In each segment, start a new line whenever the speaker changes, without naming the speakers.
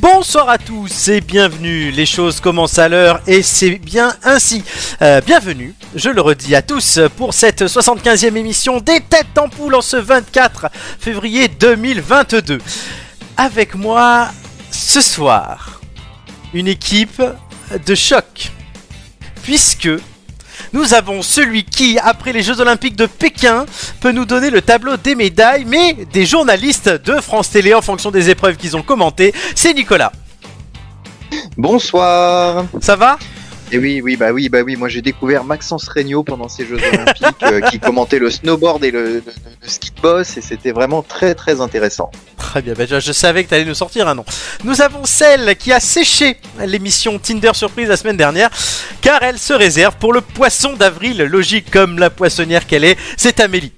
Bonsoir à tous et bienvenue. Les choses commencent à l'heure et c'est bien ainsi. Euh, bienvenue, je le redis à tous, pour cette 75e émission des Têtes en Poule en ce 24 février 2022. Avec moi ce soir, une équipe de choc. Puisque nous avons celui qui, après les Jeux Olympiques de Pékin, peut nous donner le tableau des médailles, mais des journalistes de France Télé en fonction des épreuves qu'ils ont commentées. C'est Nicolas.
Bonsoir.
Ça va
Et oui, oui, bah oui, bah oui. Moi, j'ai découvert Maxence Regnault pendant ces Jeux Olympiques, euh, qui commentait le snowboard et le, le- le- le ski de boss, et c'était vraiment très, très intéressant.
Très bien, bah, je, je savais que t'allais nous sortir un nom. Nous avons celle qui a séché l'émission Tinder Surprise la semaine dernière, car elle se réserve pour le poisson d'avril, logique comme la poissonnière qu'elle est, c'est Amélie.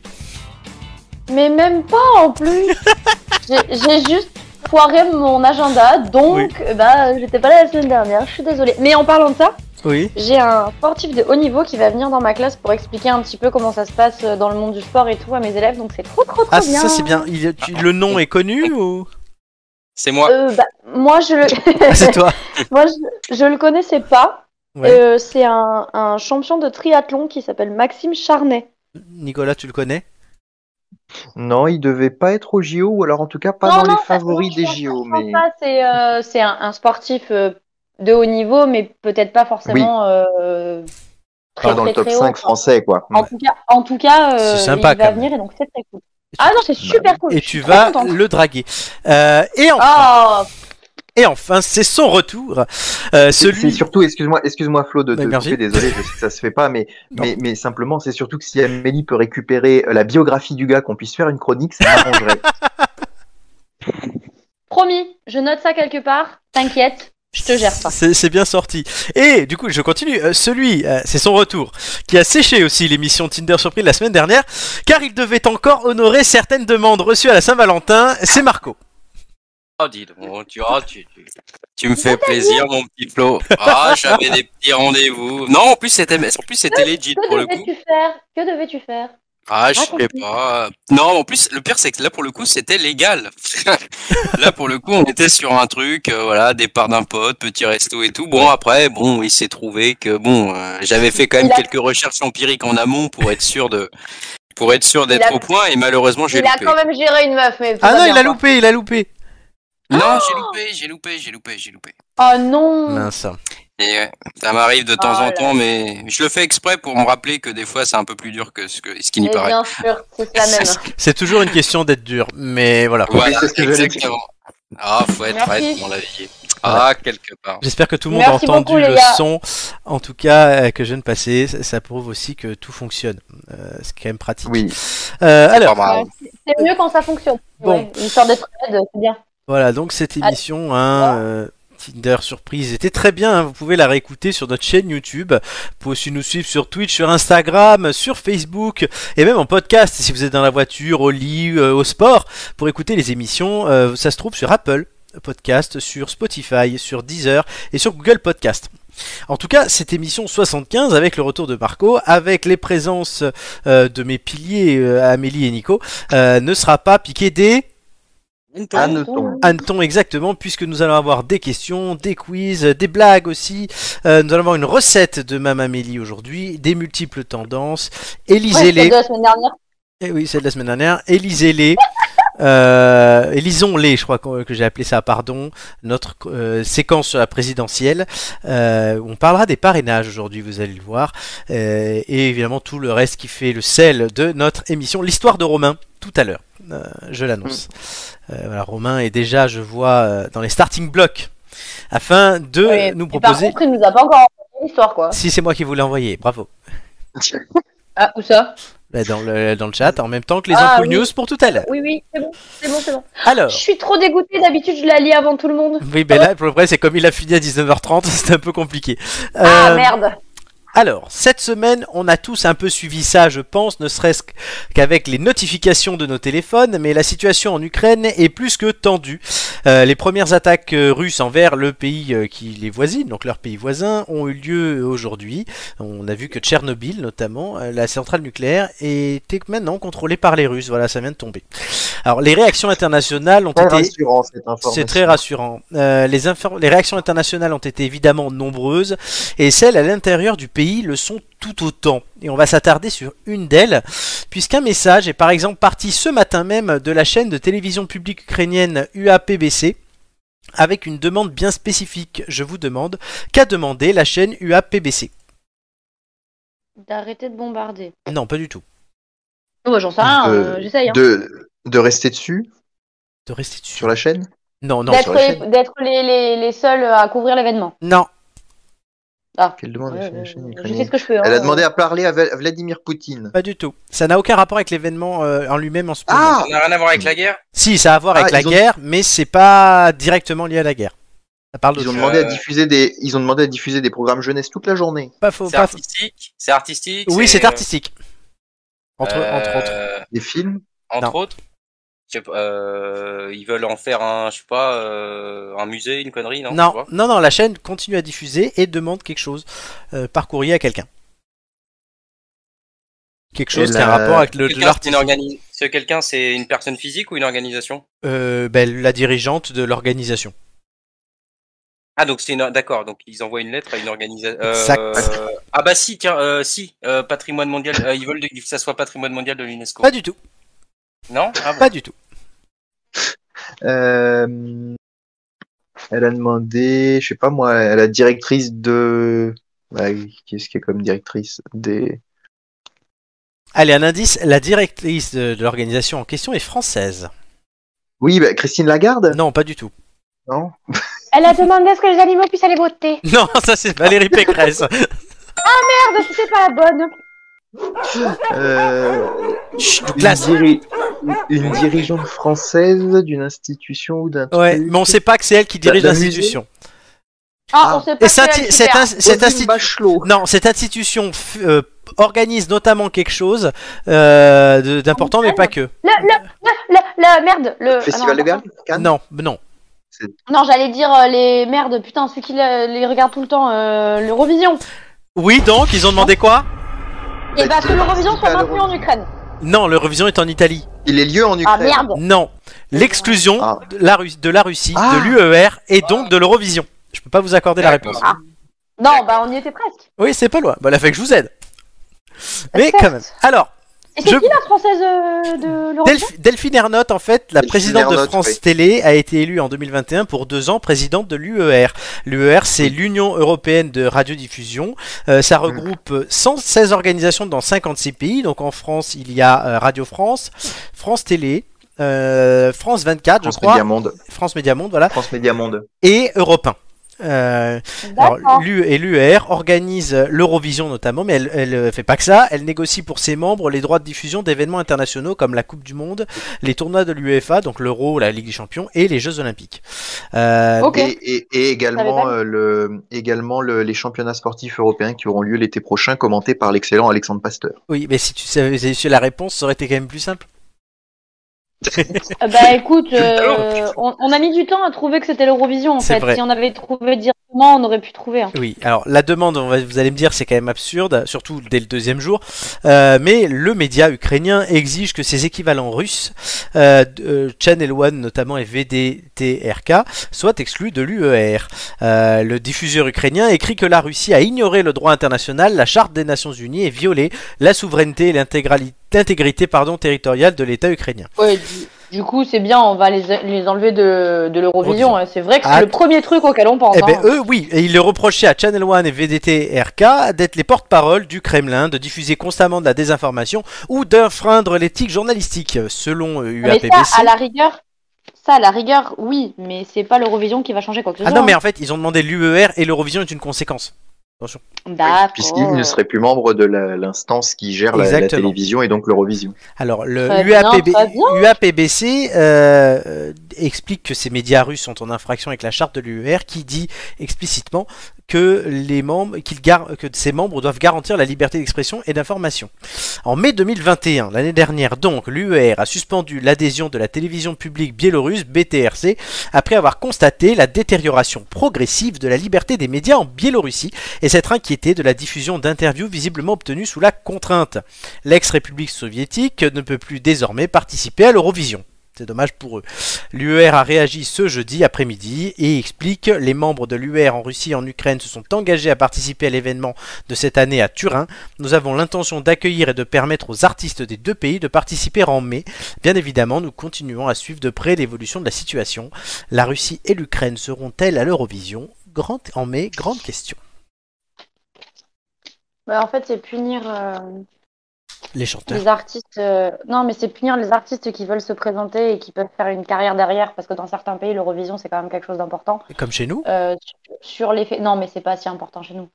Mais même pas en plus J'ai- J'ai juste foiré mon agenda, donc bah j'étais pas là la semaine dernière, je suis désolée. Mais en parlant de ça,
Oui.
j'ai un sportif de haut niveau qui va venir dans ma classe pour expliquer un petit peu comment ça se passe euh, dans le monde du sport et tout à mes élèves, donc c'est trop trop trop
Ah,
bien.
ça c'est bien. Il- tu- le nom est connu ou
C'est moi.
Euh, bah, moi je
Ah, C'est
le
toi.
moi je, je le connaissais pas.
Ouais.
Euh, c'est un, un champion de triathlon qui s'appelle Maxime Charnet.
Nicolas, tu le connais
Non, il devait pas être au JO, ou alors en tout cas pas
Non,
dans
non,
les
ça-
favoris
non,
des
je pense-
JO,
je pense
mais.
pas, c'est euh, c'est un, un sportif euh, de haut niveau, mais peut-être pas forcément euh, très,
Pas dans le
très,
top
très haut,
5
quoi.
français, quoi.
En tout cas, en tout cas euh,
C'est sympa,
il va
quand même.
venir et donc c'est très cool. Ah non, c'est super cool.
Et
je
tu
suis
vas
trop contente.
le draguer. Euh, et, enfin,
Oh,
et enfin, c'est son retour. Euh,
C'est- C'est
celui.
surtout, excuse-moi, excuse-moi Flo de te
Ouais, merci.
couper, désolé, je sais que ça se fait pas, mais,
Non.
mais, mais simplement, c'est surtout que si Amélie peut récupérer euh, la biographie du gars, qu'on puisse faire une chronique, ça m'arrangerait.
promis, je note ça quelque part. T'inquiète, je te gère ça.
C'est, c'est bien sorti. Et du coup, je continue. Euh, celui, euh, c'est son retour, qui a séché aussi l'émission Tinder Surprise la semaine dernière, car il devait encore honorer certaines demandes reçues à la Saint-Valentin. C'est Marco.
Oh, dis donc, tu, oh, tu, tu, tu me fais plaisir, mon petit Flo. Ah, j'avais des petits rendez-vous. Non, en plus, c'était, en plus, c'était legit
Que
pour le coup.
devais-tu faire Que devais-tu faire
Ah, je sais
Raconte-nous.
pas. Non, en plus, le pire, c'est que là, pour le coup, c'était légal. là, pour le coup, on était sur un truc, euh, voilà, départ d'un pote, petit resto et tout. Bon, après, bon, il s'est trouvé que, bon, euh, j'avais fait quand même
Il a-
quelques recherches empiriques en amont pour être sûr de, pour être sûr d'être
a-
au point et malheureusement, j'ai
Il a
loupé.
quand même géré une meuf, mais. c'est
Ah
pas
non,
bien,
il a
quoi.
loupé, il a loupé.
Non, j'ai loupé, j'ai loupé, j'ai loupé, j'ai loupé.
Oh non
Mince.
Et ouais, ça m'arrive de temps
Ah
Oh
en
là
temps, mais je le fais exprès pour me rappeler que des fois c'est un peu plus dur que ce, que, ce qui n'y
Eh
Mais
paraît.
bien sûr, c'est la même.
C'est toujours une question d'être dur, mais voilà.
Voilà,
c'est ce que j'allais dire.
exactement. Ah, faut être
Merci.
raide dans la vie. Ah, quelque part.
J'espère que tout le monde
Merci
a entendu
beaucoup, les
le
gars.
son, en tout cas euh, que je viens de passer. Ça, ça prouve aussi que tout fonctionne. Euh, c'est quand même pratique.
Oui.
Euh, alors,
Pas mal.
C'est mieux quand ça fonctionne.
Bon.
Ouais, une histoire d'être raide, c'est bien.
Voilà, donc cette
Ah.
émission, hein, euh, Tinder Surprise, était très bien. hein. Vous pouvez la réécouter sur notre chaîne YouTube. Vous pouvez aussi nous suivre sur Twitch, sur Instagram, sur Facebook et même en podcast si vous êtes dans la voiture, au lit, euh, au sport. Pour écouter les émissions, euh, ça se trouve sur Apple Podcast, sur Spotify, sur Deezer et sur Google Podcast. En tout cas, cette émission 75 avec le retour de Marco, avec les présences euh, de mes piliers euh, Amélie et Nico, euh, ne sera pas piquée des...
Ah, Anne-t-on
Anne-t-on exactement, puisque nous allons avoir des questions, des quiz, des blagues aussi. Euh, nous allons avoir une recette de Mam Amélie aujourd'hui, des multiples tendances.
Ouais,
Élisez-les.
celle de la semaine dernière.
Eh oui, celle de la semaine dernière. Élisez-les. Euh, élisons-les, je crois qu'on- que j'ai appelé ça, pardon, notre euh, séquence sur la présidentielle. Euh, on parlera des parrainages aujourd'hui, vous allez le voir, Euh, et évidemment tout le reste qui fait le sel de notre émission, l'histoire de Romain, tout à l'heure, Euh, je l'annonce.
Mm.
Euh, voilà, Romain est déjà, je vois, euh, dans les starting blocks, afin de
Ouais,
nous
mais Par
proposer...
contre, il nous a pas encore envoyé l'histoire, quoi.
Si c'est moi qui vous l'ai envoyé, bravo.
Ah, où ça
Bah, Dans le, dans le chat, en même temps que les
Ah,
ampoules
oui.
news pour tout à l'heure.
Oui, oui, c'est bon, c'est bon, c'est bon.
Alors... Euh,
Je suis trop dégoûtée, d'habitude je la lis avant tout le monde.
Oui, mais là, pour le vrai, c'est comme il a fini à 19h30, c'était un peu compliqué.
Ah
Euh,
merde
Alors, cette semaine, on a tous un peu suivi ça, je pense, ne serait-ce qu'avec les notifications de nos téléphones, mais la situation en Ukraine est plus que tendue. Euh, les premières attaques euh, russes envers le pays euh, qui les voisine, donc leur pays voisin, ont eu lieu aujourd'hui. On a vu que Tchernobyl, notamment, euh, la centrale nucléaire, était maintenant contrôlée par les Russes. Voilà, ça vient de tomber. Alors, les réactions internationales ont
Très
été...
rassurant cette information.
C'est très rassurant. Euh, les, infor- les réactions internationales ont été évidemment nombreuses et celles à l'intérieur du pays le sont tout autant. Et on va s'attarder sur une d'elles, puisqu'un message est par exemple parti ce matin même de la chaîne de télévision publique ukrainienne UAPBC avec une demande bien spécifique. Je vous demande, qu'a demandé la chaîne UAPBC
D'arrêter de bombarder.
Non, pas du tout.
Ouais, j'en sais rien,
De-
euh, j'essaye. hein.
De, de rester dessus,
De rester dessus.
sur la chaîne
Non, non,
sur
D'être
la
les, d'être les, les, les seuls à couvrir l'événement.
non.
Quelle demande a fait
Ouais,
la chaîne
ouais, je sais
ukrainienne
ce que je peux. hein.
Elle a demandé à parler à Val- à Vladimir Poutine.
Pas du tout. Ça n'a aucun rapport avec l'événement euh, en lui-même en ce moment.
Ah
Ça n'a rien à voir avec la guerre
Si, ça a à voir
Ah,
avec la
ils ont-
guerre, mais c'est pas directement lié à la guerre. Ça parle
Ils
d'autre
ont
chose.
demandé à
Euh,
diffuser des, ils ont demandé à diffuser des programmes jeunesse toute la journée.
Pas faux,
C'est
pas faux.
artistique C'est artistique
Oui, c'est artistique. Entre,
euh,
entre autres.
Des films.
Entre
Non.
autres Je sais pas, euh, Ils veulent en faire un, je sais pas, euh, un musée, une connerie, non tu
Non,
vois
non, non, la chaîne continue à diffuser et demande quelque chose euh, par courrier à quelqu'un. Quelque chose
Et
qui a un
la-
rapport avec le,
Quelqu'un, c'est
l'artiste.
une organi- Ce quelqu'un, c'est une personne physique ou une organisation
Euh, ben, la dirigeante de l'organisation.
Ah, donc c'est une... D'accord, donc ils envoient une lettre à une organisation...
Exact.
Ah bah si, tiens, euh, si, euh, patrimoine mondial, euh, ils veulent que ça soit patrimoine mondial de l'UNESCO.
Pas du tout,
Non Ah bon
pas du tout.
Euh, elle a demandé, je sais pas moi, à la directrice de, bah, qu'est-ce qui est comme directrice des.
Allez, un indice, la directrice de, de l'organisation en question est française.
Oui, bah, Christine Lagarde.
Non, pas du tout.
Non.
Elle a demandé à ce que les animaux puissent aller voter.
Non, ça c'est Valérie Pécresse.
Merde, c'était pas la bonne.
Euh,
Chut,
une,
Douglas.
diri- une dirigeante française d'une institution ou d'un.
Ouais,
truc.
mais on sait pas que c'est elle qui dirige
D'un musée
l'institution.
Ah,
Ah.
on sait pas.
Et
que
cette, cette,
elle super.
ins- cette
Roselyne
institu-
Bachelot.
non, cette institution f- euh, organise notamment quelque chose euh, de- d'important, mais pas que.
Le, le, le, le- la merde. Le...
Festival de
ah, non,
Berlin. Cannes.
Non, non.
Non, j'allais dire euh, les merdes. Putain, ceux qui la- les regardent tout le temps, euh, l'Eurovision.
Oui, donc, ils ont demandé quoi
Et
Bah,
bah,
tu
que
veux
l'Eurovision soit
participer à
maintenue en Ukraine.
Non, l'Eurovision est en Italie.
Il est lieu en
Ah
Ukraine.
merde.
Non. L'exclusion
Ah.
de, la Ru- de la Russie,
Ah.
de l'UER et donc de l'Eurovision. Je peux pas vous accorder la
D'accord.
réponse.
Non, bah, on y était presque.
Oui, c'est pas loin. Bah, la fait que je vous aide. Mais quand même. Alors,
Et c'est
Je-
qui la française euh, de l'Eurovision
Delphi- Delphine Ernotte, en fait, la
Delphine
présidente de
Ernotte,
France
oui.
Télé, a été élue en 2021 pour deux ans présidente de E l'UER. L'UER, c'est l'Union Européenne de Radiodiffusion. Euh,
Mm.
ça regroupe 116 organisations dans 56 pays. Donc en France, il y a euh, Radio France, France Télé, euh, France 24,
France
je crois,
Média Monde.
France Média Monde, voilà,
France Média Monde.
et Europe 1. Euh, alors,
D'accord.
l'U et l'UR organisent l'Eurovision notamment, mais elle- elle ne fait pas que ça. Elle négocie pour ses membres les droits de diffusion d'événements internationaux comme la Coupe du Monde, les tournois de l'UEFA, donc l'Euro, la Ligue des Champions et les Jeux Olympiques. Euh,
Ok.
Et, et- et
savais
également,
pas.
euh, le, également le- les championnats sportifs européens qui auront lieu l'été prochain, commentés par l'excellent Alexandre Pasteur.
Oui, mais si tu savais si tu sais la réponse, ça aurait été quand même plus simple.
Euh, Bah écoute,
le talent.
euh, on, on a mis du temps à trouver que c'était l'Eurovision en
C'est
fait.
vrai.
Si on avait trouvé directement, on aurait pu trouver. hein.
Oui, alors la demande, on va- vous allez me dire, c'est quand même absurde, surtout dès le deuxième jour. Euh, mais le média ukrainien exige que ses équivalents russes, euh, d- euh, Channel One notamment et VDTRK, soient exclus de l'UER. Euh, le diffuseur ukrainien écrit que la Russie a ignoré le droit international, la charte des Nations Unies et violé la souveraineté et l'intégrali- l'intégrité pardon, territoriale de l'État ukrainien.
Ouais, du, du coup, c'est bien, on va les, les enlever de, de l'Eurovision.
Eurovision.
hein. C'est vrai que c'est
Ah.
le premier truc auquel on pense.
Eh ben
hein.
eux, oui, et ils le reprochaient à Channel One et VDT RK d'être les porte-parole du Kremlin, de diffuser constamment de la désinformation ou d'enfreindre l'éthique journalistique, selon euh,
Ah, Mais ça, à
UAPBC.
la rigueur, ça, à la rigueur, oui, mais c'est pas l'Eurovision qui va changer quoi que ce
Ah
soit.
non, mais en fait, ils ont demandé l'UER et l'Eurovision est une conséquence.
hein. D'accord.
Puisqu'il ne serait plus membre de la- l'instance qui gère la, la
Exactement.
télévision et donc l'Eurovision.
Alors, le
Très bien,
UAPB
très bien.
UAPBC euh, E euh, explique que ces médias russes sont en infraction avec la charte de l'UER qui dit explicitement que les membres, qu'ils gar- que ses membres doivent garantir la liberté d'expression et d'information. En mai 2021, l'année dernière donc, l'UER a suspendu l'adhésion de la télévision publique biélorusse BTRC après avoir constaté la détérioration progressive de la liberté des médias en Biélorussie et s'être inquiété de la diffusion d'interviews visiblement obtenues sous la contrainte. L'ex-république soviétique ne peut plus désormais participer à l'Eurovision. C'est dommage pour eux. L'UR a réagi ce jeudi après-midi et explique les membres de l'UR en Russie et en Ukraine se sont engagés à participer à l'événement de cette année à Turin. Nous avons l'intention d'accueillir et de permettre aux artistes des deux pays de participer en mai. Bien évidemment, nous continuons à suivre de près l'évolution de la situation. La Russie et l'Ukraine seront-elles à l'Eurovision Grand- En mai, grande question.
Bah, en fait, c'est punir euh,
Les chanteurs.
les artistes. euh, Non, mais c'est punir les artistes qui veulent se présenter et qui peuvent faire une carrière derrière, parce que dans certains pays, l'Eurovision, c'est quand même quelque chose d'important.
Comme chez nous
Euh, sur- sur l'effet. Non, mais c'est pas si important chez nous.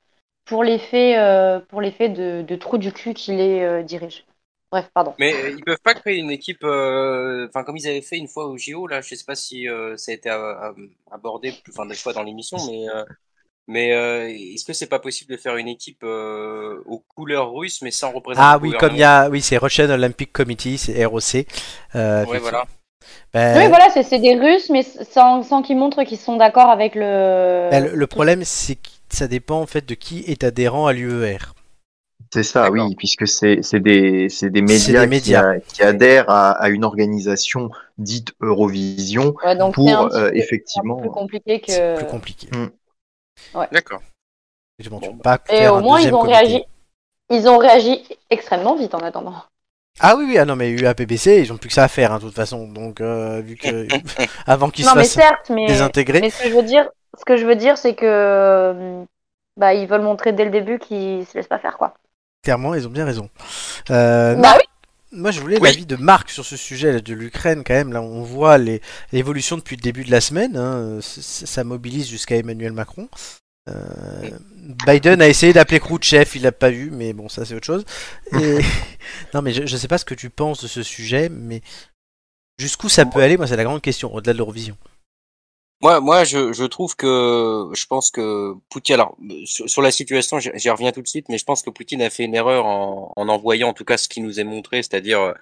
Pour l'effet, euh, pour l'effet de, de trou du cul qui les euh, dirige. Bref, pardon.
Mais euh, ils peuvent pas créer une équipe, euh, enfin comme ils avaient fait une fois au JO là, je sais pas si euh, ça a été euh, abordé, plus- enfin des fois dans l'émission, mais euh, mais euh, est-ce que c'est pas possible de faire une équipe euh, aux couleurs russes mais sans représenter
Ah
le
oui,
gouvernement
comme il y a, oui, c'est Russian Olympic Committee, c'est ROC. Euh,
Ouais, voilà.
ben,
Oui, voilà, c'est c'est des Russes, mais sans, sans qu'ils montrent qu'ils sont d'accord avec le.
ben, le- le problème, c'est que ça dépend en fait de qui est adhérent à E l'UER.
C'est ça,
D'accord.
oui, puisque c'est c'est des, c'est des
C'est
médias,
des médias.
Qui, a- qui adhèrent à, à une organisation dite Eurovision
Ouais, donc c'est un
pour
petit
euh,
peu-
effectivement.
c'est plus compliqué
C'est
que.
plus compliqué.
D'accord.
Effectivement, tu
Bon,
peux pas
Et
faire un
au moins, ils
deuxième
ont
comité.
réagi. Ils ont réagi extrêmement vite en attendant.
Ah oui, oui, ah non, mais UAPBC, ils ont plus que ça à faire, hein, de toute façon. Donc, euh, vu que. avant qu'ils se
non, mais
fassent
certes, mais.
désintégrer.
Mais ce que je veux dire, ce que je veux dire, c'est que. euh, Bah, ils veulent montrer dès le début qu'ils se laissent pas faire, quoi.
Clairement, ils ont bien raison. Euh,
Bah oui.
Moi, je voulais
Oui.
l'avis de Marc sur ce sujet là, de l'Ukraine, quand même. Là, on voit les- l'évolution depuis le début de la semaine. hein, c- c- Ça mobilise jusqu'à Emmanuel Macron. Euh, Biden a essayé d'appeler Khrouchtchev, il l'a pas eu, mais bon, ça c'est autre chose. Et- non, mais je, je sais pas ce que tu penses de ce sujet, mais jusqu'où ça peut aller, moi, c'est la grande question, au-delà de l'Eurovision.
Moi, moi, je, je trouve que je pense que Poutine. Alors, sur, sur la situation, j'y j'y reviens tout de suite, mais je pense que Poutine a fait une erreur en, en envoyant, en tout cas, ce qu'il nous est montré, c'est-à-dire euh,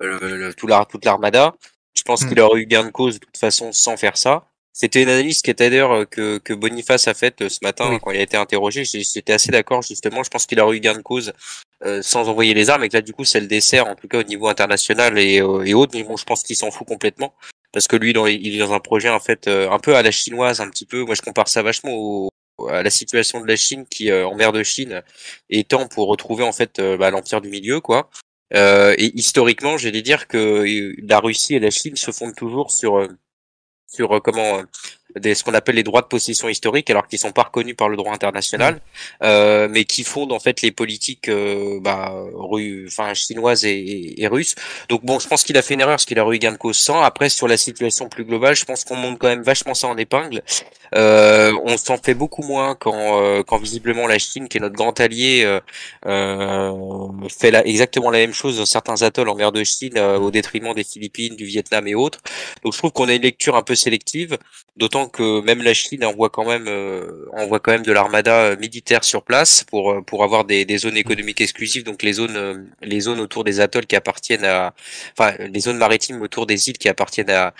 le- le- tout la, toute l'armada. Je pense
Mm.
qu'il aurait eu gain de cause de toute façon sans faire ça. C'était une analyse qui était d'ailleurs euh, que, que Boniface a faite euh, ce matin
Oui.
quand il a été interrogé. J'ai- J'étais assez d'accord justement. Je pense qu'il aurait eu gain de cause euh, sans envoyer les armes et que là du coup c'est le dessert en tout cas au niveau international et, euh, et autres. Mais bon, je pense qu'il s'en fout complètement parce que lui dans- il est dans un projet en fait euh, un peu à la chinoise un petit peu moi je compare ça vachement au, à la situation de la Chine qui euh, en mer de Chine étant pour retrouver en fait euh, bah, l'empire du milieu quoi Euh, et historiquement j'allais dire que euh, la Russie et la Chine se fondent toujours sur euh, sur euh, comment euh, des, ce qu'on appelle les droits de possession historique alors qu'ils sont pas reconnus par le droit international euh, mais qui fondent en fait les politiques euh, bah, ru- enfin chinoises et- et- et russes donc bon, je pense qu'il a fait une erreur, parce qu'il a eu gain de cause 100. Après, sur la situation plus globale, je pense qu'on monte quand même vachement ça en épingle. Euh, on s'en fait beaucoup moins quand, euh, quand visiblement la Chine, qui est notre grand allié, euh, euh, fait la, exactement la même chose dans certains atolls en mer de Chine, euh, au détriment des Philippines, du Vietnam et autres. Donc je trouve qu'on a une lecture un peu sélective, d'autant que même la Chine envoie quand même, euh, envoie quand même de l'armada euh, militaire sur place pour euh, pour avoir des, des zones économiques exclusives, donc les zones euh, les zones autour des atolls qui appartiennent à, enfin les zones maritimes autour des îles qui appartiennent à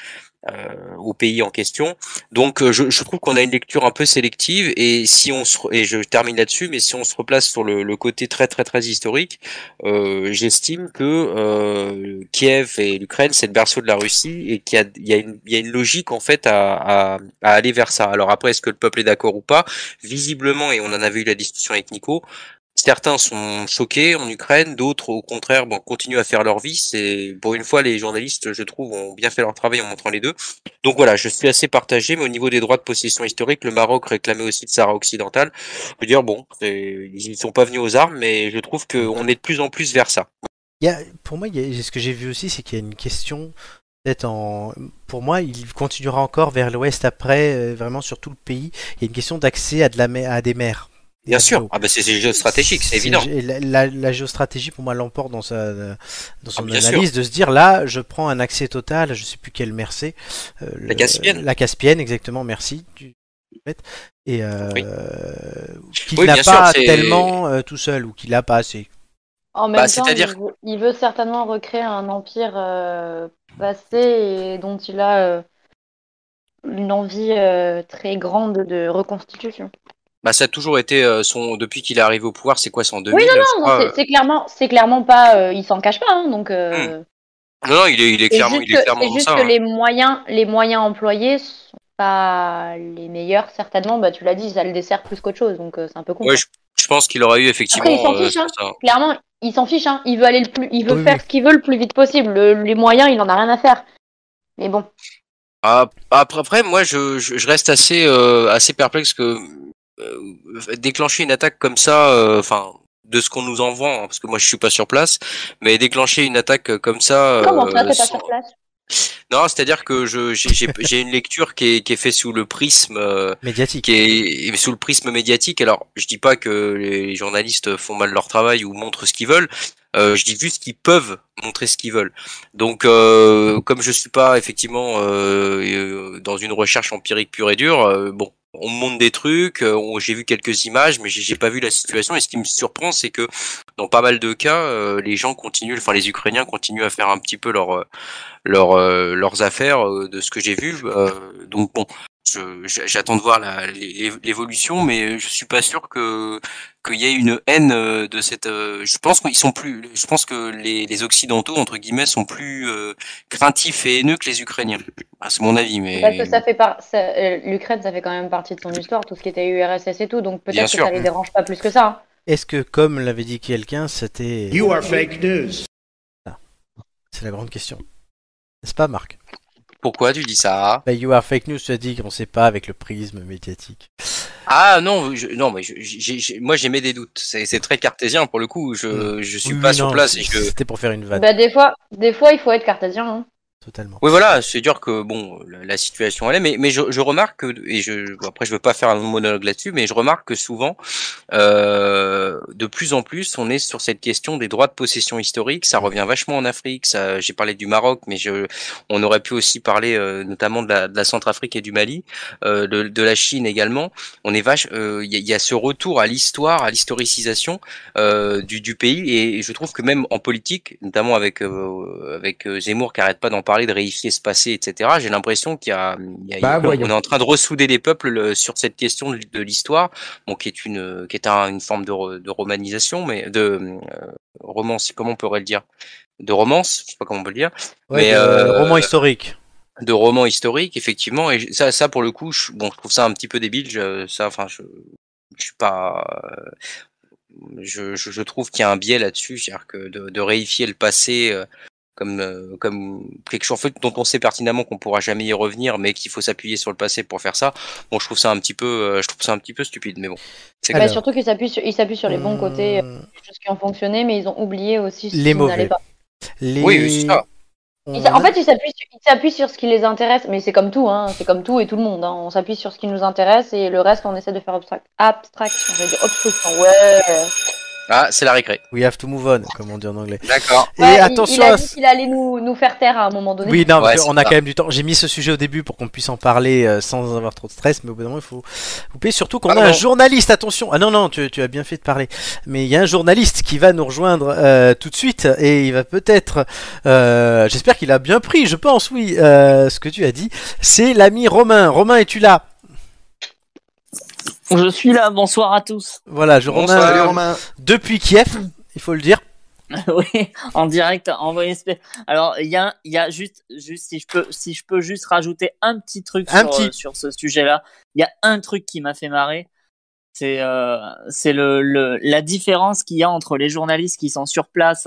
euh, au pays en question. Donc euh, je, je trouve qu'on a une lecture un peu sélective et si on se re- et je termine là-dessus, mais si on se replace sur le, le côté très très très historique, euh, j'estime que euh, Kiev et l'Ukraine c'est le berceau de la Russie et qu'il y a il y a une il y a une logique en fait à, à, à aller vers ça. Alors après est-ce que le peuple est d'accord ou pas Visiblement et on en avait eu la discussion avec Nico, Certains sont choqués en Ukraine, d'autres au contraire bon, continuent à faire leur vie. C'est pour une fois les journalistes, je trouve, ont bien fait leur travail en montrant les deux. Donc voilà, je suis assez partagé, mais au niveau des droits de possession historique, le Maroc réclamait aussi le Sahara occidental. Je veux dire bon, c'est- ils ne sont pas venus aux armes, mais je trouve qu'on est de plus en plus vers ça.
Il y a- pour moi, il y a- ce que j'ai vu aussi, c'est qu'il y a une question. peut-être En... Pour moi, il continuera encore vers l'ouest après, euh, vraiment sur tout le pays. Il y a une question d'accès à, de la mer- à des mers. des
Bien
abdos.
sûr, ah bah c'est c'est géostratégique, c'est évident.
gé- La, la- la géostratégie, pour moi, l'emporte dans, sa, dans son
Ah, bien
analyse de se dire là, je prends un accès total, je sais plus quelle mer c'est. euh, le-
Caspienne.
La Caspienne, exactement, merci. Tu- fait, et euh,
Oui.
qu'il
Oui,
n'a
bien sûr,
pas
c'est-
tellement euh, tout seul ou qu'il n'a pas assez.
En même
Bah,
temps,
c'est-à-dire-
il, veut, il veut certainement recréer un empire euh, passé et dont il a euh, une envie euh, très grande de reconstitution.
Bah, ça a toujours été euh, son. Depuis qu'il est arrivé au pouvoir, c'est quoi, c'est en 2000
Oui, non,
je
Non,
crois,
c'est-
euh,
c'est clairement, c'est clairement pas, euh, il s'en cache pas, hein, donc. euh,
non, non, il est, il
C'est
est Hmm. clairement,
juste
il est
que-
clairement
c'est
dans
juste
ça.
que
hein.
les moyens, les moyens employés sont pas les meilleurs certainement. Bah tu l'as dit, ça le dessert plus qu'autre chose, donc euh, c'est un peu con. quoi.
Ouais, je, je pense qu'il aurait eu effectivement.
Après, il s'en fiche, hein.
sur ça.
Clairement, il s'en fiche. Hein. Il veut aller le plus, il veut
Oui,
faire
oui.
ce qu'il veut le plus vite possible. Le- les moyens, il en a rien à faire. Mais bon,
Ah, Après, après, moi, je, je, je reste assez, euh, assez perplexe que euh, déclencher une attaque comme ça, euh, enfin, de ce qu'on nous en vend, hein, parce que moi, je suis pas sur place, mais déclencher une attaque euh, comme ça.
comment
euh,
ça, t'es pas
sans-
sur place
Non, c'est-à-dire que je, j'ai, j'ai- j'ai une lecture qui est, qui est faite sous le prisme. euh,
Médiatique.
qui est est sous le prisme médiatique. Alors, je dis pas que les journalistes font mal leur travail ou montrent ce qu'ils veulent. Euh, je dis juste qu'ils peuvent montrer ce qu'ils veulent. Donc, euh, comme je suis pas effectivement euh, euh, dans une recherche empirique pure et dure, euh, bon, on me montre des trucs. euh, on- j'ai vu quelques images, mais j'ai- j'ai pas vu la situation. Et ce qui me surprend, c'est que dans pas mal de cas, euh, les gens continuent, enfin les Ukrainiens continuent à faire un petit peu leur euh, leur, euh, leurs affaires euh, de ce que j'ai vu. euh, donc bon, je- j'a- j'attends de voir la- l'é- l'évolution, mais je suis pas sûr que qu'il y ait une haine euh, de cette. euh, je pense qu'ils sont plus. Je pense que les, les occidentaux entre guillemets sont plus euh, craintifs et haineux que les Ukrainiens. Ah, c'est mon avis, mais
Parce que ça fait par... ça- euh, l'Ukraine, ça fait quand même partie de son histoire, tout ce qui était URSS et tout. Donc
Bien
peut-être que
sûr.
ça les dérange pas plus que ça. hein.
Est-ce que, comme l'avait dit quelqu'un, c'était.
You are fake news.
C'est la grande question. N'est-ce pas, Marc
pourquoi tu dis ça
Bah, You are fake news, tu as dit qu'on sait pas avec le prisme médiatique.
Ah non, je- non, mais je- j'ai- j'ai- moi j'émets des doutes. C'est c'est très cartésien pour le coup. Je je suis
Oui,
pas
oui,
sur
non,
place
c'est-
et je
C'était pour faire une vanne,
Bah des fois, des fois, il faut être cartésien. hein.
totalement.
Oui, voilà, c'est dire que bon, la, la situation elle est, mais, mais je, je remarque que, et je bon, après je veux pas faire un monologue là-dessus, mais je remarque que souvent, euh, de plus en plus, on est sur cette question des droits de possession historique. Ça revient vachement en Afrique. Ça, j'ai parlé du Maroc, mais je, on aurait pu aussi parler euh, notamment de la, de la Centrafrique et du Mali, euh, de, de la Chine également. On est vache, euh, il y, a- il y a ce retour à l'histoire, à l'historicisation euh, du, du pays. Et, je trouve que même en politique, notamment avec euh, avec euh, Zemmour qui arrête pas d'en parler, de réifier ce passé, etc. J'ai l'impression qu'il y a, il y a-
Bah,
il y a-
voyons.
on est en train de ressouder les peuples le- sur cette question de, de l'histoire, bon, qui est une qui est un- une forme de, re- de romanisation, mais de euh, romance, comment on pourrait le dire, de romance, je sais pas comment on peut le dire
Ouais,
mais,
de-
euh,
Roman historique.
de romans historiques, effectivement. Et je- ça, ça pour le coup, je, bon, je trouve ça un petit peu débile. Je, ça, enfin, je, je suis pas. euh, Je, je, je trouve qu'il y a un biais là-dessus, c'est-à-dire que de, de réifier le passé euh, comme euh, comme quelque chose en fait, dont on sait pertinemment qu'on pourra jamais y revenir, mais qu'il faut s'appuyer sur le passé pour faire ça. Bon, je trouve ça un petit peu, euh, je trouve ça un petit peu stupide, mais bon. C'est
Alors.
Bah, surtout qu'ils s'appuient sur, ils s'appuient sur les bons côtés, euh,
Hum,
choses qui ont fonctionné, mais ils ont oublié aussi ce
Les
qui n'allait
mauvais.
pas.
Les...
Oui, oui, c'est ça.
On
Ils s'a- en
a-
fait, ils s'appuient sur, ils s'appuient sur ce qui les intéresse, mais c'est comme tout, hein, c'est comme tout et tout le monde. hein. On s'appuie sur ce qui nous intéresse et le reste, on essaie de faire abstract. Abstraction, je vais dire obstruction, ouais.
Ah, c'est la récré.
We have to move on, comme on dit en anglais.
D'accord.
Et
Ouais, il-
attention
il, a
à
dit
ce-
qu'il allait nous, nous faire taire à un moment donné.
Oui, non,
Ouais,
parce
c'est
qu'on a
ça.
quand même du temps. J'ai mis ce sujet au début pour qu'on puisse en parler euh, sans avoir trop de stress, mais au bout d'un moment, il faut couper. Surtout qu'on
Ah
a un
non.
journaliste, attention. Ah non, non, tu, tu as bien fait de parler. Mais il y a un journaliste qui va nous rejoindre euh, tout de suite et il va peut-être. euh, J'espère qu'il a bien pris, je pense, oui, euh, ce que tu as dit. C'est l'ami Romain. Romain, es-tu là
Je suis là, bonsoir à tous.
Voilà, je
Bonsoir.
Romain,
Salut
euh,
Romain.
depuis Kiev, il faut le dire.
oui, en direct, envoyé SP. Alors, il y a, il y a juste, juste, si je peux, si je peux juste rajouter un petit truc
Un
sur,
petit.
euh, sur ce sujet-là. Il y a un truc qui m'a fait marrer. C'est, euh, c'est le, le, la différence qu'il y a entre les journalistes qui sont sur place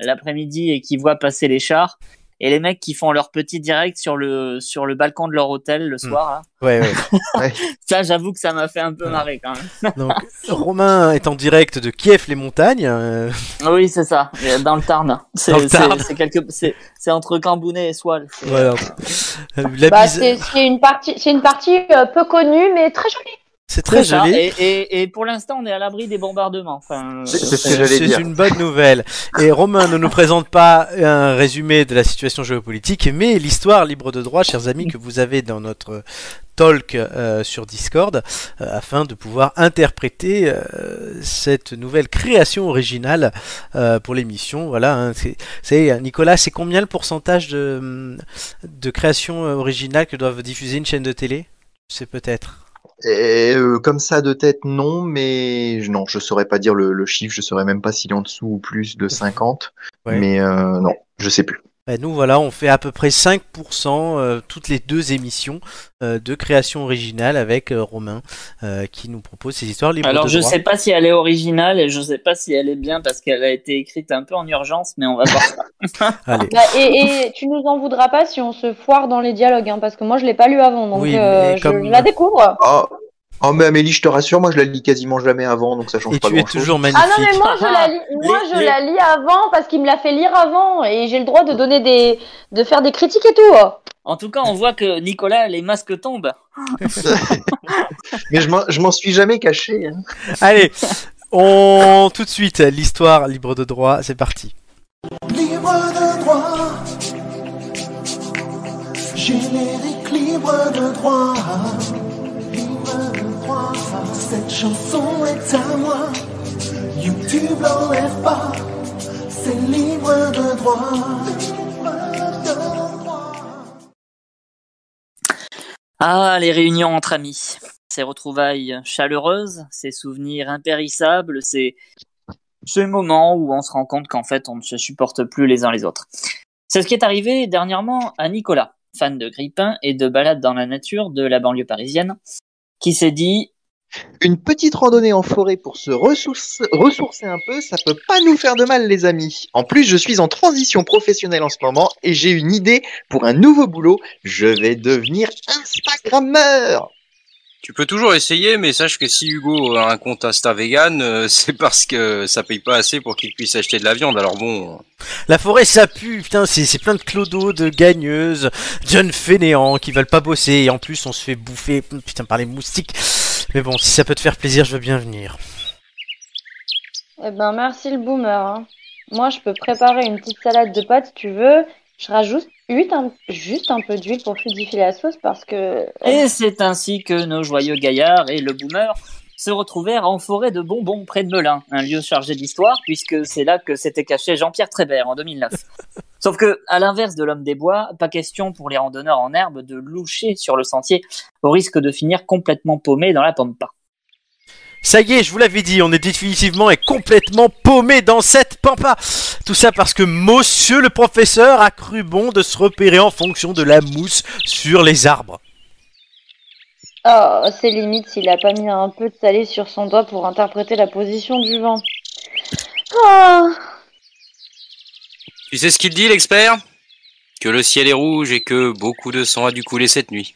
l'après-midi et qui voient passer les chars et les mecs qui font leur petit direct sur le, sur le balcon de leur hôtel
Hmm.
le soir. là.
Ouais, ouais.
Ça, j'avoue que ça m'a fait un
Hmm.
peu marrer quand même.
Donc, Romain est en direct de Kiev, les montagnes. euh,
Oui, c'est ça, euh, dans le Tarn. C'est
Dans le
c'est-
Tarn.
c'est quelque- c'est- c'est entre Cambounet et Soile. C'est-
voilà. Euh, La
Bah,
bise-
c'est c'est une partie, c'est une partie euh, peu connue, mais très jolie.
C'est très
C'est ça,
joli.
Et, et- et pour l'instant, on est à l'abri des bombardements. Enfin,
C'est-
euh,
c'est ce que j'allais
C'est
dire.
une bonne nouvelle. Et Romain ne nous présente pas un résumé de la situation géopolitique, mais l'histoire libre de droit, chers amis, que vous avez dans notre talk euh, sur Discord, euh, afin de pouvoir interpréter euh, cette nouvelle création originale euh, pour l'émission. Voilà, hein. C'est- c'est Nicolas, c'est combien le pourcentage de, hum, de création euh, originale que doivent diffuser une chaîne de télé C'est peut-être.
Et, euh, comme ça de tête, non, mais je- non, je saurais pas dire le, le chiffre, je saurais même pas s'il est en dessous ou plus de 50,
Ouais.
mais euh, non, je sais plus.
Ben, nous voilà, on fait à peu près 5% euh, toutes les deux émissions euh, de création originale avec euh, Romain euh, qui nous propose ses histoires libres
Alors,
de
je
droit.
sais pas si elle est originale et je sais pas si elle est bien parce qu'elle a été écrite un peu en urgence, mais on va voir.
Allez.
Bah, et, et tu nous en voudras pas si on se foire dans les dialogues, hein, parce que moi je l'ai pas lu avant, donc
Oui, mais
euh, je
comme-
la découvre.
Oh, oh, mais Amélie, je te rassure, moi je la lis quasiment jamais avant, donc ça change
Et
pas
tu es
grand-chose.
toujours magnifique.
Ah non, mais moi je la lis, moi, je
Les-
la lis avant parce qu'il me l'a fait lire avant et j'ai le droit de donner des, de faire des critiques et tout.
En tout cas, on voit que Nicolas, les masques tombent.
Mais je m'en- je m'en suis jamais caché. hein.
Allez, on tout de suite l'histoire libre de droit, c'est parti.
Libre de droit. Générique libre de droit. Libre de droit. Cette chanson est à moi. YouTube l'enlève pas. C'est libre de droit. Libre de droit.
Ah, les réunions entre amis, ces retrouvailles chaleureuses, ces souvenirs impérissables, ces, ces moments où on se rend compte qu'en fait on ne se supporte plus les uns les autres. C'est ce qui est arrivé dernièrement à Nicolas, fan de grippin et de balades dans la nature de la banlieue parisienne, qui s'est dit
Une petite randonnée en forêt pour se ressource- ressourcer un peu, ça peut pas nous faire de mal, les amis. En plus, je suis en transition professionnelle en ce moment et j'ai une idée pour un nouveau boulot. Je vais devenir Instagrammeur.
Tu peux toujours essayer, mais sache que si Hugo a un compte Insta vegan, euh, c'est parce que ça paye pas assez pour qu'il puisse acheter de la viande. Alors bon,
La forêt ça pue, putain, c'est c'est plein de clodos, de gagneuses, de jeunes fainéants qui veulent pas bosser et en plus on se fait bouffer putain par les moustiques. Mais bon, si ça peut te faire plaisir, je veux bien venir.
Eh ben merci le boomer. hein. Moi je peux préparer une petite salade de pâtes si tu veux. Je rajoute juste un, juste un peu d'huile pour fluidifier la sauce parce que
Et c'est ainsi que nos joyeux gaillards et le boomer se retrouvèrent en forêt de bonbons près de Melun, un lieu chargé d'histoire puisque c'est là que s'était caché Jean-Pierre Trébert en 2009. Sauf que, à l'inverse de l'homme des bois, pas question pour les randonneurs en herbe de loucher sur le sentier au risque de finir complètement paumé dans la pampa.
Ça y est, je vous l'avais dit, on est définitivement et complètement paumé dans cette pampa. Tout ça parce que monsieur le professeur a cru bon de se repérer en fonction de la mousse sur les arbres.
Oh, c'est limite s'il a pas mis un peu de salé sur son doigt pour interpréter la position du vent. Oh,
tu sais ce qu'il dit, l'expert Que le ciel est rouge et que beaucoup de sang a dû couler cette nuit.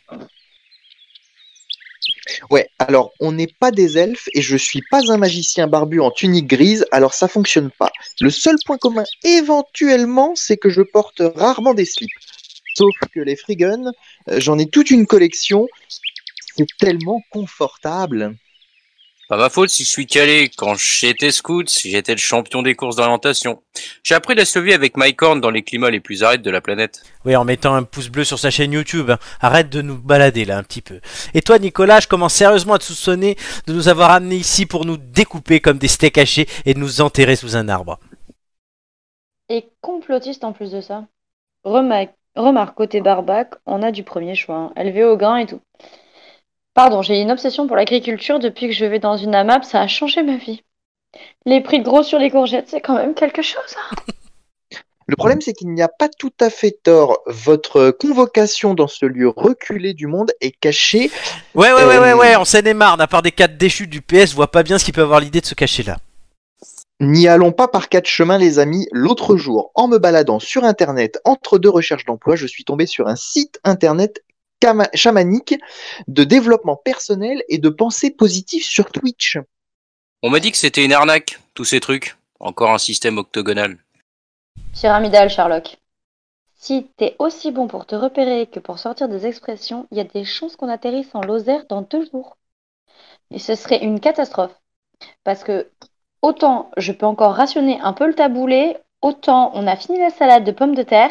Ouais, alors on n'est pas des elfes et je suis pas un magicien barbu en tunique grise, alors ça fonctionne pas. Le seul point commun éventuellement, c'est que je porte rarement des slips. Sauf que les free guns, euh, j'en ai toute une collection. C'est tellement confortable.
Pas ma faute si je suis calé. Quand j'étais scout, j'étais le champion des courses d'orientation. J'ai appris la survie avec Mike Horn dans les climats les plus arides de la planète.
Oui, en mettant un pouce bleu sur sa chaîne YouTube. hein. Arrête de nous balader là un petit peu. Et toi, Nicolas, je commence sérieusement à te soupçonner de nous avoir amenés ici pour nous découper comme des steaks hachés et de nous enterrer sous un arbre.
et complotiste en plus de ça. Remarque, remarque côté barbac, on a du premier choix, hein. élevé au grain et tout. Pardon, j'ai une obsession pour l'agriculture depuis que je vais dans une AMAP, ça a changé ma vie. Les prix de gros sur les courgettes, c'est quand même quelque chose. hein.
Le problème, c'est qu'il n'y a pas tout à fait tort. Votre convocation dans ce lieu reculé du monde est cachée.
Ouais, ouais, ouais, ouais,
Euh,
ouais, en Seine-et-Marne, à part des quatre déchus du PS, je vois pas bien ce qui peut avoir l'idée de se cacher là.
N'y allons pas par quatre chemins, les amis. L'autre jour, en me baladant sur Internet entre deux recherches d'emploi, je suis tombé sur un site Internet chama- chamanique de développement personnel et de pensée positive sur Twitch.
On m'a dit que c'était une arnaque, tous ces trucs. Encore un système octogonal.
Pyramidal, Sherlock. Si t'es aussi bon pour te repérer que pour sortir des expressions, il y a des chances qu'on atterrisse en Lozère dans deux jours. Et ce serait une catastrophe. Parce que autant je peux encore rationner un peu le taboulé, autant on a fini la salade de pommes de terre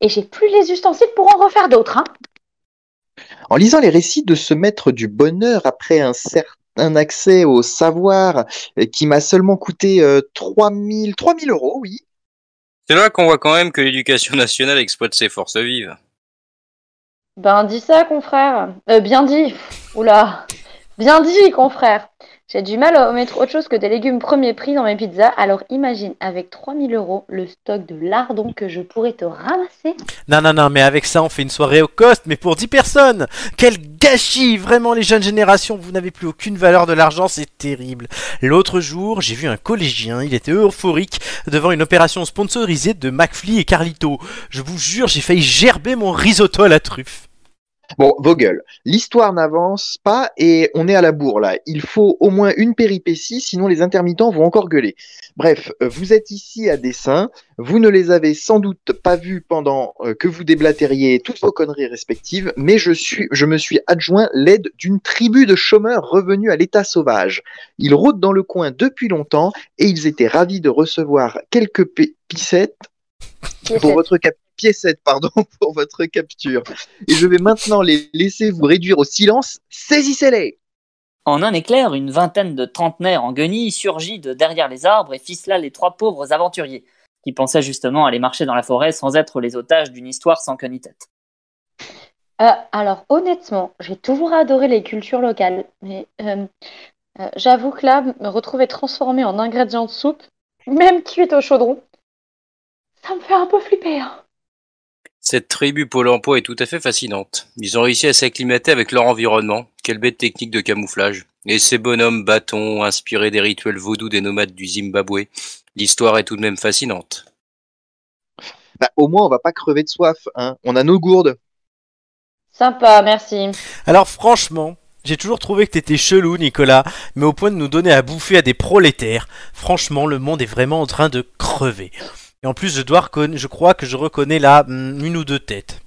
et j'ai plus les ustensiles pour en refaire d'autres. hein.
En lisant les récits de ce maître du bonheur après un certain accès au savoir euh, qui m'a seulement coûté euh, 3000 3000 euros, oui.
C'est là qu'on voit quand même que l'éducation nationale exploite ses forces vives.
Ben dis ça, confrère. Euh, bien dit. Pff, Oula. Bien dit, confrère. J'ai du mal à mettre autre chose que des légumes premier prix dans mes pizzas, alors imagine avec 3000 euros le stock de lardons que je pourrais te ramasser.
Non, non, non, mais avec ça, on fait une soirée au cost, mais pour 10 personnes Quel gâchis Vraiment, les jeunes générations, vous n'avez plus aucune valeur de l'argent, c'est terrible. L'autre jour, j'ai vu un collégien, il était euphorique devant une opération sponsorisée de McFly et Carlito. Je vous jure, j'ai failli gerber mon risotto à la truffe.
Bon, vos gueules. L'histoire n'avance pas et on est à la bourre là. Il faut au moins une péripétie, sinon les intermittents vont encore gueuler. Bref, euh, vous êtes ici à dessein. Vous ne les avez sans doute pas vus pendant euh, que vous déblatériez toutes vos conneries respectives, mais je, suis, je me suis adjoint l'aide d'une tribu de chômeurs revenus à l'état sauvage. Ils rôdent dans le coin depuis longtemps et ils étaient ravis de recevoir quelques pi- picettes
Qui est
pour
cette-
votre cap- piécette, pardon, pour votre capture. Et je vais maintenant les laisser vous réduire au silence. Saisissez-les
En un éclair, une vingtaine de trentenaires en guenilles surgit de derrière les arbres et ficela les trois pauvres aventuriers, qui pensaient justement aller marcher dans la forêt sans être les otages d'une histoire sans queue ni tête.
Euh, alors honnêtement, j'ai toujours adoré les cultures locales, mais euh, euh, j'avoue que là, me retrouver transformée en ingrédient de soupe, même cuite au chaudron, ça me fait un peu flipper. hein.
Cette tribu Pôle emploi est tout à fait fascinante. Ils ont réussi à s'acclimater avec leur environnement. Quelle bête technique de camouflage. Et ces bonhommes bâtons, inspirés des rituels vaudous des nomades du Zimbabwe. L'histoire est tout de même fascinante.
Bah, Au moins, on va pas crever de soif. Hein. On a nos gourdes.
Sympa, merci.
Alors franchement, j'ai toujours trouvé que t'étais chelou, Nicolas, mais au point de nous donner à bouffer à des prolétaires. Franchement, le monde est vraiment en train de crever. Et en plus, je, dois reconna- je crois que je reconnais là hmm, une ou deux têtes.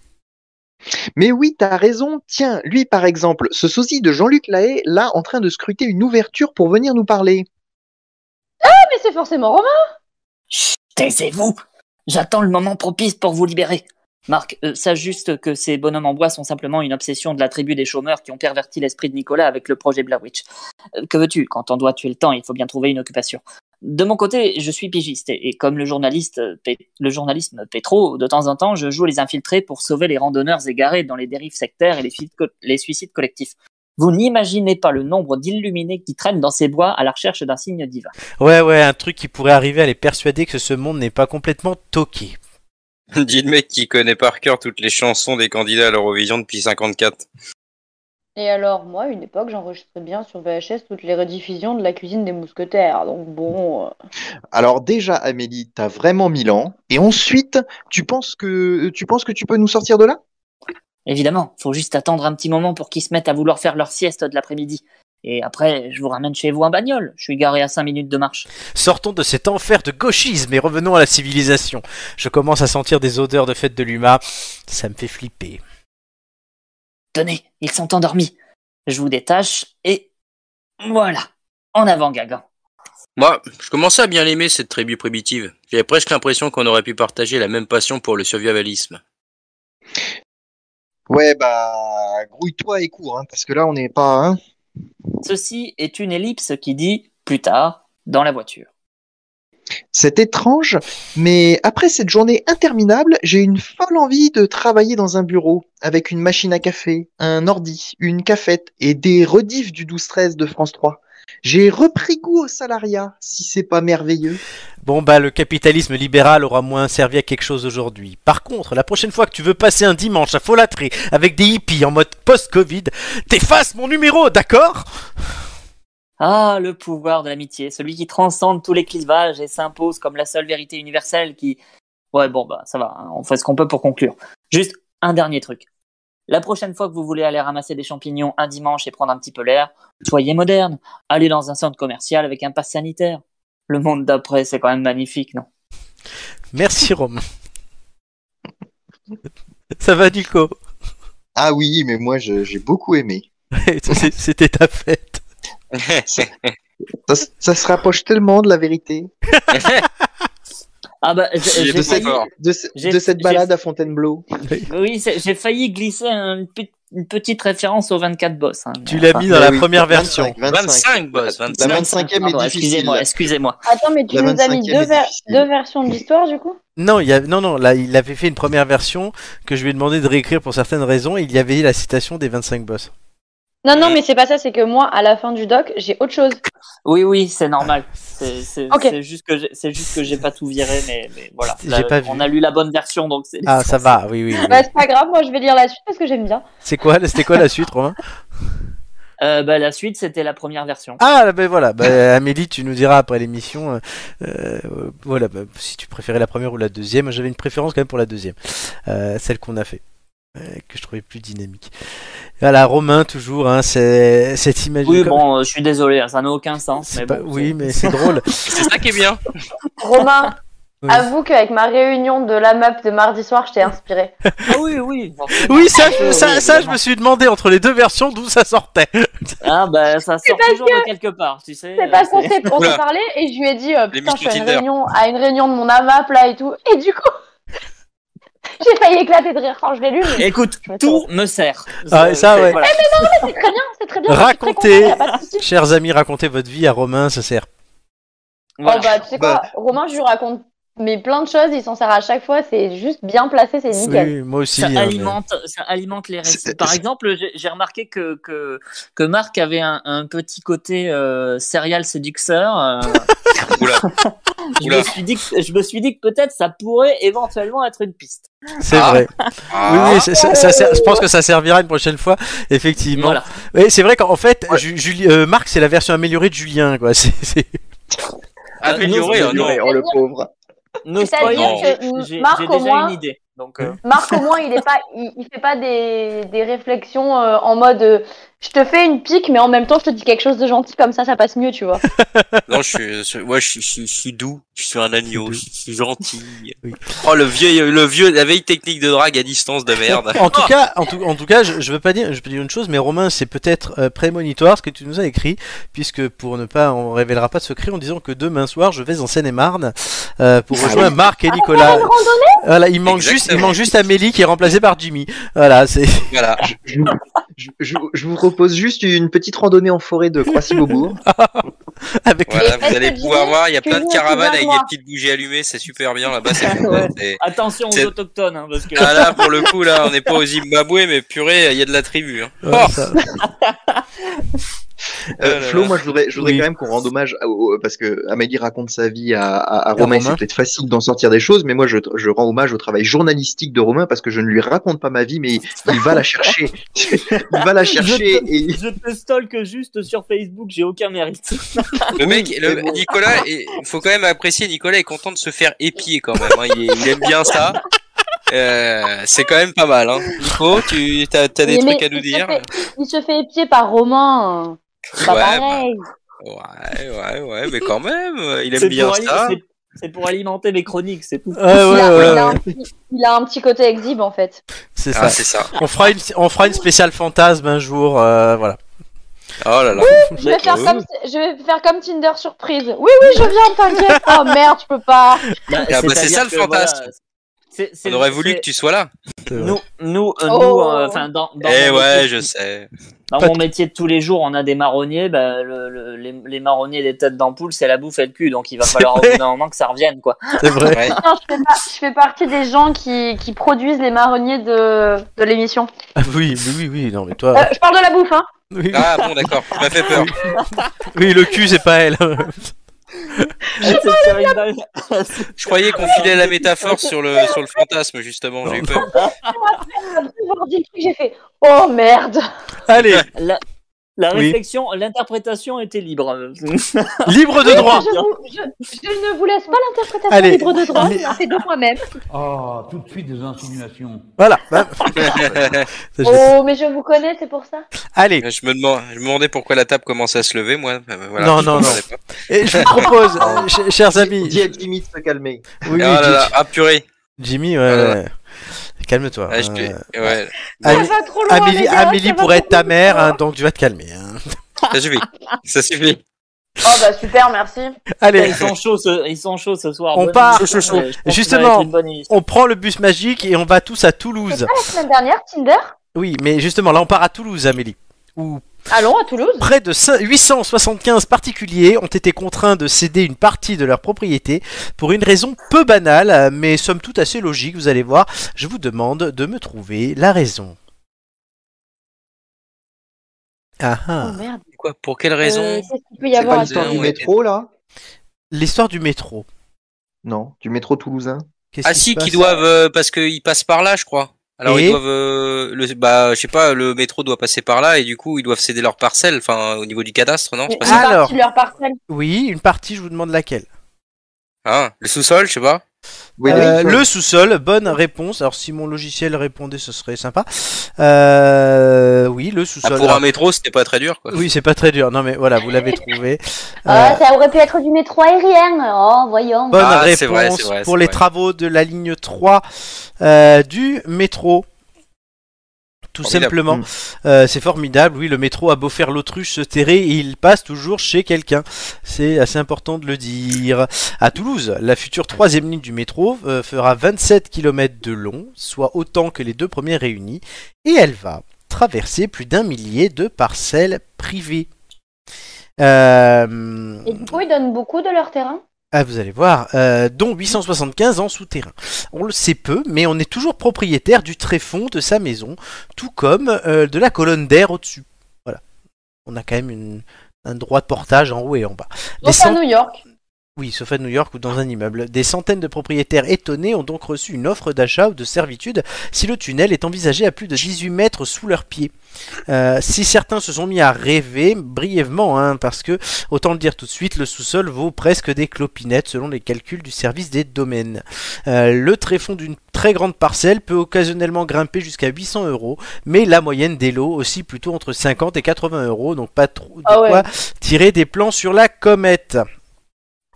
Mais oui, t'as raison. Tiens, lui, par exemple, ce sosie de Jean-Luc Lahaye, là, en train de scruter une ouverture pour venir nous parler.
Ah, mais c'est forcément Romain.
Taisez-vous J'attends le moment propice pour vous libérer. Marc, euh, sache juste que ces bonhommes en bois sont simplement une obsession de la tribu des chômeurs qui ont perverti l'esprit de Nicolas avec le projet Blair Witch. Euh, que veux-tu Quand on doit tuer le temps, il faut bien trouver une occupation. De mon côté, je suis pigiste et, et comme le journaliste, euh, paie- le journalisme paie trop, de temps en temps, je joue les infiltrés pour sauver les randonneurs égarés dans les dérives sectaires et les, fi- co- les suicides collectifs. Vous n'imaginez pas le nombre d'illuminés qui traînent dans ces bois à la recherche d'un signe divin.
Ouais, ouais, un truc qui pourrait arriver à les persuader que ce monde n'est pas complètement toqué.
Dit le mec qui connaît par cœur toutes les chansons des candidats à l'Eurovision depuis 54.
Et alors, moi, à une époque, j'enregistrais bien sur VHS toutes les rediffusions de la cuisine des mousquetaires. Donc bon, euh,
Alors déjà, Amélie, t'as vraiment mille ans. Et ensuite, tu penses que tu penses que tu peux nous sortir de là
Évidemment, faut juste attendre un petit moment pour qu'ils se mettent à vouloir faire leur sieste de l'après-midi. Et après, je vous ramène chez vous en bagnole. Je suis garé à 5 minutes de marche.
Sortons de cet enfer de gauchisme et revenons à la civilisation. Je commence à sentir des odeurs de fête de l'humain. Ça me fait flipper.
Tenez, ils sont endormis. Je vous détache et voilà. En avant, Gagan.
Moi, je commençais à bien l'aimer, cette tribu primitive. J'avais presque l'impression qu'on aurait pu partager la même passion pour le survivalisme.
Ouais, bah grouille-toi et cours, hein, parce que là, on n'est pas. Hein.
Ceci est une ellipse qui dit plus tard dans la voiture.
C'est étrange, mais après cette journée interminable, j'ai une folle envie de travailler dans un bureau, avec une machine à café, un ordi, une cafette et des rediffs du 12-13 de France 3. J'ai repris goût au salariat, si c'est pas merveilleux.
Bon bah le capitalisme libéral aura moins servi à quelque chose aujourd'hui. Par contre, la prochaine fois que tu veux passer un dimanche à folâtrer avec des hippies en mode post-Covid, t'effaces mon numéro, d'accord
Ah, le pouvoir de l'amitié, celui qui transcende tous les clivages et s'impose comme la seule vérité universelle qui... Ouais, bon, bah, ça va, hein, on fait ce qu'on peut pour conclure. Juste un dernier truc. La prochaine fois que vous voulez aller ramasser des champignons un dimanche et prendre un petit peu l'air, soyez moderne, allez dans un centre commercial avec un pass sanitaire. Le monde d'après, c'est quand même magnifique, non
Merci Romain. Ça va Nico
Ah oui, mais moi, je- j'ai beaucoup aimé.
C'était ta fête.
Ça, s- ça se rapproche tellement de la vérité
Ah bah,
Il est
j'ai j'ai
de
cette-
failli,
d'accord.
de, ce-
J'ai-
de cette
j'ai-
balade à Fontainebleau.
oui, c'est- j'ai failli glisser un pe- une petite référence aux 24 boss. hein, mais
Tu l'as
enfin.
mis dans la
Ah Oui,
première version.
25,
25 boss,
La
25.
25e
Pardon,
est difficile.
Excusez-moi, excusez-moi.
Attends, mais tu
La
nous as mis
25e
deux,
est
ver-
difficile.
deux versions de l'histoire, du coup
Non, il y a... non, non, là, il avait fait une première version que je lui ai demandé de réécrire pour certaines raisons et il y avait la citation des 25 boss.
Non, non, mais c'est pas ça, c'est que moi, à la fin du doc, j'ai autre chose.
Oui, oui, c'est normal. C'est c'est-
Ok.
c'est juste que j'ai- c'est juste que j'ai pas tout viré, mais, mais voilà.
J'ai
Là,
pas vu.
on a lu la bonne version, donc c'est.
Ah, ça va, oui, oui. oui.
Bah, c'est pas grave, moi, je vais lire la suite parce que j'aime bien.
C'est quoi, c'était quoi la suite, Romain
Euh, bah, la suite, c'était la première version.
Ah, ben voilà, bah, Amélie, tu nous diras après l'émission. euh, euh, voilà, bah, si tu préférais la première ou la deuxième. J'avais une préférence quand même pour la deuxième, euh, celle qu'on a fait, euh, que je trouvais plus dynamique. Voilà, Romain, toujours, hein, c'est cette image.
Oui, bon, euh, je suis désolé, ça n'a aucun sens.
C'est
Mais
pas-
bon,
oui,
c'est-
mais c'est drôle.
C'est ça qui est bien.
Romain,
Oui.
avoue qu'avec ma réunion de la map de mardi soir, je t'ai inspiré.
Ah oui, oui. forcément.
Oui, ça, je-
Oui,
ça,
oui,
ça, je
évidemment.
me suis demandé entre les deux versions d'où ça sortait.
Ah bah, ça sort toujours de quelque part, tu sais.
C'est
euh,
parce qu'on
c'est-
s'est on
Oula.
s'est parlé et je lui ai dit euh, putain, je suis à une
Tinder.
réunion, à une réunion de mon AMAP là et tout. Et du coup, j'ai failli éclater de rire quand je l'ai lu. Mais
Écoute,
Je Eh, me
tout me sert.
Ah, ça,
c'est-
ouais.
voilà.
c'est très bien, c'est très bien.
Racontez.
Racontez. Oh
Chers amis, racontez votre vie à Romain, ça sert.
Voilà.
bah, tu sais quoi, Romain, je lui raconte mais plein de choses, il s'en sert à chaque fois, c'est juste bien placé, c'est nickel.
Oui, moi aussi.
ça,
euh,
hein, mais-
alimente, ça alimente les récits.
C'est-
Par
c'est-
exemple, j'ai- j'ai remarqué que, que, que Marc avait un, un petit côté euh, serial séducteur. euh,
Oula.
je,
Oula.
me suis dit que, je me suis dit que peut-être ça pourrait éventuellement être une piste.
C'est
Ah.
vrai. Oui,
Ah,
oui, ça- ça- ça sert- je pense que ça servira une prochaine fois, effectivement.
Voilà.
Oui, c'est vrai qu'en fait, Ju- Juli- euh, Marc, c'est la version améliorée de Julien, quoi. C'est- c'est-
amélioré,
Ah,
hein,
nous,
non.
Ouais, oh, le pauvre.
No
C'est-à-dire
spoiler,
que,
j'ai-
mm,
j'ai
Marc,
j'ai
au
déjà
moins-
une idée. Donc, euh,
Marc, au moins, il est pas, il, il fait pas des, des réflexions euh, en mode euh, je te fais une pique, mais en même temps, je te dis quelque chose de gentil, comme ça, ça passe mieux, tu vois.
Non, je suis, je- ouais, je suis, je suis- je suis doux, je suis un agneau,
doux.
je suis gentil.
Oui.
Oh, le vieux, le vieux, la vieille technique de drague à distance de merde.
En tout cas, en tout, en tout cas, je, je veux pas dire, je peux dire une chose, mais Romain, c'est peut-être euh, prémonitoire ce que tu nous as écrit, puisque pour ne pas, on révélera pas de secret en disant que demain soir, je vais en Seine-et-Marne euh, pour rejoindre Marc et Nicolas. Voilà, il manque juste, il
Ah Exactement.
manque juste Amélie qui est remplacée par Jimmy. Voilà, c'est.
Voilà.
Je, je- je- je vous propose juste une petite randonnée en forêt de Croissy-Beaubourg. Euh,
Avec
Voilà,
Mais
vous allez
est-ce que
pouvoir
Jimmy,
voir, il y a
tu
plein de
joues au
caravanes avec des
Kubanawa
petites bougies allumées, c'est super bien là-bas. C'est,
Ouais.
c'est-
attention aux
C'est-
autochtones, hein, parce que
Ah, là, pour le coup, là, on n'est pas au Zimbabwe, mais purée, il y a de la tribu. hein.
Ouais,
Oh,
ça-
Euh,
Oh là
Flo,
là.
moi je voudrais, je voudrais
Oui.
quand même qu'on rende hommage à- au- parce que Amélie raconte sa vie à, à, à Romain.
Romain.
C'est peut-être facile d'en sortir des choses, mais moi je, je rends hommage au travail journalistique de Romain parce que je ne lui raconte pas ma vie, mais il va la chercher. il va la chercher. Et... il-
je te stalk juste sur Facebook, j'ai aucun mérite.
Le mec, le,
mais bon.
Nicolas, il faut quand même apprécier, Nicolas est content de se faire épier quand même. hein. Il, est- il aime bien ça. Euh, c'est quand même pas mal. Hein. Nico, tu as, des
Mais- mais
trucs à nous
il se
dire
fait- Il se fait épier par Romain. C'est pas
Ouais,
pareil.
Ouais, ouais, ouais, mais quand même, euh, il aime
C'est
bien
pour, ali-
ça.
c'est- c'est pour alimenter mes chroniques, c'est tout.
Ouais, ouais,
il, a,
ouais,
il a
ouais,
un petit, il a un petit côté exhibe en fait.
c'est ça.
Ah, c'est ça.
On fera une, on fera une spéciale fantasme un jour, euh, voilà.
Oh là là.
Je vais, faire
oui.
comme, je vais faire comme Tinder surprise. Oui, oui, je viens, t'inquiète. Oh merde, je peux pas.
Bah,
Ah, bah,
c'est-à-dire
c'est ça, le
que,
fantasme.
voilà, c'est- c'est-
On aurait voulu que
c'est-
tu sois là.
C'est vrai.
Nous, nous, euh,
Oh.
nous, euh, enfin, dans, dans
Eh
mon
ouais,
métier-
je sais.
dans
Pas
mon métier de tous les jours, on a des marronniers. Bah, le- le- les, les marronniers des têtes d'ampoule, c'est la bouffe et le cul. Donc, il va
C'est
falloir au
vrai.
bout d'un moment que ça revienne, quoi.
C'est vrai.
Ouais.
Non, je, fais pas- je fais partie des gens qui, qui produisent les marronniers de, de l'émission.
Ah oui, oui, oui, oui, non mais toi.
Euh, je parle de la bouffe, hein.
Oui,
Ah bon, d'accord. Tu m'as fait peur.
oui, le cul c'est pas elle.
C'est de tirer une balle.
Je croyais qu'on filait la métaphore sur le, sur le fantasme, justement. J'ai eu peur.
Avoir dit le truc, J'ai fait Oh merde.
Allez,
la, la
Oui.
réflexion, l'interprétation était libre.
libre de droit.
Je, vous- je- je ne vous laisse pas l'interprétation
Allez.
libre de droit,
Les-
c'est de moi-même.
Ah, tout de suite des insinuations.
Voilà. bah, ça, je l'ai fait.
Oh, mais je vous connais, c'est pour ça.
Allez,
Je me, demande, je me demandais pourquoi la table commençait à se lever, moi. Euh, Voilà,
Non,
je
non,
comprenais pas.
et je vous propose, euh, ch- chers amis.
Dis à Jimmy de se calmer.
Oui, oui,
Ah, là, là,
Ji-
ah purée.
Jimmy, ouais,
Ah.
ouais. calme-toi.
Ah, je
hein.
te- ouais.
Ami-
va trop loin,
Amélie, Amélie pourrait être ta mère, hein, donc tu vas te calmer. hein.
Ça suffit. Ça suffit.
Oh bah super, merci.
Allez,
Ils sont chauds, ce, ils sont chauds ce soir.
On
Bonne
part.
émission.
Chaud, chaud,
Je pense que ça
Justement.
va être une bonne émission.
on prend le bus magique et on va tous à Toulouse.
La semaine dernière, Tinder
Oui, mais justement, là, on part à Toulouse, Amélie. Où
Allons à Toulouse.
près de 5 875 particuliers ont été contraints de céder une partie de leur propriété pour une raison peu banale, euh, mais somme toute assez logique, vous allez voir. Je vous demande de me trouver la raison. Ah
Oh
ah.
merde.
Quoi Pour quelle raison
Euh, Qu'est-ce qu'il peut y
C'est
avoir
pas
à
disons,
l'histoire
Toulouse
du
ouais.
métro, là
L'histoire du métro.
Non, du métro toulousain.
Qu'est-ce
Ah
qui
si,
se passe
qui doivent euh, parce qu'ils passent par là, je crois. Alors
Et
ils doivent, euh, le, bah, je sais pas, le métro doit passer par là et du coup ils doivent céder leur parcelle, enfin au niveau du cadastre, non C'est
Une
pas
Ah.
ça
Alors.
partie de leur parcelle.
Oui, une partie, je vous demande laquelle.
Hein Le sous-sol, je sais pas.
Oui,
Euh,
oui,
le sous-sol, bonne réponse. Alors si mon logiciel répondait, ce serait sympa. Euh, oui, le
Ah,
sous-sol.
pour un métro, c'était pas très dur, quoi.
Oui, c'est pas très dur. Non mais voilà, vous l'avez trouvé. Euh,
Ah, ça aurait pu être du métro aérien. Oh, voyons.
Bonne
Ah,
réponse
c'est vrai, c'est vrai,
pour
c'est
les
vrai.
travaux de la ligne 3 euh, du métro. Tout
Formidable. Hmm.
simplement,
Mm.
Euh, c'est formidable. Oui, le métro a beau faire l'autruche se terrer, il passe toujours chez quelqu'un. C'est assez important de le dire. À Toulouse, la future troisième ligne du métro euh, fera 27 km de long, soit autant que les deux premières réunies, et elle va traverser plus d'un millier de parcelles privées. Euh,
Et du coup, ils donnent beaucoup de leur terrain.
ah, vous allez voir, euh, dont 875 en souterrain. On le sait peu, mais on est toujours propriétaire du tréfonds de sa maison, tout comme euh, de la colonne d'air au-dessus. Voilà. On a quand même une- un droit de portage en haut et en bas. Les
Sauf à
cent-
New York.
Oui, sauf à New York ou dans un immeuble. Des centaines de propriétaires étonnés ont donc reçu une offre d'achat ou de servitude si le tunnel est envisagé à plus de 18 mètres sous leurs pieds. Euh, si certains se sont mis à rêver, brièvement, hein, parce que, autant le dire tout de suite, le sous-sol vaut presque des clopinettes selon les calculs du service des domaines. Euh, le tréfonds d'une très grande parcelle peut occasionnellement grimper jusqu'à 800 euros, mais la moyenne des lots aussi plutôt entre 50 et 80 euros, donc pas trop de
Ah ouais.
quoi tirer des plans sur la comète.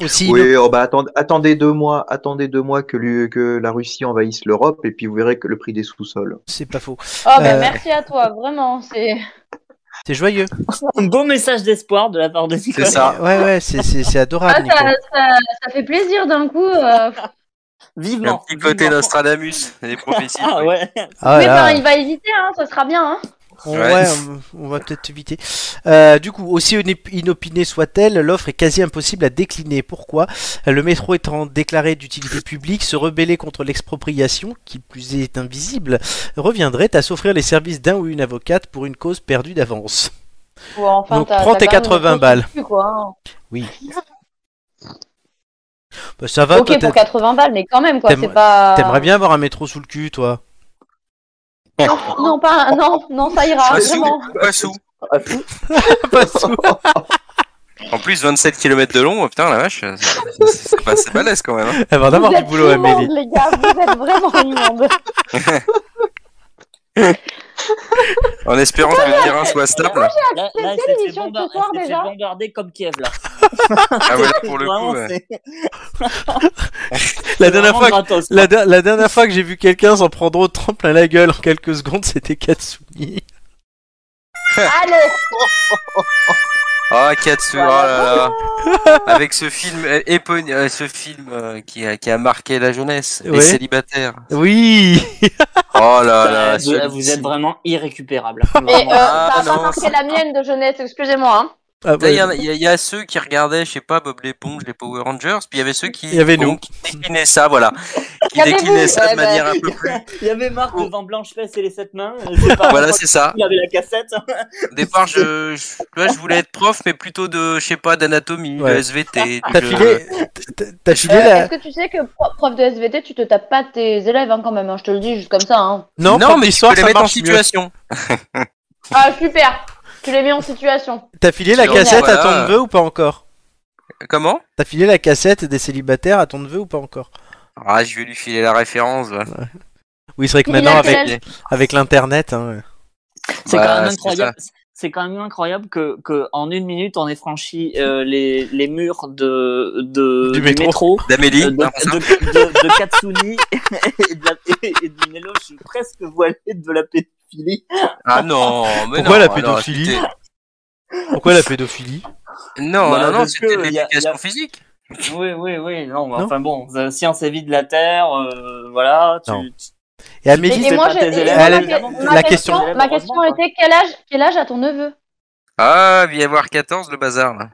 Aussi,
oui,
le-
oh, bah, attend- attendez deux mois, attendez deux mois que, l'U- que la Russie envahisse l'Europe et puis vous verrez que le prix des sous-sols.
c'est pas faux.
Oh, ben
Euh.
merci à toi, vraiment. C'est
C'est joyeux.
Un beau message d'espoir de la part de Nicolas.
C'est ça.
Ouais, ouais, c'est, c'est, c'est
Ah,
adorable,
ça,
Nico.
ça- ça fait plaisir d'un coup.
Ah
euh.
Un
Vivement.
petit côté
vivement.
Nostradamus, les prophéties.
Ah
oui.
ouais.
Ah
Mais
là,
ben, il va hésiter, hein, ça sera bien. Hein.
on,
Ouais.
ouais, on, on va peut-être éviter. Euh, du coup, aussi inop- inopinée soit-elle, l'offre est quasi impossible à décliner. Pourquoi Euh, Le métro étant déclaré d'utilité publique, se rebeller contre l'expropriation, qui plus est invisible, reviendrait à s'offrir les services d'un ou une avocate pour une cause perdue d'avance.
Ou enfin,
Donc,
t'as-
prends
t'as
tes
quand même
80
une
balles.
plus, quoi, hein.
Bah, ça va,
ok,
toi,
pour
t'a-
80 balles, mais quand même, quoi.
t'aimerais-
C'est pas.
t'aimerais bien avoir un métro sous le cul, toi.
Non, pas un- non, non, ça ira,
Pas sous.
vraiment.
Pas sous.
Pas sous.
En plus, 27 km de long, oh, putain, la vache, c'est- c'est c'est pas c'est balèze quand même. hein.
Elle va en avoir
vous
du
êtes
boulot,
immondes,
Amélie.
les gars, vous êtes vraiment immondes.
En espérant que le terrain soit stable.
Là,
C'est
là, elle
quelle
s'est fait,
émission de
bombar-
ce soir,
elle s'est fait
déjà
bombarder comme Kiev là.
Ah ouais, là, pour le
Vraiment,
coup. ouais.
c'est-
La
c'est
dernière
vraiment
fois
gratos, quoi.
La, der- la dernière fois que j'ai vu quelqu'un s'en prendre autant plein la gueule en quelques secondes, c'était Katsuni.
Allez,
Ah, Katsura, là, là. avec ce film euh, éponyme, euh, ce film euh, qui a, qui a marqué la jeunesse,
Ouais.
les célibataires.
Oui
Oh là là,
Ah, vous,
celui-ci.
vous êtes vraiment irrécupérable.
mais euh,
Ah,
ça a
non,
pas marqué
c'est-
la mienne de jeunesse, excusez-moi. hein.
Ah,
Il
ouais.
y, a- y a- y a ceux qui regardaient, je sais pas, Bob l'éponge, les Power Rangers, puis il y avait ceux qui,
Il y avait
bon,
nous.
qui déclinaient ça, voilà, qui
Qu'avez-vous
déclinaient ça
Ouais,
de
bah,
manière un peu plus.
Il y avait Marc devant Blanche Fesse et les sept mains. euh, Je sais pas,
Voilà,
je crois
c'est ça.
qu'il avait la cassette.
Au départ, je, je, tu vois, je voulais être prof, mais plutôt de, je sais pas, d'anatomie,
Ouais.
de SVT.
T'as
de-
filé, t'as- t'as filé
Euh,
la...
Est-ce que tu sais que pro- prof de SVT, tu te tapes pas tes élèves hein, quand même, hein, je te le dis juste comme ça. hein.
Non,
Non,
prof
mais tu
d'histoire,
peux les
ça
mettre en
marche mieux.
situation.
Ah, super Tu les mets en situation.
T'as filé la
Non,
cassette à ton
voilà.
neveu ou pas encore
Comment
T'as filé la cassette des célibataires à ton neveu ou pas encore
Ah, je vais lui filer la référence. ouais.
Oui, c'est vrai que
Il
maintenant,
a
avec,
quel âge
avec l'internet... hein.
C'est
Bah,
quand même
c'est
incroyable. C'est quand même incroyable que, que en une minute on ait franchi euh, les, les murs de, de
Du métro.
D'Amélie
euh, de,
non, Ah, ça-
de, de- de Katsuni et de la- et- et d'une éloge presque voilée de la pédophilie.
Ah non, mais
Pourquoi
non,
la pédophilie
alors,
Pourquoi la pédophilie
Non,
Bah,
non, non,
parce
c'était
que y a- y a-
l'éducation physique.
Oui, oui, oui, non, mais
Non.
enfin bon, euh, science et vie de la Terre, euh, voilà. Tu,
Non.
tu-
Et Amélie,
Mais- c'est
moi,
pas
je-
tes
et- et
élèves,
moi,
elle-
ma, que- ma
la question-
question, ma question
Heureusement,
était quel âge, quel âge a ton neveu
Ah, il va y avoir 14, le bazar, là.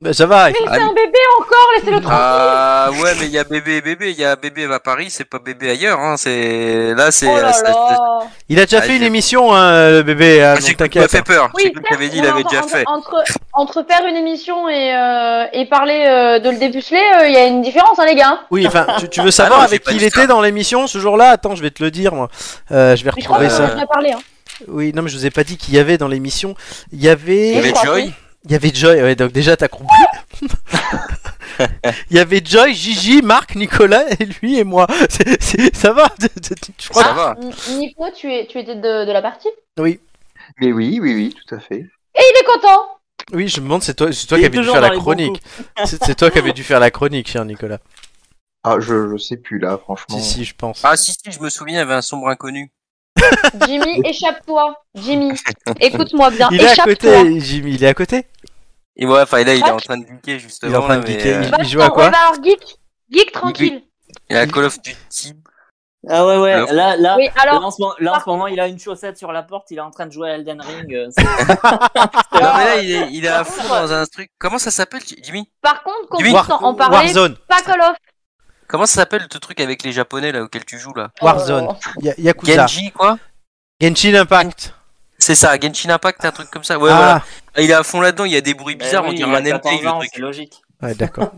Bah, ça va.
Mais
elle-
Ah,
c'est un bébé encore, laissez-le tranquille.
Ah, ouais, mais il y a bébé et bébé. Il y a bébé à Paris, c'est pas bébé ailleurs, hein. C'est, là, c'est,
Oh là
ça-
là.
Il a déjà
Ah,
fait une
j'ai-
émission, hein, le bébé. hein,
Ah,
donc
j'ai cru qu'il m'a
t'inquiète.
fait peur. j'ai cru qu'il
certes,
avait dit,
non,
il avait
entre-
déjà
entre,
fait.
Entre, entre faire une émission et, euh, et parler euh, de le dépuceler, euh, il y a une différence, hein, les gars. hein.
Oui, enfin, tu, tu veux savoir
Ah non, j'ai
avec
pas
qui il
dit ça.
était dans l'émission ce jour-là Attends, je vais te le dire, moi. Euh, je vais
Mais je crois
retrouver
que
ça.
j'en ai parlé. Hein.
Oui, non, mais je vous ai pas dit qu'il y avait dans l'émission. Il y
Il
avait.
y
je
avait
crois,
Joy.
oui.
Il y avait Joy, ouais, donc déjà t'as compris. Il y avait Joy, Gigi, Marc, Nicolas, et lui et moi. C'est- c'est- ça va Je crois
Ça va.
N- Nico, tu, es, tu étais de, de la partie
Mais oui, oui, oui, tout à fait.
Et il est content
Oui, je me demande, c'est toi, c'est toi
Il
qui
est
avais dû
toujours
faire la
dans les bons
chronique. C'est c'est toi qui avais dû faire la chronique, cher Nicolas.
Ah, je, je sais plus là, franchement.
Si, si, je pense.
Ah, si, si, je me souviens, il y avait un sombre inconnu.
Jimmy, échappe-toi Jimmy, écoute-moi bien,
Il est à
échappe-toi
côté, Jimmy, il est à côté.
Et ouais, enfin, là, il est en train de geeker, justement.
Il est en train
là,
de
mais,
geeker,
euh,
Il joue à quoi
Va alors, geek, geek tranquille.
Il y a Call of Duty.
Ah ouais, ouais,
Alors.
là, là,
Oui,
là,
alors,
en ce moment, là, en ce moment, il a une chaussette sur la porte, il est en train de jouer à Elden Ring. euh, c'est-
Non, mais là, il est, il est à
Par
fond
contre,
dans un truc. Comment ça s'appelle, Jimmy
par contre, qu'on
Jimmy.
puisse en en parler,
Warzone,
pas Call of.
Comment ça s'appelle ce truc avec les japonais là auquel tu joues là
Warzone,
Oh.
Ya- Yakuza,
Genji quoi
Genshin Impact.
C'est ça, Genshin Impact, un truc comme ça. Ouais, voilà.
Ah,
Il est à fond là-dedans, il y a des bruits bizarres,
Bah
on
oui,
dirait un
il a 14
MT
ans,
le
C'est
truc.
logique.
Ah, ouais, d'accord.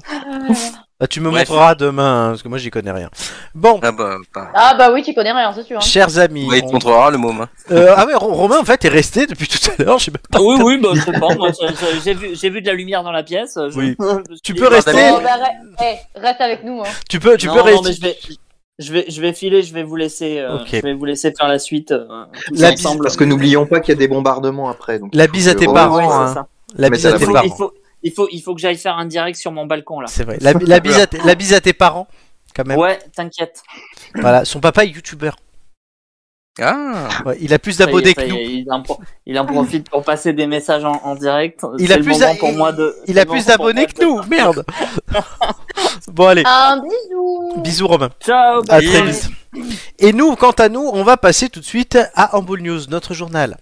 Bah, tu me
Bref.
montreras demain, hein, parce que moi j'y connais rien. Bon,
Ah bah, bah.
Ah bah oui, tu connais rien, c'est sûr. hein.
chers amis.
Ouais, il te
on-
montrera le môme. hein.
Euh, ah ouais, Ro- Romain en fait est resté depuis tout à l'heure. je sais pas.
Oui, oui, bah, je sais pas, moi, je- je- j'ai vu, j'ai vu de la lumière dans la pièce. je-
Oui.
je me suis
Tu
dit,
peux
bah,
rester.
d'accord.
Bon, bah, re- eh, reste avec nous. Hein.
Tu peux, tu
non,
peux
non,
rester.
mais je vais, je vais, je vais filer, je vais vous laisser, euh,
Ok.
je vais vous laisser faire la suite euh, tous
La bise-
ensemble.
Parce que n'oublions pas qu'il y a des bombardements après. Donc
La
il faut
bise à
que-
tes
Oh,
parents,
oui, c'est
hein.
ça.
La
Mais
bise à
ça
tes
va.
Il
parents.
faut, il faut, il faut que j'aille faire un direct sur mon balcon là.
C'est vrai. La, la bise à tes- la bise à tes parents, quand même.
Ouais, t'inquiète.
Voilà. Son papa est youtubeur.
Ah
Ouais, il a plus
Ça y est,
d'abonnés
ça
que
y
nous.
est, Il en, pro- il en profite pour passer des messages en, en direct.
Il
C'est
a
le
plus
moment
d'a-
pour moi de.
Il
c'est
a
le
plus
moment pour
d'abonnés
moi
que nous. Merde. Bon allez.
Un bisou
Bisous Romain.
de- Ciao.
À
Bisous.
très vite. Et nous, quant à nous, on va passer tout de suite à Amboul News, notre journal.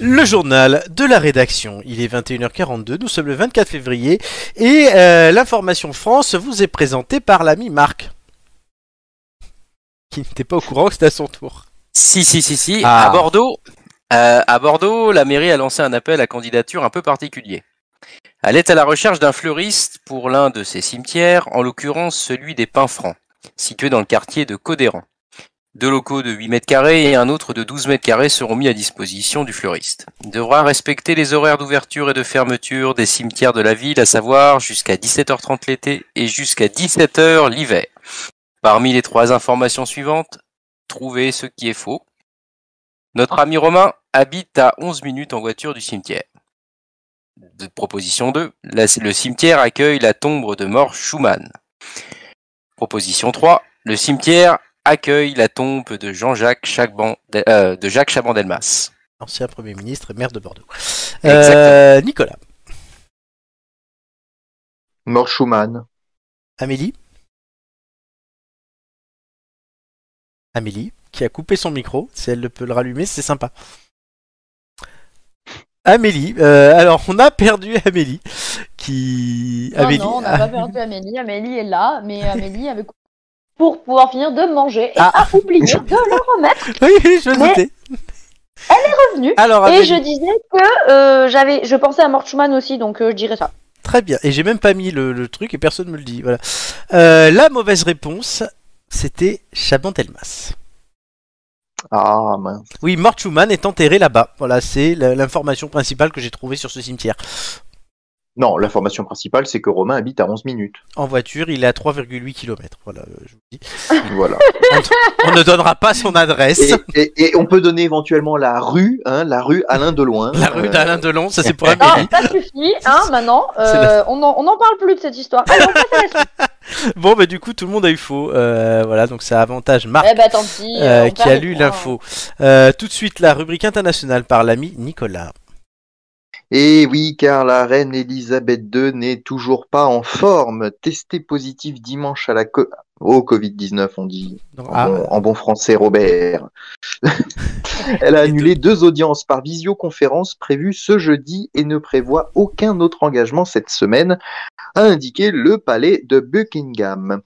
Le journal de la rédaction. Il est 21h42, nous sommes le 24 février et euh, l'information France vous est présentée par l'ami Marc. Qui n'était pas au courant que c'était à son tour.
Si, si, si, si.
Ah.
À Bordeaux, euh, à Bordeaux, la mairie a lancé un appel à candidature un peu particulier. Elle est à la recherche d'un fleuriste pour l'un de ses cimetières, en l'occurrence celui des Pins Francs, situé dans le quartier de Codéran. Deux locaux de 8 mètres carrés et un autre de 12 mètres carrés seront mis à disposition du fleuriste. Il devra respecter les horaires d'ouverture et de fermeture des cimetières de la ville, à savoir jusqu'à 17h30 l'été et jusqu'à 17h l'hiver. Parmi les trois informations suivantes, trouver ce qui est faux.
Ah.
Notre ami Romain habite à 11 minutes en voiture du cimetière. De proposition 2, la- le cimetière accueille la tombe de mort Schumann. Proposition 3, le cimetière accueille la tombe de Jean-Jacques Chaban- euh, de Jacques Chaban-Delmas.
Ancien Premier ministre et maire de Bordeaux.
Exactement.
Euh, Nicolas.
Mort Schumann.
Amélie. Amélie, qui a coupé son micro. Si elle le peut le rallumer, c'est sympa. Amélie. euh, alors, on a perdu Amélie. Qui.
Non, Oh non, on n'a
ah.
pas perdu Amélie. Amélie est là, mais Amélie avait coupé pour pouvoir finir de manger et
Ah.
a oublié de le remettre
Oui, oui, je
Mais-
doutais.
revenu.
Alors,
Et
Amélie.
je disais que euh, j'avais, je pensais à Mort Schumann aussi, donc euh, je dirais ça.
Très bien. Et j'ai même pas mis le, le truc et personne me le dit. Voilà. Euh, la mauvaise réponse, c'était Chaban-Delmas.
Ah mince.
Oui, Mort Schumann est enterré là-bas. Voilà, c'est la- l'information principale que j'ai trouvée sur ce cimetière.
Non, l'information principale, c'est que Romain habite à 11 minutes.
En voiture, il est à 3,8 km. Voilà, euh, je vous dis.
Voilà.
On ne donnera pas son adresse.
et, et- et on peut donner éventuellement la rue, hein, la rue Alain Deloin.
La rue
Euh,
d'Alain Delon, ça c'est pour
Non,
Amélie.
Ah, ça suffit, hein, maintenant. euh, on n'en on en parle plus de cette histoire. Allez, on passe à la suite.
Bon, bah du coup, tout le monde a eu faux. Euh, voilà, donc ça avantage Marc.
Eh bah, tant pis.
euh,
on
qui
perd
a
les
lu
points.
l'info. Euh, tout de suite, la rubrique internationale par l'ami Nicolas.
Et Eh oui, car la reine Elisabeth II n'est toujours pas en forme. Testée positive dimanche à la co- au Covid-19, on dit
Donc,
en,
ah,
bon, en bon français, Robert. Elle a annulé deux audiences par visioconférence prévues ce jeudi et ne prévoit aucun autre engagement cette semaine, a indiqué le palais de Buckingham.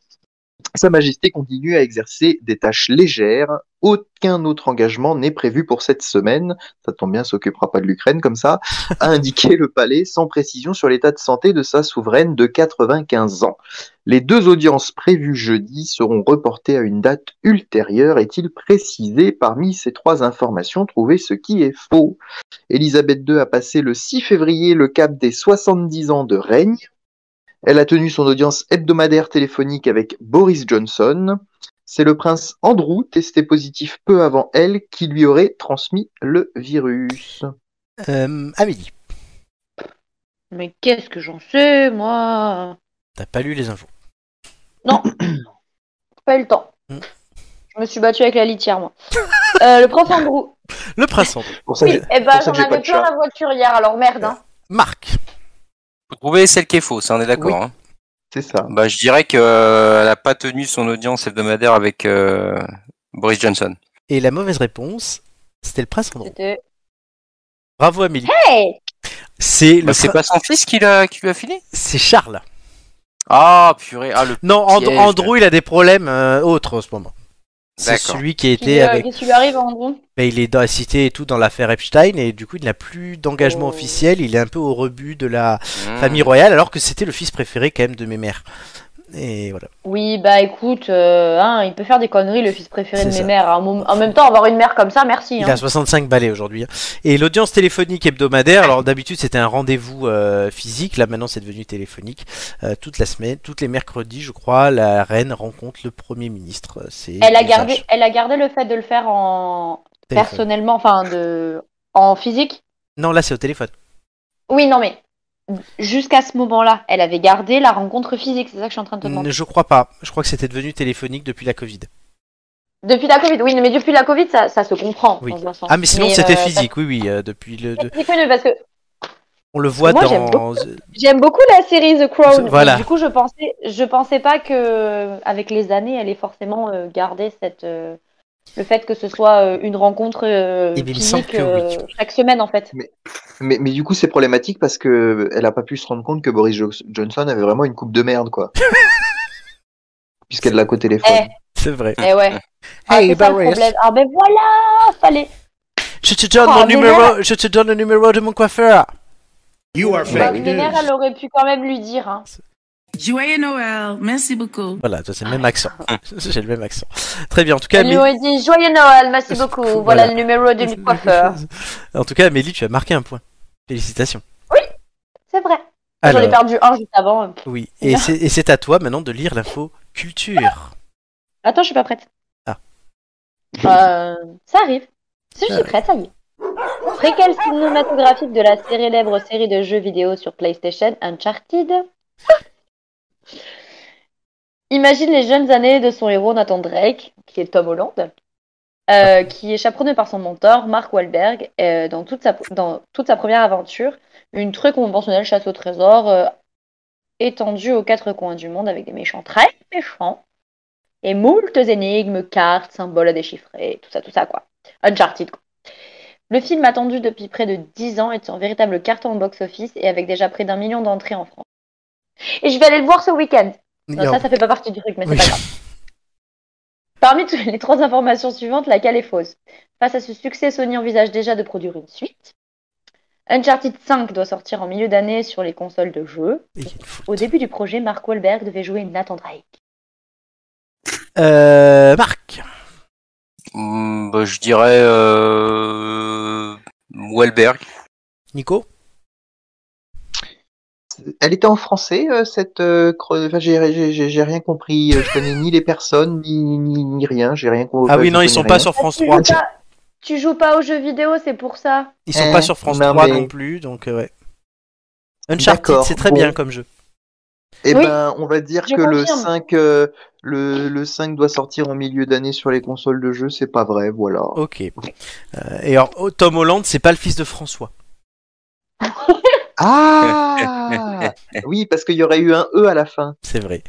Sa Majesté continue à exercer des tâches légères. Aucun autre engagement n'est prévu pour cette semaine. Ça tombe bien, s'occupera pas de l'Ukraine comme ça a indiqué le palais sans précision sur l'état de santé de sa souveraine de 95 ans. Les deux audiences prévues jeudi seront reportées à une date ultérieure, est-il précisé parmi ces trois informations trouvées ce qui est faux. Elisabeth II a passé le 6 février le cap des 70 ans de règne. Elle a tenu son audience hebdomadaire téléphonique avec Boris Johnson. C'est le prince Andrew, testé positif peu avant elle, qui lui aurait transmis le virus.
euh, Amélie,
Mais qu'est-ce que j'en sais, moi
t'as pas lu les infos.
Pas eu le temps.
Mm.
Je me suis battue avec la litière, moi. Euh, le prof Andrew.
Le prince Andrew.
Pour ça,
Oui, eh ben,
pour ça
j'en
que j'ai pas
avais
de
plein
chat.
la voiture hier, alors merde. Hein.
Marc,
Vous trouvez celle qui est fausse, hein, on est d'accord. hein.
C'est ça.
Bah, je dirais que euh, elle a pas tenu son audience hebdomadaire avec euh, Boris Johnson.
et la mauvaise réponse, c'était le prince Andrew.
C'était.
Bravo Amélie.
Hey
C'est le
Bah, c'est
prin-
pas son fils qui l'a qui lui a filé
c'est Charles.
Ah purée, ah le
Non, And-
Piège.
Andrew, il a des problèmes euh, autres en ce moment. C'est
D'accord.
celui qui était
Qui, euh,
avec.
Qu'est-ce qui lui arrive, Andrew
Ben, il est dans, cité et tout dans l'affaire Epstein et du coup il n'a plus d'engagement
Oh.
officiel. Il est un peu au rebut de la
Mmh.
famille royale alors que c'était le fils préféré quand même de mes mères. Et voilà.
Oui, bah écoute, euh, hein, il peut faire des conneries, le fils préféré
C'est
de mes
ça.
mères. En, mom- en même temps, avoir une mère comme ça, merci.
Il
Hein.
a 65 balais aujourd'hui. hein. Et l'audience téléphonique hebdomadaire, alors d'habitude c'était un rendez-vous euh, physique, là maintenant c'est devenu téléphonique. Euh, toute la semaine, toutes les mercredis je crois, la reine rencontre le Premier ministre. euh, C'est
Elle, a
l'usage.
gardé, elle a gardé le fait de le faire en
Téléphone.
personnellement, enfin, de... en physique.
Non là c'est au téléphone.
Oui, non, mais jusqu'à ce moment-là, elle avait gardé la rencontre physique, c'est ça que je suis en train de te demander.
Mm, Je crois pas. Je crois que c'était devenu téléphonique depuis la Covid.
Depuis la Covid, oui, mais depuis la Covid, ça, ça se comprend.
Oui.
dans un sens.
Ah mais sinon c'était
euh,
physique, oui oui. euh, depuis le,
parce-
de-
C'est connu parce que
on le voit
Moi, j'aime
dans.
j'aime beaucoup la série The Crown.
Voilà.
mais Du coup, je pensais, je pensais pas que euh, avec les années, elle ait forcément euh, gardé cette euh, le fait que ce soit euh, une rencontre euh,
Eh bien, il me semble
physique
que oui.
euh, chaque semaine en fait.
Mais, mais du coup, c'est problématique parce que elle a pas pu se rendre compte que Boris Jo- Johnson avait vraiment une coupe de merde, quoi. Puisqu'elle l'a qu'au téléphone.
Eh.
C'est vrai.
Et ouais. Ah,
Hey,
c'est ça, le
Boris.
problème. Ah ben voilà, fallait.
Je te donne
Oh,
mon
mais
numéro. Je te donne le numéro de mon coiffeur.
You are
Bah, Vénère, elle aurait pu quand même lui dire. Hein.
Joyeux Noël, merci beaucoup.
Voilà, toi, c'est le même accent.
Ah.
J'ai le même accent. Très bien. En tout cas,
Elle lui
Amélie-
aurait dit joyeux Noël, merci beaucoup. Voilà,
Voilà.
le numéro du coiffeur.
En tout cas, Amélie, tu as marqué un point. Félicitations.
C'est vrai. Ah, J'en ai
Alors,
perdu un juste avant.
oui. Et c'est et c'est à toi maintenant de lire l'info culture.
Attends, je suis pas prête.
Ah.
Euh, ça arrive. Si je suis prête, ça y est. Préquel cinématographique de la célèbre série de jeux vidéo sur PlayStation Uncharted. Imagine les jeunes années de son héros Nathan Drake, qui est Tom Holland, euh, qui est chaperonné par son mentor Mark Wahlberg euh, dans, toute sa, dans toute sa première aventure, une très conventionnelle chasse au trésor euh, étendue aux quatre coins du monde avec des méchants très méchants et moult énigmes, cartes, symboles à déchiffrer, tout ça, tout ça, quoi. Uncharted, quoi. Le film attendu depuis près de 10 ans est un véritable carton au box-office et avec déjà près d'un million d'entrées en France. Et je vais aller le voir ce week-end. Non, ça, ça fait pas partie du truc, mais
Oui.
c'est pas grave. Parmi toutes les trois informations suivantes, laquelle est fausse Face à ce succès, Sony envisage déjà de produire une suite. Uncharted 5 doit sortir en milieu d'année sur les consoles de jeux.
Il y a une faute.
Au début du projet, Mark Wahlberg devait jouer Nathan Drake.
Euh, Marc.
Mmh, bah, je dirais euh... Wahlberg.
Nico.
Elle était en français, euh, cette. euh, cre- enfin, j'ai- j'ai j'ai- j'ai rien compris. euh, Je connais ni les personnes, ni, ni, ni rien. J'ai rien compris.
Ah oui, non, ils sont pas sur France
Tu
3.
joues, pas, tu joues pas aux jeux vidéo, c'est pour ça.
Ils sont
Eh,
pas sur France
non,
3
mais-
non plus, donc euh, ouais. Uncharted,
D'accord,
c'est très
bon.
bien comme jeu.
Eh
Oui,
ben, on va dire
je
que le
confirme.
5, euh, le, le 5 doit sortir en milieu d'année sur les consoles de jeu. C'est pas vrai, voilà.
Ok. Euh, et alors, oh, Tom Holland, c'est pas le fils de François.
Ah Oui, parce qu'il y aurait eu un E à la fin.
C'est vrai.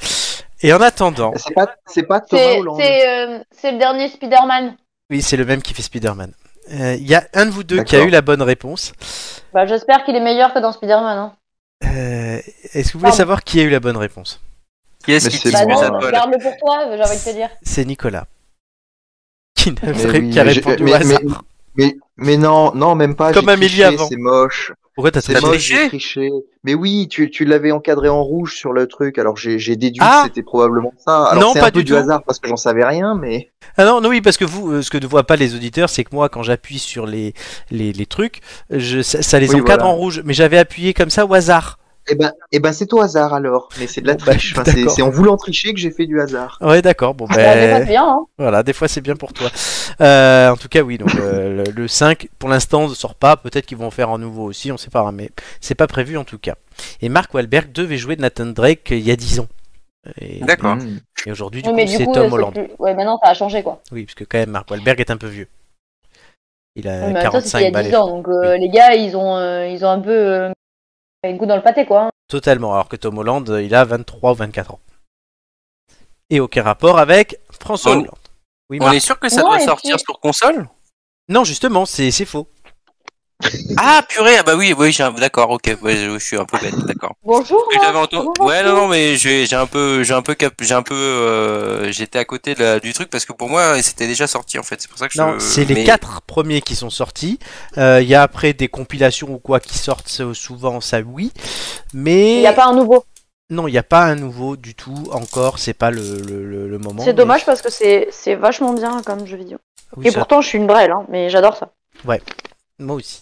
Et en attendant,
C'est pas, c'est pas Thomas
C'est
Hollande.
c'est, euh, c'est le dernier Spider-Man.
oui, c'est le même qui fait Spider-Man. Euh, Il y a un de vous deux qui a
D'accord.
eu la bonne réponse.
Bah, J'espère qu'il est meilleur que dans Spider-Man. hein.
Euh, Est-ce que vous voulez
Pardon.
savoir qui a eu la bonne réponse
Qui est-ce
Mais
qui
c'est
dit
Bah
moi.
plus à
non,
Paul
garde-le pour toi, euh, j'ai envie de te dire.
C'est Nicolas. Qui, n'a-
Mais oui,
qui a
mais j'ai-
répondu
mais-
au hasard.
mais- Mais, mais non, non, même pas.
Comme
j'ai
Amélie
triché,
avant.
C'est moche.
Pourquoi t'as
C'est
trouvé-
moche, j'ai triché.
triché
Mais oui, tu, tu l'avais encadré en rouge sur le truc, alors j'ai j'ai déduit
Ah
que c'était probablement ça. Alors
Non,
c'est
pas
un peu
du
du,
tout.
hasard parce que j'en savais rien, mais.
Ah non, non, oui, parce que vous, euh, ce que ne voient pas les auditeurs, c'est que moi, quand j'appuie sur les, les, les trucs, je, ça, ça les
Oui,
encadre
voilà.
en rouge. Mais j'avais appuyé comme ça au hasard.
Eh ben, eh ben c'est au hasard alors, mais c'est de la
Bon, bah,
triche. Enfin, c'est
d'accord.
c'est en voulant tricher que j'ai fait du hasard.
Ouais, d'accord. Bon,
Bah, des fois,
ben,
c'est bien, hein.
voilà, des fois c'est bien pour toi. Euh, en tout cas, oui, donc euh, le, le 5, pour l'instant, ne sort pas. Peut-être qu'ils vont en faire un nouveau aussi, on sait pas, hein, mais c'est pas prévu en tout cas. Et Mark Wahlberg devait jouer Nathan Drake euh, il y a 10 ans. Et,
D'accord.
Mmh.
et aujourd'hui, du
Oui,
coup,
mais du
c'est
coup, euh,
Tom
c'est
Holland.
plus- ouais, maintenant ça a changé quoi.
Oui, parce que quand même, Mark Wahlberg est un peu vieux. Il a
Ah, Mais en même temps, c'était
45
il y a
balais.
10 ans, donc euh, les gars, ils ont, euh, ils ont un peu euh, le goût dans le pâté quoi. hein.
Totalement, alors que Tom Holland, euh, il a 23 ou 24 ans. Et aucun rapport avec François
On-
Hollande. Oui,
On
Marc.
est sûr que ça
Non,
doit
et puis-
sortir sur console
Non, justement, c'est c'est faux.
Ah purée, ah bah oui, oui, j'ai un- d'accord, ok, ouais, je, je suis un peu bête, d'accord.
Bonjour,
Mais J'avais
Marc,
entendu.
comment
Ouais,
vas-tu
non, non, mais j'ai j'ai un peu, j'ai un peu cap, j'ai un peu, euh, j'étais à côté de la- du truc parce que pour moi c'était déjà sorti en fait. C'est pour ça que
Non,
je.
c'est les
mais-
quatre premiers qui sont sortis. Euh, Il y a après des compilations ou quoi qui sortent euh, souvent, ça oui. Mais
Il n'y a pas un nouveau.
non, il n'y a pas un nouveau du tout encore. C'est pas le, le- le- le moment.
C'est
mais-
dommage parce que c'est c'est vachement bien comme jeu vidéo.
Oui,
Et
ça-
pourtant, je suis une brêle, hein, mais j'adore ça.
Moi aussi.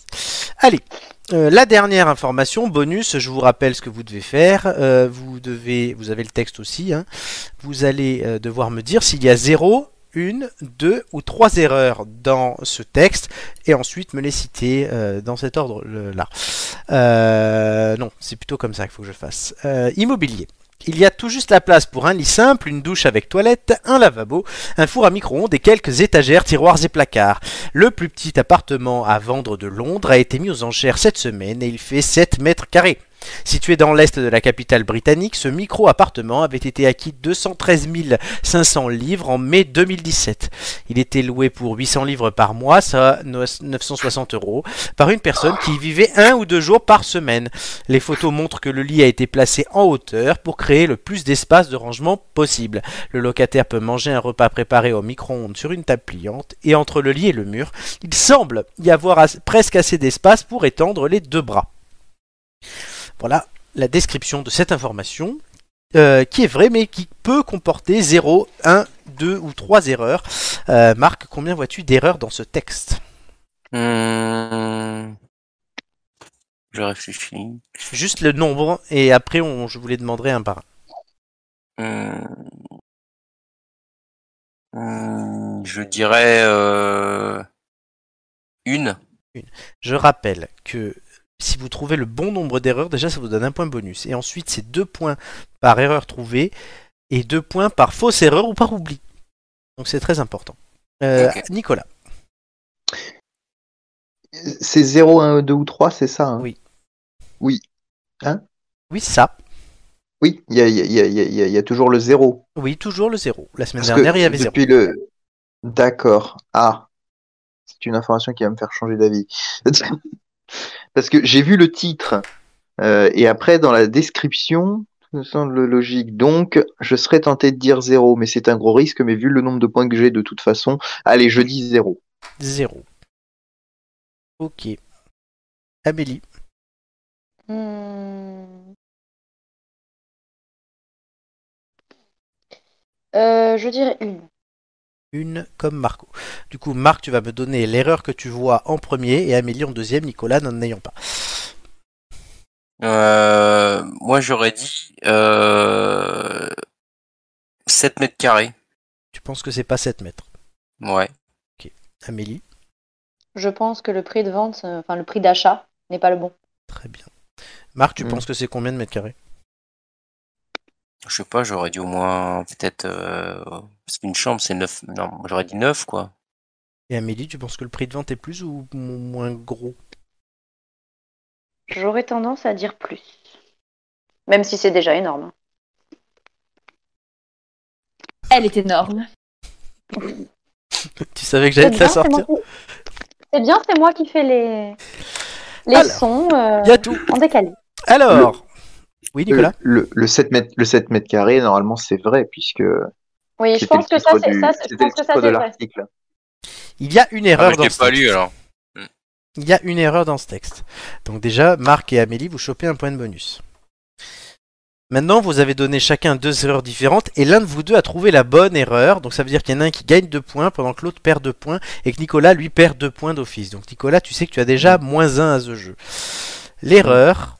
Allez, euh, la dernière information, bonus, je vous rappelle ce que vous devez faire. Euh, vous devez, vous avez le texte aussi, hein. vous allez euh, devoir me dire s'il y a 0, 1, 2 ou 3 erreurs dans ce texte et ensuite me les citer euh, dans cet ordre-là. Euh, non, c'est plutôt comme ça qu'il faut que je fasse. Euh, immobilier. Il y a tout juste la place pour un lit simple, une douche avec toilette, un lavabo, un four à micro-ondes et quelques étagères, tiroirs et placards. Le plus petit appartement à vendre de Londres a été mis aux enchères cette semaine et il fait 7 mètres carrés. Situé dans l'est de la capitale britannique, ce micro-appartement avait été acquis 213 500 livres en mai 2017. Il était loué pour 800 livres par mois, soit 960 euros, par une personne qui y vivait un ou deux jours par semaine. Les photos montrent que le lit a été placé en hauteur pour créer le plus d'espace de rangement possible. Le locataire peut manger un repas préparé au micro-ondes sur une table pliante et entre le lit et le mur, il semble y avoir as- presque assez d'espace pour étendre les deux bras. Voilà la description de cette information euh, qui est vraie mais qui peut comporter 0, 1, 2 ou 3 erreurs. Euh, Marc, combien vois-tu d'erreurs dans ce texte
Hmm. Je réfléchis.
Juste le nombre et après on, je vous les demanderai un par un.
Hmm. Hmm, Je dirais euh, une.
Je rappelle que si vous trouvez le bon nombre d'erreurs, déjà ça vous donne un point bonus. Et ensuite, c'est deux points par erreur trouvée et deux points par fausse erreur ou par oubli. Donc c'est très important. Euh,
Ok.
Nicolas,
C'est 0, 1, 2 ou 3, c'est ça hein
Oui.
Oui.
oui, ça.
Oui, il y a, il y a- il y a- il y a- il y a- il y a toujours le 0.
Oui, toujours le zéro. La semaine
Parce
dernière,
que
il y avait zéro.
depuis le. D'accord. Ah. C'est une information qui va me faire changer d'avis. Parce que j'ai vu le titre. euh, et après, dans la description, tout me semble logique. Donc, je serais tenté de dire 0, mais c'est un gros risque. Mais vu le nombre de points que j'ai, de toute façon, allez, je dis 0.
Zéro. Ok. Amélie,
Hmm. Euh, je dirais une.
une comme Marco. Du coup, Marc, tu vas me donner l'erreur que tu vois en premier et Amélie en deuxième, Nicolas n'en ayant pas.
Euh, Moi, j'aurais dit euh, 7 mètres carrés.
Tu penses que c'est pas 7 mètres
Ouais.
Amélie
Je pense que le prix de vente, euh, enfin le prix d'achat n'est pas le bon.
Très bien. Marc, tu
Hmm.
penses que c'est combien de mètres carrés
Je sais pas, j'aurais dit au moins peut-être... euh, Parce qu'une chambre, c'est 9... Non, j'aurais dit 9, quoi.
Et Amélie, tu penses que le prix de vente est plus ou mo- moins gros
J'aurais tendance à dire plus. Même si c'est déjà énorme.
Elle est énorme.
Tu savais que j'allais te la
c'est moi
sortir
qui- c'est bien, c'est moi qui fais les, les
Alors,
sons euh,
Il y a tout.
en décalé.
Alors Oui, Nicolas
Euh, le, le 7 mètres, le 7 mètres carrés, normalement, c'est vrai, puisque
Oui, je
c'était
pense
le
que ça,
titre
c'est
du-
ça, c'est- je
c'était le
pense que ça,
titre de
c'est vrai.
l'article.
Il y a une
Ah,
erreur
mais je
dans
l'ai
ce
pas
texte.
lu, alors.
Il y a une erreur dans ce texte. Donc déjà, Marc et Amélie, vous chopez un point de bonus. Maintenant, vous avez donné chacun deux erreurs différentes et l'un de vous deux a trouvé la bonne erreur. Donc ça veut dire qu'il y en a un qui gagne deux points pendant que l'autre perd deux points et que Nicolas lui perd deux points d'office. Donc Nicolas, tu sais que tu as déjà moins un à ce jeu. L'erreur,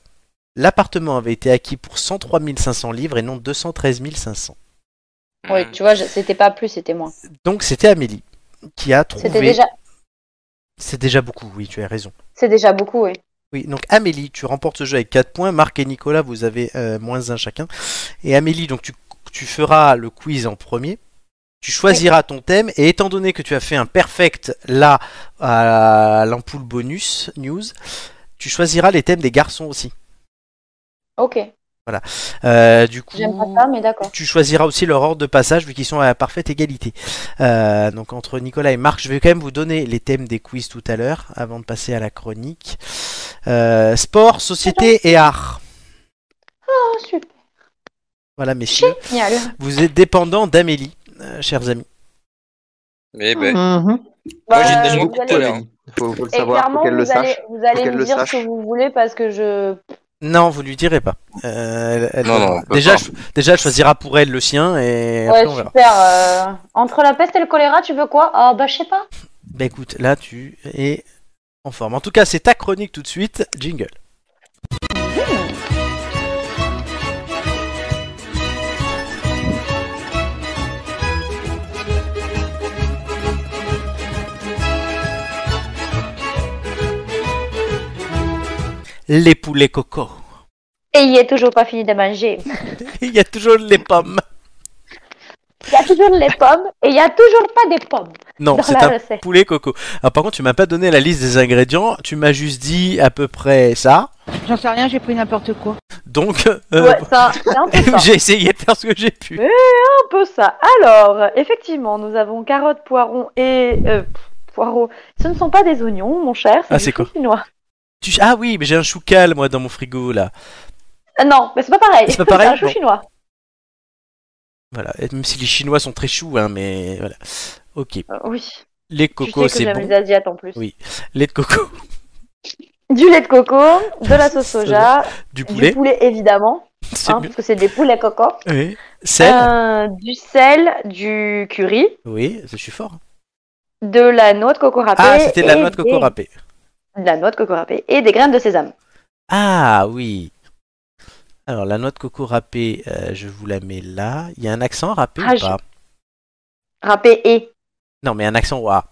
l'appartement avait été acquis pour 103 500 livres et non 213 500.
Oui,
Mmh.
tu vois, je- c'était pas plus, c'était moins.
Donc c'était Amélie qui a trouvé.
C'était déjà,
C'est déjà beaucoup, oui, tu as raison.
c'est déjà beaucoup, oui.
Oui, donc Amélie, tu remportes ce jeu avec 4 points. Marc et Nicolas, vous avez euh, moins 1 chacun. Et Amélie, donc tu, tu feras le quiz en premier. Tu choisiras ton thème. Et étant donné que tu as fait un perfect là à l'ampoule bonus news, tu choisiras les thèmes des garçons aussi.
Ok,
Euh, du coup,
j'aime pas ça, mais d'accord.
tu choisiras aussi leur ordre de passage vu qu'ils sont à parfaite égalité. Euh, donc entre Nicolas et Marc, je vais quand même vous donner les thèmes des quiz tout à l'heure avant de passer à la chronique. Euh, sport, société et art.
Oh, super,
Voilà messieurs,
génial.
vous êtes dépendants d'Amélie, euh, chers amis.
Mais ben...
Mhm.
Moi, j'ai
Bah,
déjà
vous
beaucoup de
allez-
problèmes.
Faut, faut le
Et
savoir, faut
clairement,
qu'elle le
vous allez,
sache.
vous allez
qu'elle
me
le
dire
sache.
ce que vous voulez parce que je.
Non, vous lui direz pas. Euh, elle- elle-
Non, non, on peut
déjà,
pas.
cho- déjà, elle choisira pour elle le sien et
Ouais,
après on verra.
super. euh, Entre la peste et le choléra, tu veux quoi Ah, bah, je sais pas.
Bah écoute, là tu es en forme. En tout cas, c'est ta chronique tout de suite. Jingle. Les poulets coco.
Et il est toujours pas fini de manger.
Il y a toujours les pommes.
Il y a toujours les pommes et il y a toujours pas des pommes
Non,
dans
c'est
la
un
recette.
poulet coco. Alors par contre, tu m'as pas donné la liste des ingrédients, tu m'as juste dit à peu près ça.
J'en sais rien, j'ai pris n'importe quoi.
Donc, euh,
Ouais, ça, c'est un peu ça.
j'ai essayé de faire ce que j'ai pu.
un peu ça. Alors, effectivement, nous avons carottes, poivrons et. euh, pff, poireaux. Ce ne sont pas des oignons, mon cher.
Ah,
du
c'est
chou
quoi
chinois.
Tu- Ah oui, mais j'ai un choucal moi dans mon frigo là.
Ah, non, mais c'est pas pareil.
C'est pas pareil,
un chou
bon.
chinois.
Voilà, Et même si les Chinois sont très choux, hein, mais voilà. Ok,
Euh, oui.
les
tu
cocos
sais que
c'est
j'aime
bon,
les asiates en plus.
Oui. lait de coco,
Du lait de coco, de la sauce soja,
du
du
poulet,
poulet évidemment,
c'est
hein,
mieux.
parce que c'est des poulets coco.
Oui. Sel,
Euh, du sel, du curry,
oui, je suis fort. hein.
de la noix de coco râpée.
Ah, c'était de la
et
noix de coco
des-
râpée.
de la noix de coco râpée et des graines de sésame.
Ah oui. Alors la noix de coco râpée, euh, je vous la mets là. Il y a un accent râpé
Ah,
ou
je-
pas
Râpée et.
Non, mais un accent ouah.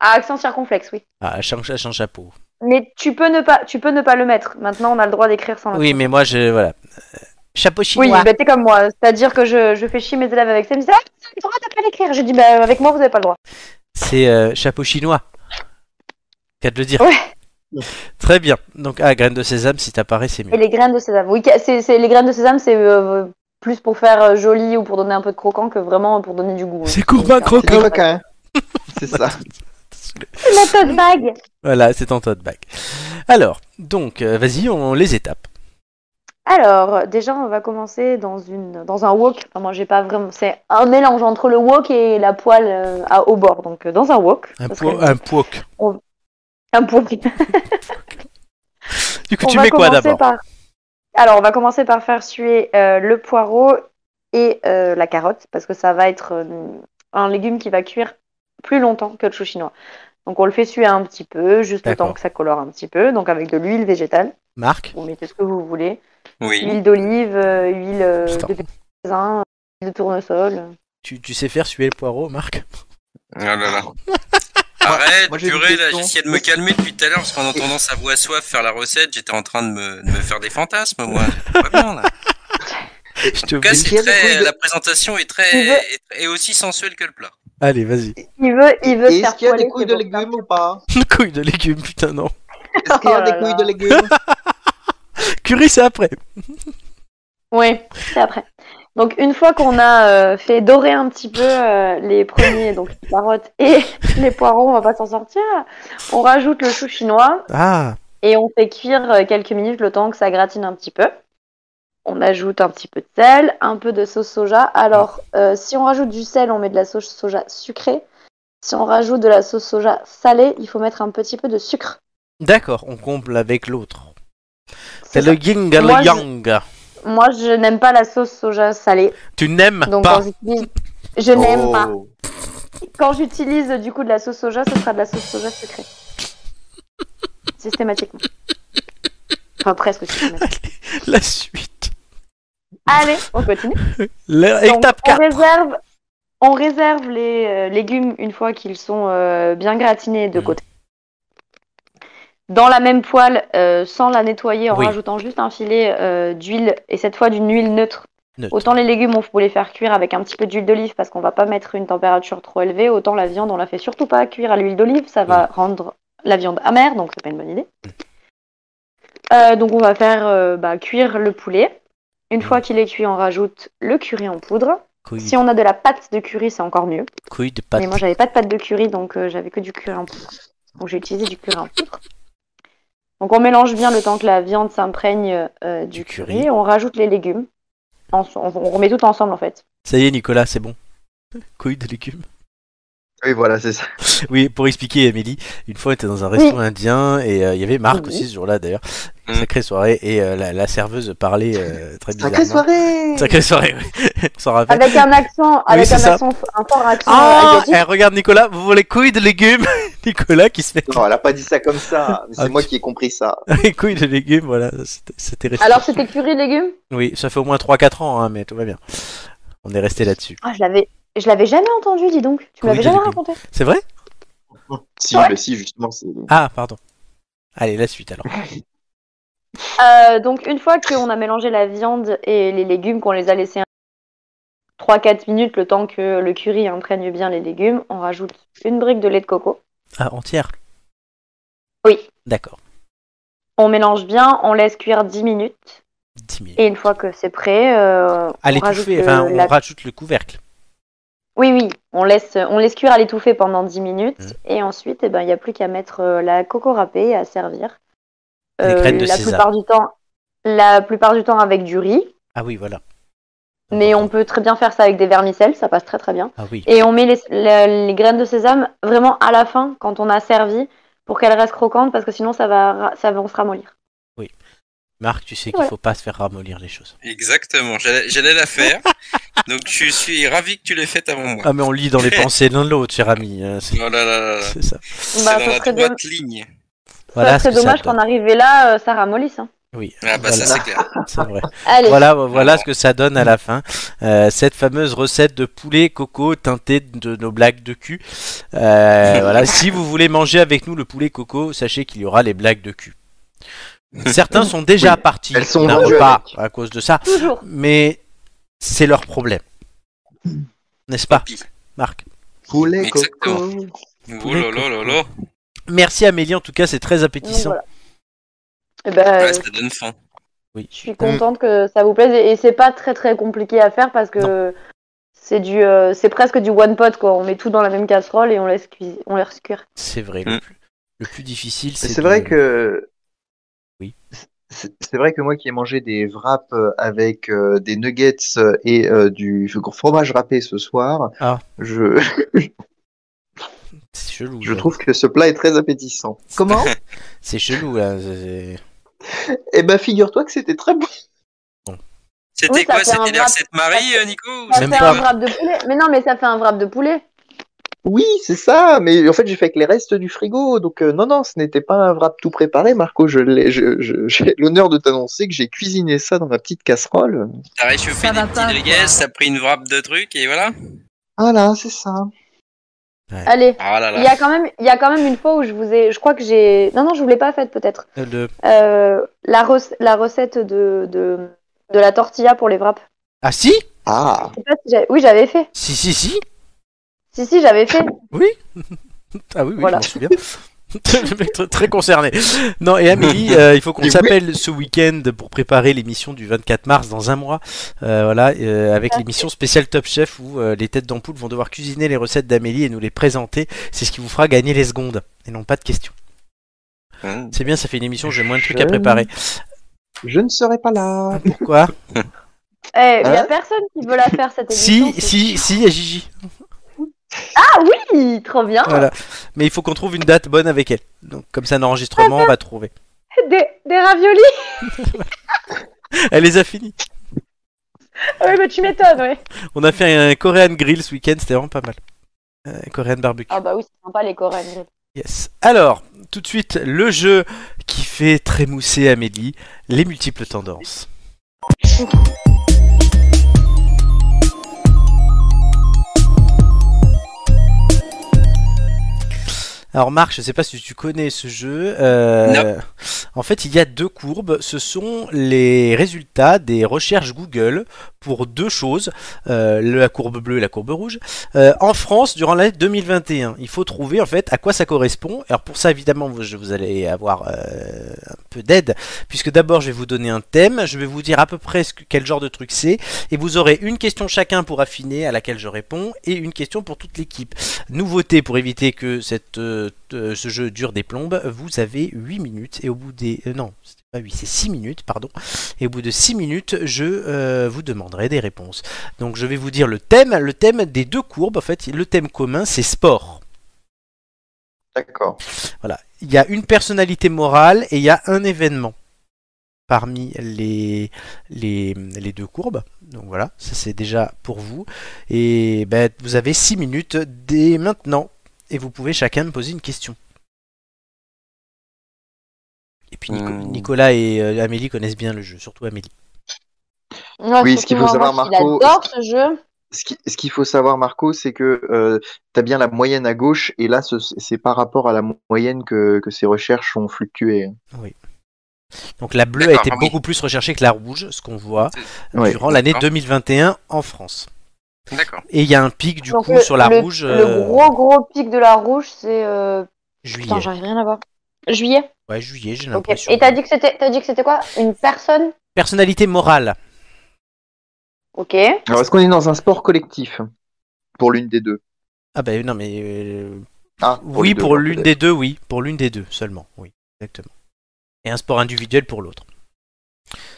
À accent circonflexe, oui.
Ah, change, change chapeau.
Mais tu peux ne pas, tu peux ne pas le mettre. Maintenant, on a le droit d'écrire sans le
Oui, mais moi, je. Voilà. Euh, Chapeau
Ah. Oui,
chinois.
bah, t'es comme moi. C'est-à-dire que je, je fais chier mes élèves avec ça. Ils me disent, ah, t'as le droit, t'as pas l'écrire. Je dis, bah, avec moi, vous avez pas le droit.
C'est euh, chapeau chinois. Qu'à te le dire.
Ouais.
Très bien. Donc, ah, graines de sésame, si t'apparais, c'est mieux.
Et les graines de sésame. Oui, c'est, c'est- les graines de sésame, c'est euh, plus pour faire euh, joli ou pour donner un peu de croquant que vraiment pour donner du goût. hein.
C'est Corbin
Donc,
Croquant.
C'est
euh,
coquin. C'est ça.
C'est la tote bag.
Voilà, c'est en tote bag. Alors, donc, euh, vas-y, on les étape.
Alors, déjà, on va commencer dans, une, dans un wok. Enfin, moi, j'ai pas vraiment. C'est un mélange entre le wok et la poêle euh, à haut bord. Donc, euh, dans un wok.
Un,
ça
po-
serait-
un poke.
un pourri.
Du coup,
On
tu
va
mets quoi
commencer
d'abord
par- Alors, on va commencer par faire suer euh, le poireau et euh, la carotte, parce que ça va être euh, un légume qui va cuire plus longtemps que le chou chinois. Donc, on le fait suer un petit peu, juste le
D'accord.
temps que ça colore un petit peu, donc avec de l'huile végétale.
Marc
Vous mettez ce que vous voulez.
Oui.
Huile d'olive, euh, huile euh,
Putain.
de raisin, huile de tournesol.
Tu, tu sais faire suer le poireau, Marc
Oh là là. Arrête,
moi, j'ai une
purée, là,
question.
j'essayais de me calmer depuis tout à l'heure parce qu'en entendant sa voix soif faire la recette, j'étais en train de me, de me faire des fantasmes, moi. Vraiment, là.
Je te
En tout cas,
oublie.
c'est
Quel
très,
bruit de-
la présentation est très,
Tu veux-
est, est aussi sensuelle que le plat.
Allez, vas-y.
Il veut, il veut
Et
faire
est-ce qu'il y a des
poêler
couilles
ses
de
bons
légumes ou pas
Couille de légumes, putain, non.
Est-ce qu'il y a
Oh là
des couilles
là.
de légumes
Curry, c'est après.
Oui, c'est après. Donc une fois qu'on a euh, fait dorer un petit peu euh, les premiers, donc les carottes et les poireaux, on va pas s'en sortir, on rajoute le chou chinois
Ah,
et on fait cuire euh, quelques minutes le temps que ça gratine un petit peu. On ajoute un petit peu de sel, un peu de sauce soja. Alors euh, si on rajoute du sel, on met de la sauce soja sucrée. Si on rajoute de la sauce soja salée, il faut mettre un petit peu de sucre.
d'accord, on comble avec l'autre. C'est
C'est
le yin et le
Moi, je-
yang.
ça. Moi, je n'aime pas la sauce soja salée.
Tu n'aimes
Donc
pas.
quand j'utilise... Je n'aime pas.
Oh.
Quand j'utilise euh, du coup de la sauce soja, ce sera de la sauce soja sucrée. Systématiquement. Enfin, presque systématiquement.
La suite.
Allez, on continue.
La-
Donc,
Étape
on
4.
réserve, on réserve les euh, légumes une fois qu'ils sont euh, bien gratinés de
Mhm.
côté. Dans la même poêle, euh, sans la nettoyer, en
Oui.
rajoutant juste un filet euh, d'huile, et cette fois d'une huile neutre.
Neutre.
Autant les légumes, on peut les faire cuire avec un petit peu d'huile d'olive parce qu'on va pas mettre une température trop élevée. Autant la viande, on la fait surtout pas cuire à l'huile d'olive. Ça va rendre la viande amère, donc c'est pas une bonne idée. Euh, donc on va faire euh, bah, cuire le poulet. Une fois qu'il est cuit, on rajoute le curry en poudre.
Couille,
Si on a de la pâte de curry, c'est encore mieux.
couille de pâte.
Mais moi, j'avais pas de pâte de curry, donc euh, j'avais que du curry en poudre. Donc j'ai utilisé du curry en poudre. Donc on mélange bien le temps que la viande s'imprègne euh, du,
Du curry.
curry. On rajoute les légumes. En- on- on remet tout ensemble en fait.
Ça y est, Nicolas, c'est bon. Couille de légumes.
Oui, voilà, c'est ça.
Oui, pour expliquer, Amélie, une fois, on était dans un resto indien et euh, il y avait Marc
Oui.
aussi ce jour-là d'ailleurs.
Mm.
Sacrée soirée. Et euh, la, la serveuse parlait euh, très bizarrement.
Sacrée soirée
Sacrée soirée, oui. On s'en rappelle.
Avec un accent, avec
c'est
un,
ça.
accent un fort accent
Ah
asiatique.
Eh, Regarde Nicolas, vous voulez couilles de légumes Nicolas qui se met
Non, elle a pas dit ça comme ça. mais
Ah,
C'est moi
tu-
qui ai compris ça.
les couilles de légumes, voilà, c'était- c'était resté.
Alors c'était curry de légumes
Oui, ça fait au moins 3-4 ans, hein, mais tout va bien. On est resté là-dessus.
Ah, je l'avais, je l'avais jamais entendu, dis donc. Tu me
Curry
l'avais
de
jamais
légumes.
raconté.
C'est vrai
Si,
Ouais.
mais si, justement, c'est.
Ah, pardon. Allez, la suite alors.
Euh, donc une fois qu'on a mélangé la viande et les légumes, qu'on les a laissés 3-4 minutes, le temps que le curry imprègne bien les légumes, on rajoute une brique de lait de coco.
Ah, entière
Oui.
D'accord.
On mélange bien, on laisse cuire 10 minutes.
10 minutes.
Et une fois que c'est prêt, euh,
À
on rajoute
l'étouffer,
le-
Ah, enfin, on
la
rajoute le couvercle.
Oui, oui, on laisse, on laisse cuire à l'étouffée pendant 10 minutes
Mhm.
et ensuite, eh ben, il n'y a plus qu'à mettre euh, la coco râpée et à servir. Euh,
Les graines de
la
sésame.
plupart du temps, la plupart du temps avec du riz,
Ah oui, voilà.
mais on peut très bien faire ça avec des vermicelles, ça passe très très bien.
Ah oui.
Et on met les, la- les graines de sésame vraiment à la fin quand on a servi pour qu'elles restent croquantes parce que sinon ça va, ra- ça vont se ramollir.
Marc, tu sais qu'il
Voilà.
faut pas se faire ramollir les choses.
Exactement, j'allais j'allais la faire. Donc je suis ravi que tu l'aies faite avant moi.
Ah, mais on lit dans les pensées de l'un de l'autre, cher ami. hein, C'est
Oh là là là là.
c'est ça.
C'est
Bah,
dans
ça
la
serait
droite ligne.
Voilà ce
c'est
que ça
dommage
donne.
qu'en arrivait là, euh, ça ramollisse. hein.
Oui,
Ah bah ça
voilà,
c'est clair.
c'est vrai.
Allez,
Voilà, voilà ce que ça donne à la fin. Euh, cette fameuse recette de poulet coco teintée de nos blagues de cul. Euh, voilà, si vous voulez manger avec nous le poulet coco, sachez qu'il y aura les blagues de cul. Certains sont déjà
Oui,
partis
elles sont
d'un
vendues
repas
avec.
à cause de ça,
toujours.
mais c'est leur problème. N'est-ce pas, Marc
Poulet coco.
Exactement. Oh là là là là.
Merci Amélie, en tout cas, c'est très
Donc,
appétissant.
voilà. Eh ben,
Ouais, ça donne faim.
Je suis contente que ça vous plaise et et c'est pas très très compliqué à faire parce que c'est du euh, c'est presque du one pot quoi. On met tout dans la même casserole et on laisse cuis- on laisse cuire.
C'est vrai. Le, plus, le plus difficile,
Mm. Mais
c'est.
C'est
de-
vrai que.
Oui.
C'est c'est vrai que moi qui ai mangé des wraps euh, avec euh, des nuggets euh, et euh, du fromage râpé ce soir,
Ah.
je,
C'est chelou.
je
là.
trouve que ce plat est très appétissant. Comment
C'est chelou là. c'est-
Eh ben figure-toi que c'était très bon.
C'était
Oui, ça
quoi
fait un
C'était la
wrap.
recette Marie, euh, Nico ou
Ça
Même
fait
c'était-
pas.
un wrap de poulet. Mais non mais ça fait un wrap de poulet.
Oui, c'est ça, mais en fait j'ai fait avec les restes du frigo, donc euh, non, non, ce n'était pas un wrap tout préparé, Marco, je l'ai- je- je- j'ai l'honneur de t'annoncer que j'ai cuisiné ça dans ma petite casserole.
T'as réchauffé
Ça
des
va pas,
petites nuggets, t'as pris une wrap de trucs et voilà.
Voilà, c'est ça.
Allez,
Ah là là.
il y a quand même, il y a quand même une fois où je vous ai, je crois que j'ai, non non, je vous l'ai pas faite peut-être.
Le...
Euh, la, rec- la recette de, de de la tortilla pour les wraps.
Ah si
Ah,
Je sais pas si j'avais- oui, j'avais fait.
Si, si, si
Si si, j'avais fait.
Ah oui, oui,
Voilà.
je m'en souviens. Le mec très- très concerné. Non, et Amélie, euh, il faut qu'on
Et oui.
s'appelle ce week-end pour préparer l'émission du 24 mars dans un mois. Euh, voilà, euh, avec l'émission spéciale Top Chef où euh, les têtes d'ampoule vont devoir cuisiner les recettes d'Amélie et nous les présenter. C'est ce qui vous fera gagner les secondes et non pas de questions.
Hein.
C'est bien, ça fait une émission, j'ai moins de trucs à
Je-
préparer.
je ne serai pas là.
Pourquoi
Eh, il y a
Hein
personne qui veut la faire cette émission.
Si, si, si, et Gigi.
Si, trop bien.
Voilà. Mais il faut qu'on trouve une date bonne avec elle. Donc, comme c'est un enregistrement, on va trouver.
Des, des raviolis.
Elle les a finis. Ah
Oui,
bah,
mais tu m'étonnes, ouais.
On a fait un Korean Grill ce week-end, c'était vraiment pas mal. Euh, Korean barbecue.
Ah bah oui, c'est sympa les coréennes.
Yes. Alors, tout de suite, le jeu qui fait trémousser Amélie, les multiples tendances. Alors Marc, je ne sais pas si tu connais ce jeu. euh, En fait, il y a deux courbes. Ce sont les résultats des recherches Google pour deux choses, euh, la courbe bleue et la courbe rouge. Euh, en France, durant l'année 2021, il faut trouver en fait à quoi ça correspond. Alors pour ça, évidemment, vous, je- vous allez avoir euh, un peu d'aide, puisque d'abord je vais vous donner un thème, je vais vous dire à peu près ce que- quel genre de truc c'est, et vous aurez une question chacun pour affiner à laquelle je réponds, et une question pour toute l'équipe. Nouveauté pour éviter que cette, euh, euh, ce jeu dure des plombes, vous avez 8 minutes, et au bout des... euh, non, c'était pas 8, c'est 6 minutes, pardon. Et au bout de 6 minutes, je euh, vous demanderai des réponses. Donc je vais vous dire le thème. Le thème des deux courbes, en fait, le thème commun, c'est sport.
D'accord.
Voilà. Il y a une personnalité morale et il y a un événement parmi les, les, les deux courbes. Donc voilà, ça c'est déjà pour vous. Et ben, vous avez 6 minutes dès maintenant. Et vous pouvez chacun me poser une question. Et puis Nico-
Hmm.
Nicolas et euh, Amélie connaissent bien le jeu, surtout Amélie.
Oui, ce qu'il faut savoir, Marco-
Il adore ce jeu.
Ce qui- ce qu'il faut savoir, Marco, c'est que tu as bien la moyenne à gauche, et là, ce- c'est par rapport à la mo- moyenne que, que ces recherches ont fluctué.
Donc la bleue a
D'accord,
été
ah oui.
beaucoup plus recherchée que la rouge, ce qu'on voit
Ouais.
durant l'année
D'accord.
2021 en France.
D'accord.
Et il y a un pic du
Donc,
coup
le-
sur la
le-
rouge
Le
euh,
gros gros pic de la rouge, c'est. euh,
juillet.
Putain, j'arrive rien à voir. Juillet.
Ouais, juillet, j'ai
Ok.
l'impression.
Et t'as dit que c'était, t'as dit que c'était quoi Une personne.
Personnalité morale.
Ok.
Alors, est-ce qu'on est dans un sport collectif pour l'une des deux
Ah ben non mais euh,
Ah,
oui
les deux,
pour
alors,
l'une
peut-être.
des deux, oui, pour l'une des deux seulement, oui, exactement. Et un sport individuel pour l'autre.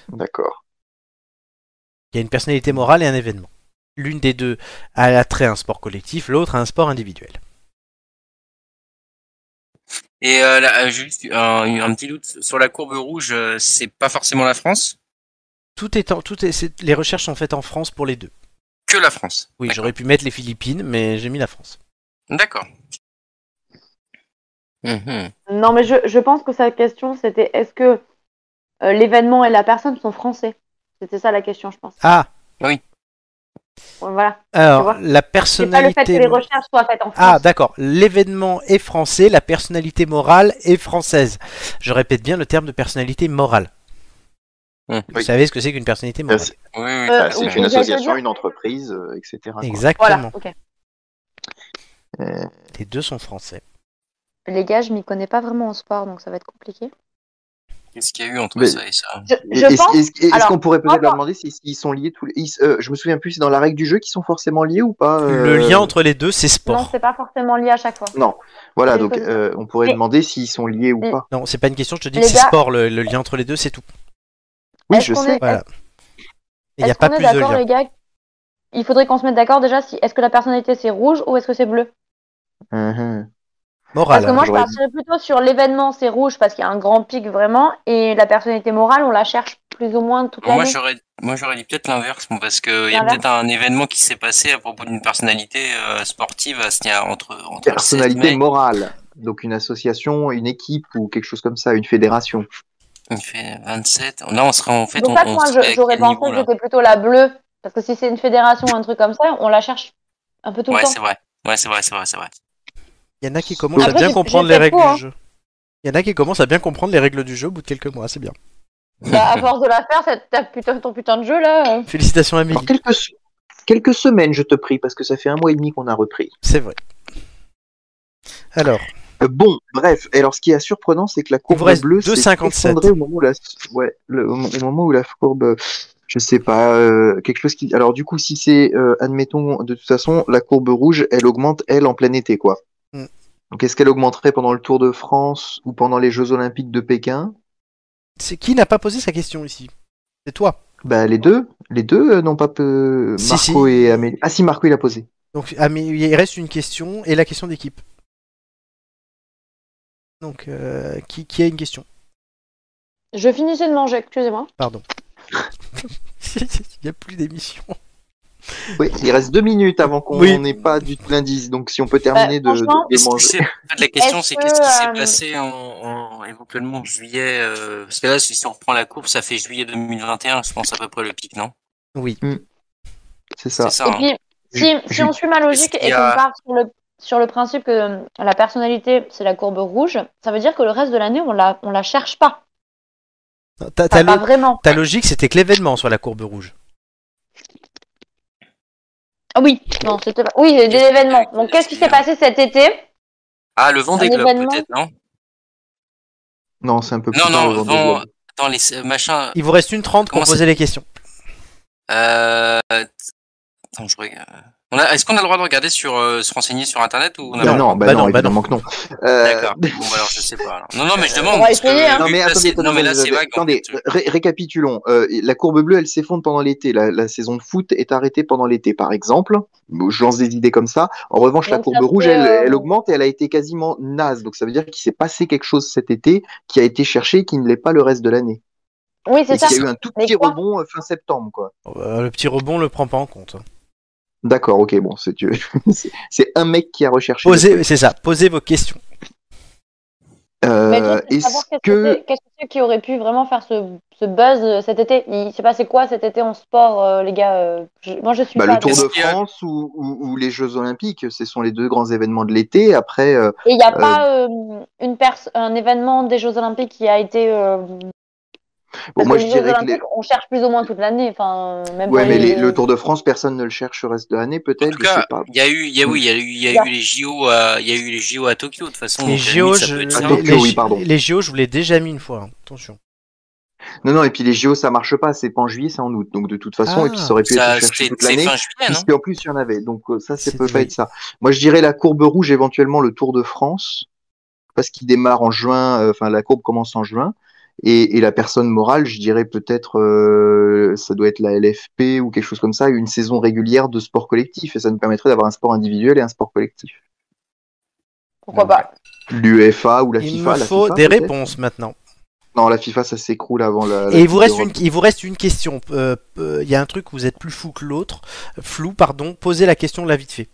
D'accord.
Il y a une personnalité morale et un événement. L'une des deux a l'attrait à un sport collectif, l'autre à un sport individuel.
Et euh, là, euh, juste un, un petit doute sur la courbe rouge, euh, c'est pas forcément la France,
Tout est en- tout est, c'est- les recherches sont faites en France pour les deux.
que la France.
Oui,
D'accord.
j'aurais pu mettre les Philippines, mais j'ai mis la France.
D'accord. Mhm.
Non, mais je, je pense que sa question c'était est-ce que euh, l'événement et la personne sont français C'était ça la question, je pense.
Ah,
Ouais, Voilà.
alors
Tu
la
C'est pas
personnalité
le fait que les recherches soient faites en
Ah
France.
d'accord, l'événement est français, la personnalité morale est française. Je répète bien le terme de personnalité morale.
Mmh,
Vous
Hum. oui.
savez ce que c'est qu'une personnalité morale
c'est
Oui, oui.
Euh,
Ah, c'est
oui,
une
mais j'allais
association,
dire-
une entreprise, euh, etc. quoi.
Exactement.
Voilà. Ok.
Euh,
Les deux sont français.
Les gars, je m'y connais pas vraiment en sport, donc ça va être compliqué.
Qu'est-ce qu'il y a eu entre
Mais-
ça et ça
Je,
et-
je
est-ce
pense.
est-ce- est-ce
alors,
qu'on pourrait peut-être leur
encore-
demander s'ils s'ils sont liés tous les... ils- euh, je me souviens plus, c'est dans la règle du jeu qu'ils sont forcément liés ou pas
Le
euh,
lien entre les deux, c'est
Non,
sport.
c'est pas forcément lié à chaque fois.
Voilà,
les
donc
causes-
euh, on pourrait
Mais-
demander s'ils sont liés ou
Mm.
pas.
Non, c'est pas une question, je te dis que
Les
c'est
gars-
sport, le, le lien entre les deux, c'est tout.
Oui,
Est-ce
je
qu'on
sais.
est-
Voilà. Il n'y a
Est-ce
pas
qu'on est
plus de
d'accord,
lien.
les gars Il faudrait qu'on se mette d'accord déjà si est-ce que la personnalité c'est rouge ou est-ce que c'est bleu
Mhm.
Morale.
Parce que moi je
j'aurais
partirais plutôt sur l'événement c'est rouge parce qu'il y a un grand pic vraiment et la personnalité morale on la cherche plus ou moins toute
Ah, Moi
l'année.
j'aurais, moi j'aurais dit peut-être l'inverse, bon, parce que il y a
L'inverse.
peut-être un événement qui s'est passé à propos d'une personnalité euh, sportive à ce qu'il y a entre entre le 16
Personnalité
mai-
morale. Donc une association, une équipe ou quelque chose comme ça, une fédération.
Il fait 27. Là on serait en fait.
Donc
on,
là,
on
moi, je-
serait à
j'aurais
quel
pensé
niveau,
que
là
c'était plutôt la bleue. Parce que si c'est une fédération ou un truc comme ça, on la cherche un peu tout le
Ouais
temps.
c'est vrai. Ouais c'est vrai c'est vrai c'est vrai.
Il y en a qui commencent à
Après,
bien
j'ai-
comprendre
j'ai
les
fait
règles
faux, hein.
du jeu. Il y en a qui commencent à bien comprendre les règles du jeu au bout de quelques mois, c'est bien.
Bah, à force de la faire, cette, ta putain, ton putain de jeu là. euh,
Félicitations Amélie,
Alors, quelques, se- quelques semaines, je te prie, parce que ça fait un mois et demi qu'on a repris.
c'est vrai. Alors,
Euh, bon, bref. Et alors, ce qui est surprenant, c'est que la
vous
courbe
reste
bleue s'est
2,57.
effondrée au moment où la, ouais, le- au mo- au moment où la courbe, euh, je sais pas, euh, quelque chose qui. Alors, du coup, si c'est, euh, admettons, de toute façon, la courbe rouge, elle augmente, elle, en plein été, quoi.
Mm.
Donc, est-ce qu'elle augmenterait pendant le Tour de France ou pendant les Jeux Olympiques de Pékin
c'est qui n'a pas posé sa question ici C'est toi.
Bah, les deux, les deux euh, n'ont pas peu.
Si,
Marco et Amélie. Ah si, Marco, il a posé.
Donc Amélie, il reste une question et la question d'équipe. Donc, euh, qui, qui a une question
Je finissais de manger, excusez-moi.
Pardon. Il n'y a plus d'émission.
Oui, il reste deux minutes avant qu'on
Oui.
n'ait pas du tout l'indice. Donc, si on peut terminer
Bah,
de,
franchement-
de,
Et
de
ce qui
manger.
s'est- en fait, la question,
Est-ce
c'est
que,
qu'est-ce qui s'est
euh,
passé en, en- éventuellement juillet euh, Parce que là, si si on reprend la courbe, ça fait juillet 2021, je pense à peu près le pic, non
Oui.
C'est ça.
C'est ça.
et
hein.
puis, si,
Ah. Ju-
si on suit ma logique
Est-ce qu'il
et
y
qu'on
a-
part sur le, sur le principe que euh, la personnalité, c'est la courbe rouge, ça veut dire que le reste de l'année, on la, on la cherche pas.
Non, Ta, ta
Bah,
Enfin,
lo-
pas vraiment.
ta logique, c'était que l'événement soit la courbe rouge.
Ah oui, non, c'était pas. Oui, des événements. Donc, qu'est-ce qui s'est passé cet été
Ah, le vent des
Un
globes,
événement
peut-être, non
Non, c'est un peu plus
Non,
tard
non,
le Vendée
non.
Globe.
Attends, les euh, machins.
Il vous reste une 30 pour
Comment
poser les questions.
Euh... Attends, je regarde. On a- Est-ce qu'on a le droit de regarder sur euh, se renseigner sur internet ou on
Non,
a pas
non, bah,
Bah
non,
non, bah
évidemment que non. Euh,
D'accord. Bon, bah alors je sais pas. alors. Non, non, mais je demande.
on va
parce que,
essayer, hein.
vu
Non mais,
que là,
attendez,
c'est- non, mais là,
attendez,
c'est vague. hein, en
attendez,
fait.
ré- récapitulons. Euh, la courbe bleue, elle s'effondre pendant l'été. La, la saison de foot est arrêtée pendant l'été, par exemple. Bon, Je lance des idées comme ça. En revanche, la
Donc,
courbe
ça
rouge,
fait,
elle,
euh,
elle augmente et elle a été quasiment naze. Donc ça veut dire qu'il s'est passé quelque chose cet été qui a été cherché et qui ne l'est pas le reste de l'année.
Oui,
Et
c'est ça.
qu'il y a eu un tout
Mais
petit
quoi
rebond euh, fin septembre, quoi.
Euh, le petit rebond le prend pas en compte. hein.
D'accord, ok, bon, c'est tu- c'est- c'est un mec qui a recherché.
Posez, c'est ça, posez vos questions.
Mais
Euh,
toi, c'est de
Est-ce
savoir qu'est-ce que
que
c'est- qu'est-ce que c'est qui aurait pu vraiment faire ce, ce buzz euh, cet été Il s'est passé quoi cet été en sport, euh, les gars euh, je- Moi, je suis
Bah,
pas.
le Tour
donc-
de
Est-ce qu'il y a-
France ou, ou- ou les Jeux Olympiques, ce sont les deux grands événements de l'été. Après, euh,
Et il n'y a pas euh, une pers- un événement des Jeux Olympiques qui a été. euh,
bon,
parce
moi
que
je
Bah, les Jeux
dirais que les-
Olympiques, on cherche plus ou moins toute l'année. Enfin, même
ouais,
dans
mais
les-
les- le Tour de France, personne ne le cherche le reste de l'année,
En
peut-être.
tout
Je sais
cas,
pas.
il y a eu, il y a, oui, il y a eu, il y a
Yeah.
eu les JO, à, il y a eu les JO à Tokyo de toute façon.
Les
donc, à la
JO,
limite, Oh, ça
je,
peut être
Ah,
ça.
les,
Tokyo,
les-
oui, pardon.
les JO, je vous l'ai déjà mis une fois. hein. Attention.
Non, non, et puis les JO, ça marche pas. C'est pas en juillet, c'est en août. Donc de toute façon,
Ah.
et puis ça aurait pu
Ça,
être cherché
c'est
toute
c'est
l'année.
fin juillet, non
Puisque en plus, il y en avait. Donc euh, ça, ça
C'est
peut pas
vrai.
être ça. Moi, je dirais la courbe rouge, éventuellement le Tour de France, parce qu'il démarre en juin. euh, Enfin, la courbe commence en juin. Et, et la personne morale, je dirais peut-être, euh, ça doit être la LFP ou quelque chose comme ça, une saison régulière de sport collectif. Et ça nous permettrait d'avoir un sport individuel et un sport collectif.
Pourquoi pas
L'UEFA ou la
Il
FIFA.
me
la
faut
FIFA,
des
peut-être.
réponses maintenant.
Non, la FIFA, ça s'écroule avant la. la
Et il vous
Coupe
reste
d'Europe.
une, il vous reste une question. Euh, euh, Il y a un truc où vous êtes plus fou que l'autre, flou, pardon. Posez la question là vite fait.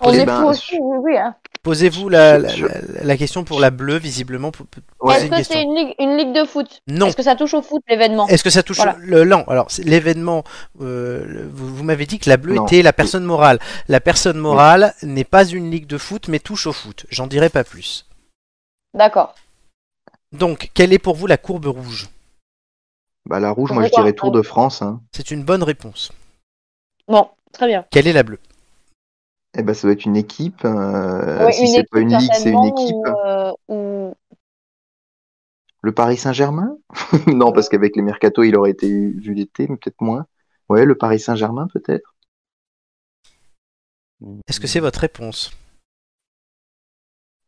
On
Eh
est
Posez-
ben,
fous aussi, oui, oui. hein.
Posez-vous la, la,
je-
la- la question pour la bleue, visiblement. pour- pour-
Ouais.
posez
Est-ce
une
que c'est
question.
une ligue, une ligue de foot
Non.
Est-ce que ça touche au foot l'événement
Est-ce que ça touche
Voilà.
le lent Alors, c'est l'événement, euh, le- vous, vous m'avez dit que la bleue
Non.
était la personne morale. La personne morale n'est pas une ligue de foot, mais touche au foot. J'en dirai pas plus.
D'accord.
Donc, quelle est pour vous la courbe rouge
Bah, la rouge, moi, je
Pourquoi
dirais Tour de France. Hein.
C'est une bonne réponse.
Bon, très bien.
Quelle est la bleue
Eh ben, ça doit être une équipe. euh,
Ouais,
si c'est pas une ligue, c'est une
certainement,
équipe.
ou, euh, ou-
Le Paris Saint-Germain Non, parce qu'avec les mercato, il aurait été vu l'été, mais peut-être moins. Ouais, le Paris Saint-Germain, peut-être.
Est-ce que c'est votre réponse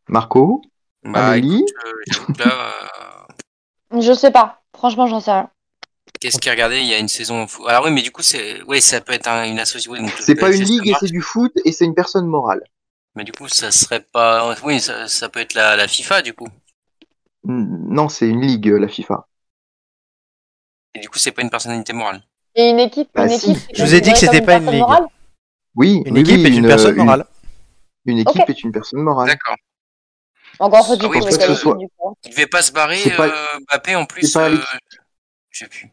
Marco
Bah,
Amélie
écoute, euh, j'avoue que là, euh,
Je sais pas. Franchement, j'en sais rien.
qu'est-ce qu'il regardait Il y a une saison. en fou- Alors oui, mais du coup, c'est, ouais, ça peut être un- une association. oui, donc le
C'est pas une
PFC, ça
ligue et
marche.
c'est du foot et c'est une personne morale.
Mais du coup, ça serait pas. Oui, ça, ça peut être la, la FIFA, du coup.
Hmm, Non, c'est une ligue, euh, la FIFA.
Et du coup, c'est pas une personnalité morale.
Et une équipe.
Bah
une
si,
équipe
je vous ai dit que
considérée
c'était
comme
pas une
personne
ligue.
morale
Oui,
Une
oui,
équipe
oui,
est une, personne
une-
morale.
Une, équipe
Ok.
est une personne morale.
D'accord.
En gros, faut du
Ah oui,
coup,
parce
ouais,
que
ce soit-
du coup.
Il devait pas se barrer,
C'est pas-
euh, Mbappé en plus.
c'est pas
euh,
l'équipe.
Je sais plus.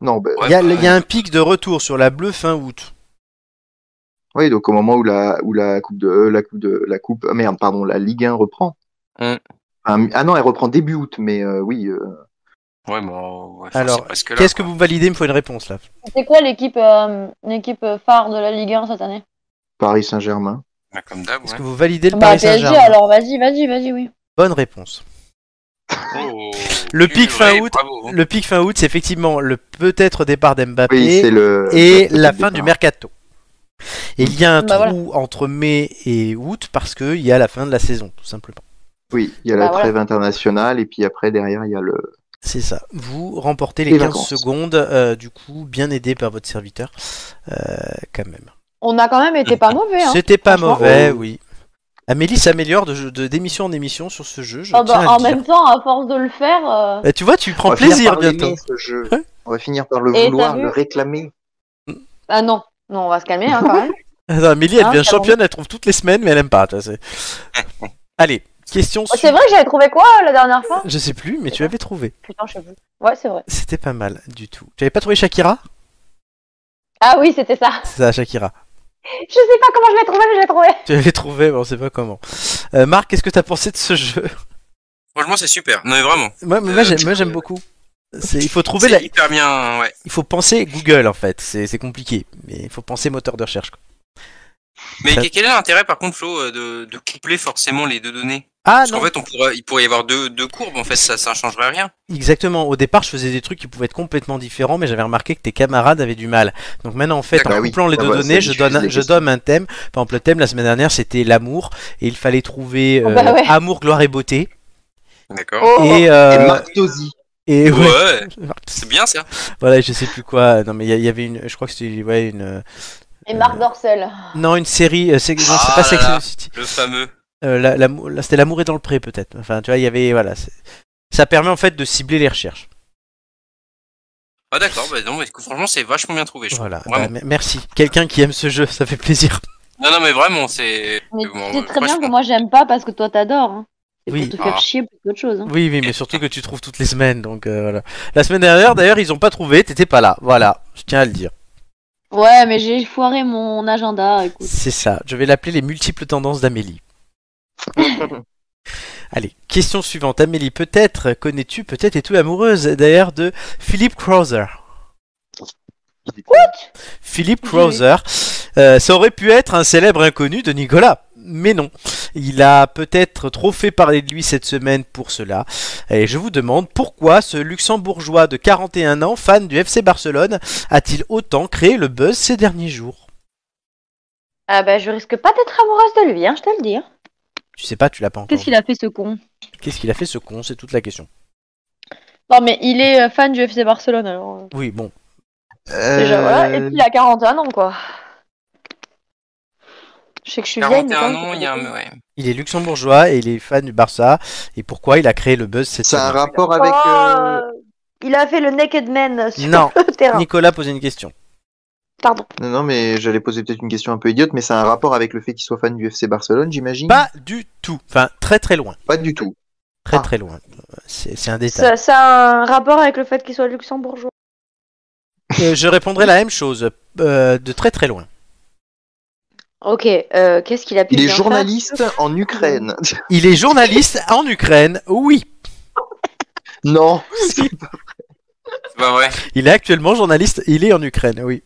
Non, bah,
Ouais,
Il y, a,
bah,
il y a un pic de retour sur la bleue fin août.
oui, donc au moment où la où la coupe de euh, la coupe de la coupe ah, merde, pardon, la Ligue 1 reprend.
Hum.
Enfin, ah non, elle reprend début août, mais euh, oui. euh,
Ouais, bon, ouais,
Alors,
c'est presque là,
Qu'est-ce que
quoi.
vous me validez Il me faut une réponse là.
C'est quoi l'équipe euh, l'équipe phare de la Ligue 1 cette année
Paris Saint-Germain.
Bah, Comme d'hab,
Est-ce
ouais.
que vous validez le
Bah
Paris
PSG
Saint-Germain
alors, vas-y, vas-y, vas-y, oui.
Bonne réponse.
Oh,
Le pic fin
purée,
août.
bravo.
Le pic fin août, c'est effectivement le peut-être départ d'Mbappé.
Oui, c'est le
et
le
la fin du
départ.
mercato. Et il y a un
Bah voilà.
trou entre mai et août parce qu'il y a la fin de la saison, tout simplement.
Oui, il y a
Bah,
la
voilà.
trêve internationale et puis après derrière il y a le
C'est ça. Vous remportez les
Les
15
vacances.
secondes, euh, du coup, bien aidé par votre serviteur, euh, quand même.
On a quand même été pas mauvais. Hein.
C'était pas
franchement.
mauvais,
Oh.
oui. Amélie s'améliore de, jeu- de- d'émission en émission sur ce jeu, je
Ah bah,
tiens à le
en
dire.
même temps, à force de le faire, euh,
Bah, tu vois, tu
On
prends
va finir
plaisir
par l'aimer,
bientôt.
ce jeu.
Ouais.
On va finir par le
Et
vouloir,
t'as vu
le réclamer.
ah non, non, on va se calmer hein, quand même.
Attends, Amélie, elle
Hein,
devient
ça va.
championne, elle trouve toutes les semaines, mais elle aime pas. tu vois, c'est- Allez, question
Oh, C'est
suivante.
vrai que j'avais trouvé quoi la dernière fois
Je sais plus, mais tu avais trouvé.
Putain, je sais plus. Ouais, c'est vrai.
C'était pas mal du tout. Tu avais pas trouvé Shakira
Ah oui, c'était ça.
C'est ça, Shakira.
Je sais pas comment je l'ai trouvé, mais je l'ai trouvé.
Tu l'avais trouvé, mais on sait pas comment. Euh, Marc, qu'est-ce que t'as pensé de ce jeu
Franchement, c'est super. Non, mais vraiment.
Moi, moi,
Euh,
j'aime- moi,
euh,
j'aime beaucoup. C'est- Il faut trouver
C'est
la...
hyper bien, ouais.
Il faut penser Google en fait, c'est c'est compliqué, mais il faut penser moteur de recherche. quoi.
Mais
Ça-
quel est l'intérêt, par contre, Flo, euh, de, de coupler forcément les deux données
Ah
Parce
non,
qu'en fait, on pourrait, il pourrait y avoir deux, deux courbes, en fait, ça ça ne changerait rien.
exactement. Au départ, je faisais des trucs qui pouvaient être complètement différents, mais j'avais remarqué que tes camarades avaient du mal. Donc maintenant, en fait,
D'accord,
en
bah oui.
couplant les
Ah
deux
bah, ça
données, je
diffuse
donne, un-
les
je
questions.
donne un thème. Par exemple, le thème la semaine dernière, c'était l'amour, et il fallait trouver
Oh, bah
euh,
ouais.
amour, gloire et beauté.
D'accord.
Oh.
Et, euh,
Et Marc Tosi.
et ouais.
Oh, ouais, c'est bien ça.
voilà, je sais plus quoi. Non, mais il y, a- il y avait une, je crois que c'était ouais, une, euh,
Et Marc Dorcel.
non, une série. euh, c'est- non, c'est
Ah
pas
là
Sex and
là.
the City.
Le fameux.
Euh, la- l'amour- là, c'était l'amour est dans le pré peut-être. Enfin, tu vois, il y avait voilà, c'est- ça permet en fait de cibler les recherches.
Ah d'accord, bah non, mais écoute, franchement, c'est vachement bien trouvé, je trouve.
Voilà.
Vraiment.
Bah, me- merci. Quelqu'un qui aime ce jeu, ça fait plaisir.
Non, non, mais vraiment, c'est... euh,
Mais
bon,
tu sais très
moi,
bien
je-
que moi j'aime pas parce que toi t'adores. Hein. C'est
Oui.
pour te faire
Ah.
chier plus qu'autre chose. Hein.
Oui, oui, mais surtout que tu trouves toutes les semaines, donc euh, voilà. La semaine dernière, d'ailleurs, ils ont pas trouvé. T'étais pas là. Voilà. Je tiens à le dire.
Ouais, mais j'ai foiré mon agenda, écoute.
C'est ça. Je vais l'appeler les multiples tendances d'Amélie. Allez, question suivante. Amélie, peut-être connais-tu, peut-être es-tu amoureuse d'ailleurs de Philippe Crowther Philippe
Oui.
Crowther. Euh, ça aurait pu être un célèbre inconnu de Nicolas, mais non. Il a peut-être trop fait parler de lui cette semaine pour cela. Et je vous demande pourquoi ce luxembourgeois de 41 ans, fan du FC Barcelone, a-t-il autant créé le buzz ces derniers jours
Ah bah je risque pas d'être amoureuse de lui, hein, je te le dis. hein.
Tu sais pas, tu l'as pas encore.
Qu'est-ce qu'il a fait ce con
Qu'est-ce qu'il a fait ce con C'est toute la question.
Non mais il est euh, fan du FC Barcelone alors. euh,
Oui, bon.
Déjà voilà, et
Euh,
puis il a 41 ans quoi. Je sais que je suis euh, vieille. mais quand
41
même,
ans, il y a un... Ouais.
Il est luxembourgeois et il est fan du Barça. Et pourquoi il a créé le buzz cette
Ça a un
semaine
rapport avec. euh,
Oh, Il a fait le naked man sur
Non.
le terrain.
Nicolas posait une question.
Pardon.
Non, non, mais j'allais poser peut-être une question un peu idiote, mais ça a un rapport avec le fait qu'il soit fan du FC Barcelone, j'imagine.
Pas du tout. Enfin, très très loin.
Pas du tout.
Très
Ah.
très loin. C'est c'est un détail.
Ça, ça a un rapport avec le fait qu'il soit luxembourgeois.
Euh, je répondrai la même chose, euh, de très très loin.
Ok, euh, qu'est-ce qu'il a pu
Il est
bien faire
journaliste en Ukraine.
Il est journaliste en Ukraine, oui.
non. Bah,
C'est pas vrai.
Il est actuellement journaliste, il est en Ukraine, oui.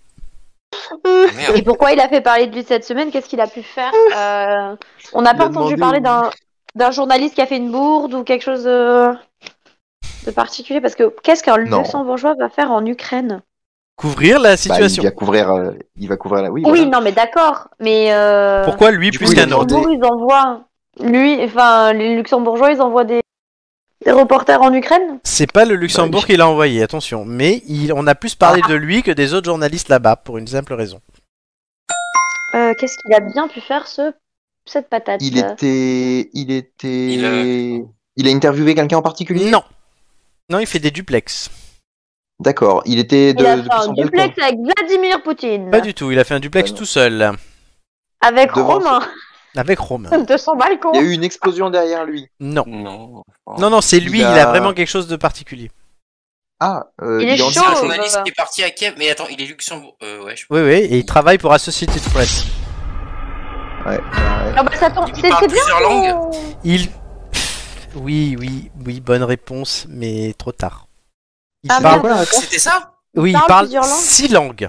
Ah, Merde.
Et pourquoi il a fait parler de lui cette semaine Qu'est-ce qu'il a pu faire Euh, On n'a
Il
pas
a
entendu
demandé
parler
au-
d'un d'un journaliste qui a fait une bourde ou quelque chose de, de particulier Parce que qu'est-ce qu'un
Non.
luxembourgeois va faire en Ukraine
Couvrir la
Bah,
situation.
il va couvrir. euh, il va couvrir la. Oui.
Oui,
voilà.
non, mais d'accord, mais euh,
Pourquoi lui
Du
plus
coup, il a
qu'un autre
demandé-
Luxembourg, ils envoient lui, enfin les luxembourgeois, ils envoient des, des reporters en Ukraine.
C'est pas le Luxembourg
Bah,
qui l'a envoyé, attention. Mais il, on a plus parlé de lui que des autres journalistes là-bas, pour une simple raison.
Euh, qu'est-ce qu'il a bien pu faire ce cette patate Euh,
Il était. Il était.
Il,
Il a interviewé quelqu'un en particulier
Non. Non, il fait des duplex.
D'accord, il était de,
Il a fait
depuis
un
son balcon.
duplex avec Vladimir Poutine.
Pas du tout, il a fait un duplex
Ah non.
tout seul.
Avec
Devant
Romain,
Avec
Ah.
Romain.
de son balcon.
Il y a eu une explosion derrière lui.
Non.
Non.
Non, non, c'est lui, il
Il
a...
a-
vraiment quelque chose de particulier.
Ah, euh,
Il est
en-
C'est un
chaud.
journaliste
Baba.
qui est parti à Kiev, mais attends, il est Luxembourg. Euh, ouais, je...
Oui, oui, et il travaille pour Associated Press.
Ouais, ouais.
Ah bah ça tombe.
Il
C'est
parle
c'est bien.
plusieurs langues.
mais-
Il. Oui, oui, oui, bonne réponse, mais trop tard. Il
Ah,
parle.
merde.
Quoi, la réponse
C'était ça
Oui, il
Parle
parle
plusieurs langues
six langues.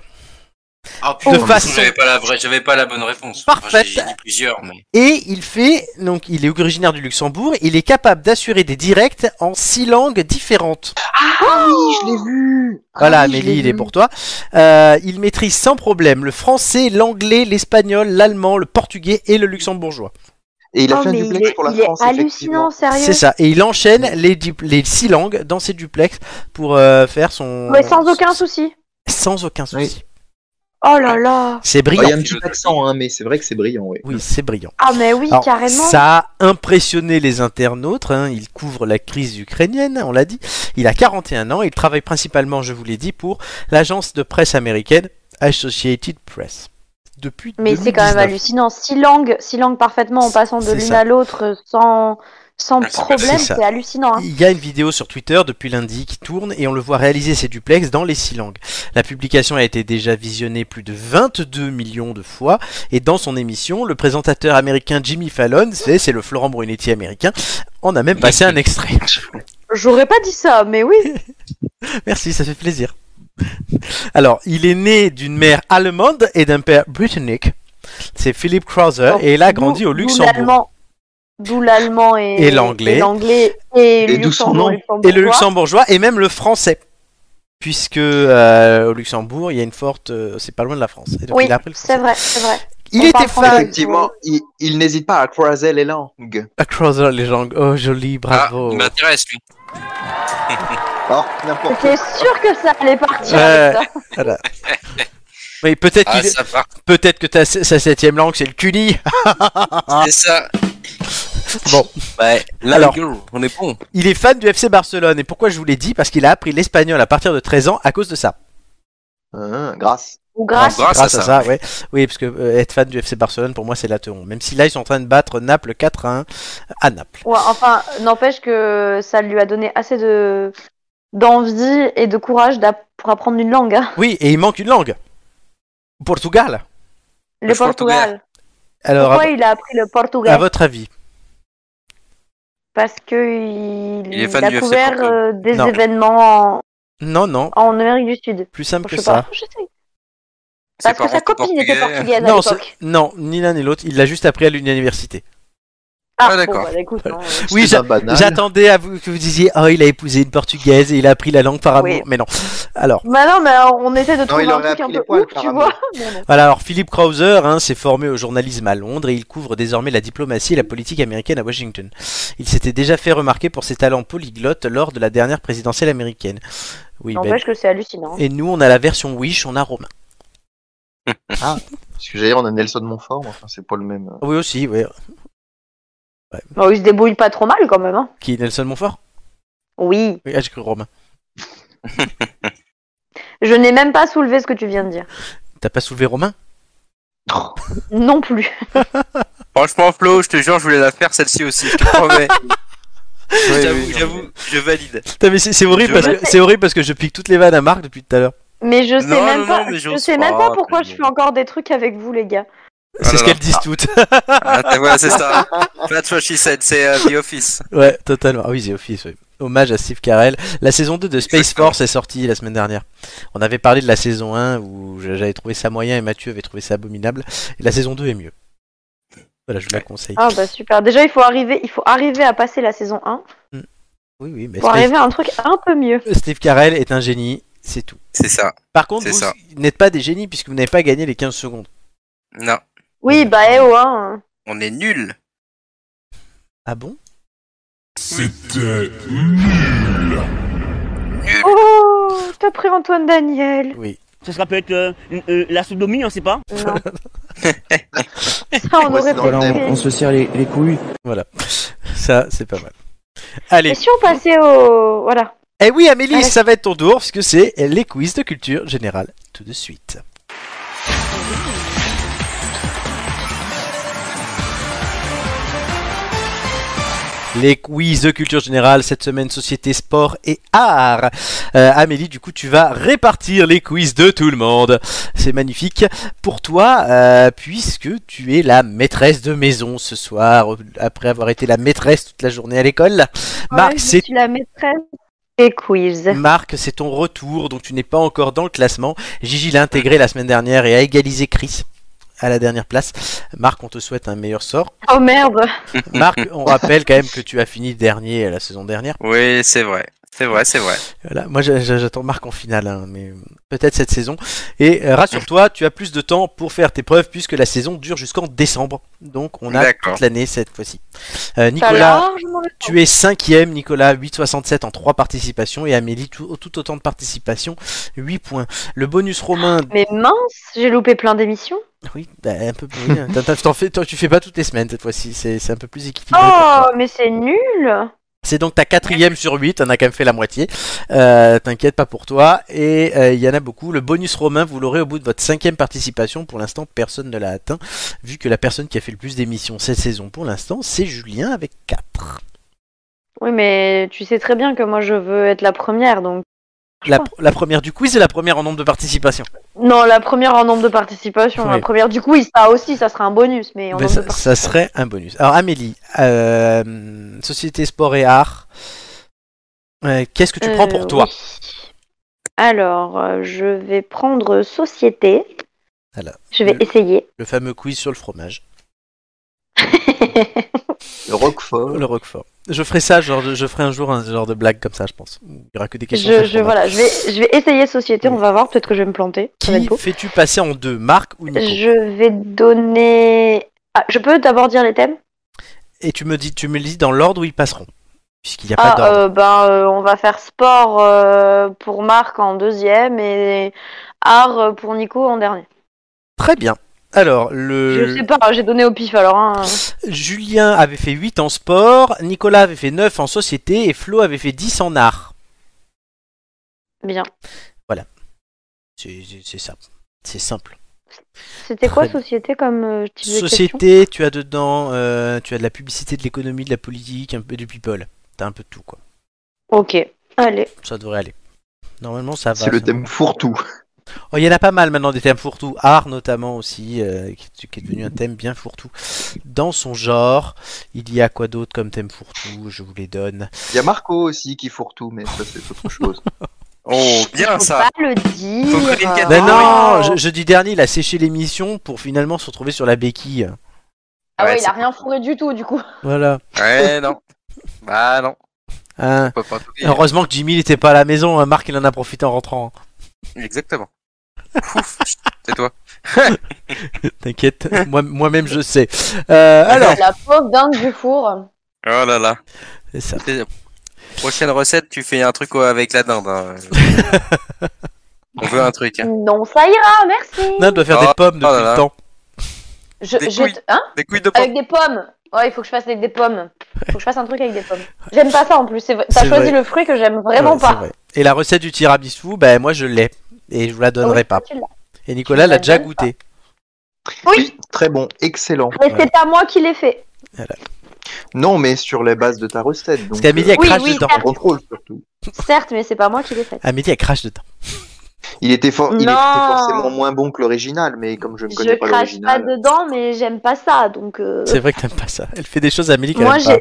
Ah,
De
putain,
façon-
J'avais pas, la vraie- j'avais pas la bonne réponse. Enfin,
Parfaite.
J'ai j'ai dit plusieurs, mais.
Et il fait, donc il est originaire du Luxembourg, il est capable d'assurer des directs en six langues différentes.
Ah oui, je l'ai vu. Ah
voilà,
oui, je
Amélie,
l'ai
il est
vu.
pour toi. Euh, il maîtrise sans problème le français, l'anglais, l'espagnol, l'allemand, le portugais et le luxembourgeois.
Et il a
Oh,
fait un
mais
duplex
est-
pour la
il est
France,
hallucinant,
effectivement.
sérieux.
C'est ça. Et il enchaîne les, dupl- les six langues dans ses duplex pour euh, faire son.
Mais sans aucun souci.
Sans aucun souci.
Oui.
Oh là là.
C'est
Ah, Il y
brillant.
a un petit accent, hein, mais c'est vrai que c'est brillant, oui.
Oui, c'est brillant.
Ah mais oui,
Alors,
carrément.
Ça a impressionné les internautes. hein. Il couvre la crise ukrainienne, on l'a dit. Il a 41 ans. Il travaille principalement, je vous l'ai dit, pour l'agence de presse américaine Associated Press. Depuis
Mais c'est quand même
2019.
hallucinant. Six langues, six langues parfaitement en passant de
C'est
l'une
ça.
à l'autre sans, sans
Ah, c'est-
problème,
c'est ça.
c'est hallucinant. hein.
Il y a une vidéo sur Twitter depuis lundi qui tourne et on le voit réaliser ses duplex dans les six langues. La publication a été déjà visionnée plus de 22 millions de fois et dans son émission, le présentateur américain Jimmy Fallon, c'est c'est le Florent Brunetti américain, en a même passé un extrait.
J'aurais pas dit ça, mais oui.
Merci, ça fait plaisir. Alors, il est né d'une mère allemande et d'un père britannique. C'est Philip Krauser Euh, et il a
D'où-
grandi au
d'où
Luxembourg.
l'allemand- D'où l'allemand et,
Et l'anglais.
Et l'anglais et,
Et d'où son nom.
Luxembourg,
et le luxembourgeois et même le français. Puisque euh, au Luxembourg, il y a une forte. euh, c'est pas loin de la France. Et donc,
Oui,
il a appris le
c'est
français.
vrai, c'est vrai.
Il
on
était
parle français.
fan.
Effectivement, il, il n'hésite pas à croiser les langues.
à Ah, Crowther, les gens. Oh, joli,
Ah,
bravo.
il m'intéresse, lui.
Oh, n'importe
J'étais sûr que ça allait partir
Ouais.
avec ça.
Mais peut-être
Ah,
qu'il-
ça part.
peut-être que ta, sa septième langue, c'est le cuni.
C'est ça.
Bon.
Ouais, là,
Alors.
les gars, on est bon.
Il est fan du FC Barcelone. Et pourquoi je vous l'ai dit Parce qu'il a appris l'espagnol à partir de 13 ans à cause de ça.
Hein, grâce.
Ou grâce.
Grâce
Grâce
à
à
ça.
ça, ouais. Oui, parce que euh, être fan du FC Barcelone, pour moi, c'est la teon. Même si là, ils sont en train de battre Naples 4 à 1 à Naples.
Ouais, enfin, n'empêche que ça lui a donné assez de d'envie et de courage d'app- pour apprendre une langue. hein.
Oui, et il manque une langue. Portugal.
Le,
Le
Portugal.
Alors,
Pourquoi
à,
il a appris le portugais
à votre avis
Parce que il,
Il est fan
a
du FC
couvert
Porto.
euh, des
Non.
événements en,
Non, non,
en Amérique du Sud.
plus simple
Je
que
sais
ça.
pas. Je sais.
Ses
Parce que
parents
sa
sont
copine était
portugais.
portugaise à
Non, c'est-
l'époque.
non, ni l'un ni l'autre. Il l'a juste appris à l'université.
Ah,
Ah,
d'accord.
d'accord.
écoute, non, euh,
Oui,
C'est
j'a-
pas banal.
j'attendais à vous, que vous disiez Oh, il a épousé une portugaise et il a appris la langue par amour.
Oui.
Mais non. Alors,
Bah non, mais on essaie de trouver
il
un
aurait
truc un
appris les
peu
poils
ouf,
par
tu
amour.
vois. Mais non.
voilà, alors Philippe Krauser hein, s'est formé au journalisme à Londres et il couvre désormais la diplomatie et la politique américaine à Washington. Il s'était déjà fait remarquer pour ses talents polyglottes lors de la dernière présidentielle américaine. Oui, ben.
N'empêche que c'est hallucinant.
Et nous, on a la version Wish, on a Romain.
Parce que j'allais dire, on a Nelson Montfort, mais enfin, c'est pas le même. euh.
Oui, aussi, oui.
Bon, il se débrouille pas trop mal quand même. Hein.
Qui est Nelson Montfort
Oui.
Oui, ah, j'ai cru Romain.
Je n'ai même pas soulevé ce que tu viens de dire.
T'as pas soulevé Romain
Non plus.
Franchement, Flo, je te jure, je voulais la faire celle-ci aussi, je te promets.
oui,
J'avoue,
non,
j'avoue, je valide.
Putain, mais c'est c'est horrible,
Je
parce que- c'est horrible parce que je pique toutes les vannes à Marc depuis tout à l'heure.
Mais je sais
Non,
même
non,
pas.
non, mais
je
j'ose
sais même
pas,
pas pourquoi
mais
je
bon.
fais encore des trucs avec vous, les gars.
C'est
Ah
ce
là
qu'elles disent toutes.
Ah, t'as- voilà, c'est ça. That's what she said, c'est euh, The Office.
Ouais, totalement. Ah oui, The Office, oui. Hommage à Steve Carell. La saison 2 de Space
Exactement.
Force est sortie la semaine dernière. On avait parlé de la saison 1 où j'avais trouvé ça moyen et Mathieu avait trouvé ça abominable. Et la saison 2 est mieux. Voilà, je vous la conseille.
Ah bah super. Déjà, il faut arriver, il faut arriver à passer la saison 1
Oui, oui, mais
pour
Space-
arriver à un truc un peu mieux.
Steve Carell est un génie, c'est tout.
C'est ça.
Par contre,
C'est
vous
ça.
n'êtes pas des génies puisque vous n'avez pas gagné les 15 secondes.
Non,
Oui, bah eh oh hein.
on est nuls.
Ah bon
C'était
Oh, t'as pris Antoine Daniel.
Oui.
Ce sera peut-être euh, une- euh, la soupe d'omi, on sait pas.
Non. Ça, Bah, on
Ouais,
aurait
c'est dans le
préféré.
thème.
se serre les, couilles.
Voilà. Ça, c'est pas mal. Allez,
Et si on passait au, voilà,
Et Eh oui, Amélie, ça va être ton tour, puisque c'est les quiz de culture générale tout de suite. Les quiz de culture générale cette semaine, société, sport et art. Euh, Amélie, du coup, tu vas répartir les quiz de tout le monde. C'est magnifique pour toi, euh, puisque tu es la maîtresse de maison ce soir, après avoir été la maîtresse toute la journée à l'école. Marc,
je
c'est
suis la maîtresse des quiz.
Marc, c'est ton retour, donc tu n'es pas encore dans le classement. Gigi l'a intégré la semaine dernière et a égalisé Chris à la dernière place. Marc, on te souhaite un meilleur sort.
Oh merde
Marc, on rappelle quand même que tu as fini dernier la saison dernière.
Oui, c'est vrai. C'est vrai, c'est vrai.
Voilà. Moi, j'a- j'a- j'attends Marc en finale, hein, mais peut-être cette saison. Et euh, rassure-toi, tu as plus de temps pour faire tes preuves puisque la saison dure jusqu'en décembre. Donc, on a
D'accord.
toute l'année cette fois-ci. Euh,
T'as
Nicolas,
largement raison.
tu es cinquième, Nicolas, 8,67 en 3 participations et Amélie, tout, tout autant de participations, 8 points. Le bonus romain,
Mais mince, j'ai loupé plein d'émissions.
oui, bah, un peu plus. hein. T'en- t'en- t'en fais- toi, tu fais pas toutes les semaines cette fois-ci, c'est c'est un peu plus équilibré. pour toi.
Oh, mais c'est nul
C'est donc ta quatrième sur 8, on a quand même fait la moitié. Euh, T'inquiète pas pour toi. Et euh, il y en a beaucoup. Le bonus romain, vous l'aurez au bout de votre cinquième participation. Pour l'instant, personne ne l'a atteint, vu que la personne qui a fait le plus d'émissions cette saison pour l'instant, c'est Julien avec 4.
Oui, mais tu sais très bien que moi je veux être la première, donc.
La, pr- la première du quiz et la première en nombre de participations.
Non, la première en nombre de participations, la
Oui.
première du quiz, ça aussi, ça sera un bonus, mais en
Ben,
nombre de
ça, ça
participations.
serait un bonus. Alors Amélie, euh, Société Sport et Art, euh, qu'est-ce que tu prends pour
Euh,
toi
oui. Alors, euh, je vais prendre société.
Voilà.
Je vais
Le-
essayer.
Le fameux quiz sur le fromage,
Le Roquefort.
Oh, le Roquefort. Je ferai ça, genre, je je ferai un jour un genre de blague comme ça, je pense. Il y aura que des questions. sur
je,
le
je-
fromage.
voilà, je vais, je vais essayer société, on va voir, peut-être que je vais me planter. ça va être
Qui
beau.
fais-tu passer en deux, Marc ou Nico
Je vais donner. Ah, je peux d'abord dire les thèmes
Et tu me dis, tu me le dis dans l'ordre où ils passeront, puisqu'il n'y a pas
Ah,
d'ordre.
euh, ben, euh, on va faire sport euh, pour Marc en deuxième et art euh, pour Nico en dernier.
Très bien. Alors, le...
Je sais pas, j'ai donné au pif alors. hein.
Julien avait fait 8 en sport, Nicolas avait fait 9 en société et Flo avait fait 10 en art.
Bien.
C'est c'est- c'est ça. C'est simple.
C'était quoi
Très bien.
société comme euh, type de question
Société, tu as dedans, euh, tu as de la publicité, de l'économie, de la politique, un peu du people. T'as un peu de tout, quoi.
Ok, allez.
Ça devrait aller. Normalement, ça va.
Ah, C'est le
ça.
thème fourre-tout.
Oh, il y en a pas mal maintenant des thèmes fourre-tout. Art, notamment aussi, euh, qui, qui est devenu un thème bien fourre-tout. Dans son genre, il y a quoi d'autre comme thème fourre-tout Je vous les donne.
Il y a Marco aussi qui fourre-tout, mais ça, c'est autre chose.
Oh,
Ah,
bien
Faut
ça.
pas le dire.
Faut créer une catégorie.
Ben non,
Ah.
je- jeudi dernier, il a séché l'émission pour finalement se retrouver sur la béquille.
Ah ouais,
Ouais,
il a
c'est-
rien fourré du tout, du coup.
Voilà.
Ouais, non. Bah non,
Hein.
on peut pas tout dire.
Heureusement que Jimmy n'était pas à la maison. hein. Marc, il en a profité en rentrant. hein.
Exactement. Ouf, c'est toi.
T'inquiète, moi- moi-même je sais. Euh, alors,
La pauvre dingue du four.
Oh là là.
c'est ça.
C'est- Prochaine recette, tu fais un truc avec la dinde. hein. on veut un truc. hein.
Non, ça ira, merci.
Nan doit faire
Oh,
Ah,
des pommes depuis
oh là là.
le temps.
Je,
Des
je-
couilles.
hein
Des couilles de pomme.
avec des pommes. Ouais, il faut que je fasse avec des pommes. Faut que je fasse un truc avec des pommes. J'aime pas ça en plus. c'est v- T'as
C'est
choisi
vrai.
le fruit que j'aime vraiment
Ouais, c'est
pas.
vrai. Et la recette du tiramisu, ben moi je l'ai. Et je vous la
Ah oui, Ah
donnerai pas.
tu l'as.
Et Nicolas
Tu
l'a
la
déjà
donnes
goûté.
Oui,
Très bon, excellent.
mais
Ouais.
c'est à moi qui l'ai fait.
Non, mais sur les bases de ta recette.
Parce
Donc,
qu'Amélie, elle
Oui,
crache
oui,
dedans.
euh, contrôle surtout.
Certes, mais c'est pas moi qui l'ai fait.
Amélie, elle crache dedans.
Il était, for- il était
Non.
forcément moins bon que l'original, mais comme je ne connais
Je
pas
crache pas
l'original.
dedans, mais j'aime pas ça. Donc, euh,
C'est vrai que t'aimes pas ça. Elle fait des choses, Amélie, qu'elle
moi
aime pas.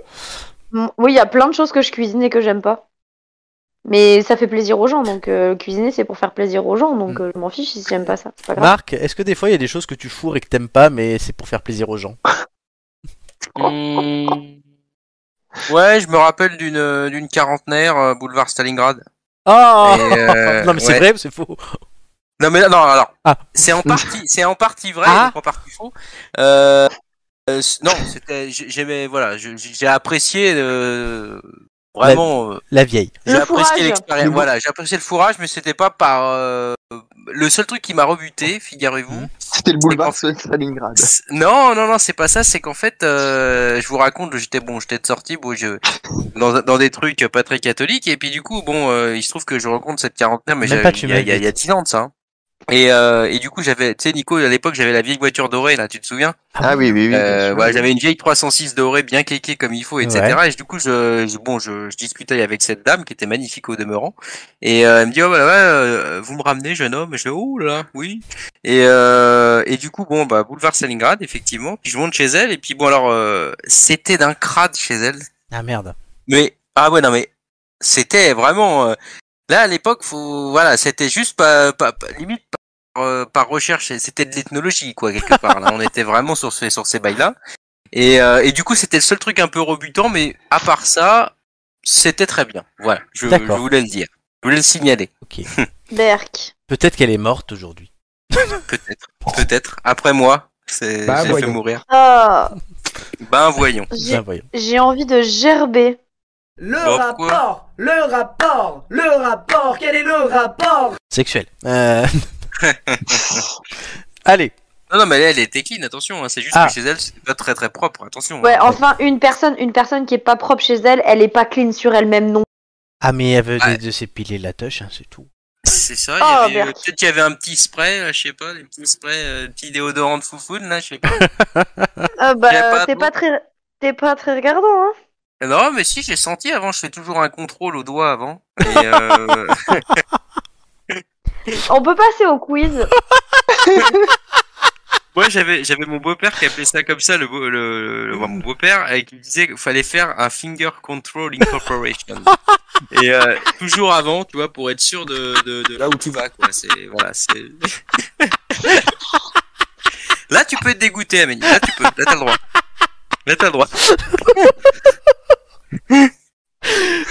j'ai. M- Oui, il y a plein de choses que je cuisine et que j'aime pas. Mais ça fait plaisir aux gens. Donc, euh, cuisiner, c'est pour faire plaisir aux gens.
Mm.
Donc, euh, je m'en fiche si j'aime pas ça. C'est pas grave.
Marc, est-ce que des fois il y a des choses que tu fourres et que t'aimes pas, mais c'est pour faire plaisir aux gens
Hmm. Ouais, je me rappelle d'une d'une quarantenaire euh, boulevard Stalingrad.
Oh
Et, euh,
Non, mais c'est
ouais.
vrai ou c'est faux
Non mais non alors.
Ah.
C'est en partie c'est en partie vrai,
Ah.
donc en partie faux. Euh, euh, c- non, c'était j'ai- j'aimais voilà, je- j'ai apprécié euh, Vraiment. euh,
La vieille.
J'ai
Le
apprécié
fourrage.
l'expérience.
Le-
Voilà, j'ai apprécié le fourrage, mais c'était pas par. euh, Le seul truc qui m'a rebuté, figurez-vous.
Mmh.
C'était le boulevard de Stalingrad.
Non, non, non, c'est pas ça. C'est qu'en fait, euh, je vous raconte, j'étais bon, j'étais de sortie, bon, je dans, dans des trucs pas très catholiques, et puis du coup, bon, euh, il se trouve que je rencontre cette quarantaine, mais
Même
j'avais-
pas, tu
il y a,
m'as
il y a-
dit.
il y a 10 ans de ça. hein. Et, euh, et du coup, j'avais, tu sais, Nico, à l'époque, j'avais la vieille voiture dorée, là, tu te souviens
Ah oui, oui, oui. bien
euh,
sûr.
voilà, j'avais une vieille 306 dorée bien cliquée comme il faut, etc.
Ouais.
Et du coup, je, je- bon, je, je discutais avec cette dame qui était magnifique au demeurant, et euh, elle me dit, oh, bah, ouais, euh, vous me ramenez, jeune homme. Et je fais, oh là, oui. Et, euh, et du coup, bon, bah, boulevard Stalingrad, effectivement. Puis je monte chez elle, et puis bon, alors, euh, c'était d'un crade chez elle.
Ah merde.
Mais ah ouais non mais c'était vraiment euh, là à l'époque faut voilà c'était juste pas, pas, pas- limite par, euh, par recherche c'était de l'ethnologie quoi quelque part là on était vraiment sur ces sur ces bails là et euh, et du coup c'était le seul truc un peu rebutant mais à part ça c'était très bien voilà je, je
D'accord.
voulais le dire je voulais le signaler
Ok.
Berk.
Peut-être qu'elle est morte aujourd'hui.
peut-être peut-être après moi c'est
Bah,
j'ai fait
voyons.
mourir
Ah,
ben voyons
J'ai-
Ben, voyons.
j'ai envie de gerber.
Le
Bah, pourquoi
rapport, le rapport, le rapport, quel est le rapport
Sexuelle. Euh, Allez.
non non mais elle, elle était clean attention hein, c'est juste
Ah.
que chez elle c'est pas très très propre attention hein.
Ouais, enfin, une personne, une personne qui est pas propre chez elle, elle est pas clean sur elle-même non.
Ah mais elle veut de, de s'épiler la touche, hein, c'est tout.
C'est ça, il y
Oh,
avait-
merde.
peut-être qu'il y avait un petit spray, euh, je sais pas, des petits sprays, euh, petits déodorants de foufoune, là, je sais pas.
Ah
Y a pas
bah, t'es
de
pas très, t'es pas très regardant, hein.
non, mais si, j'ai senti avant, je fais toujours un contrôle au doigt avant. Et, euh,
On peut passer au quiz.
Moi, j'avais, j'avais mon beau-père qui appelait ça comme ça, le, beau- le, le- ouais, mon beau-père, et qui me disait qu'il fallait faire un finger control incorporation. et euh, toujours avant, tu vois, pour être sûr de, de, de là où tu vas, quoi. C'est, voilà, c'est. là, tu peux te dégoûter, Amélie. Là, tu peux. Là, t'as le droit. Là, t'as le droit.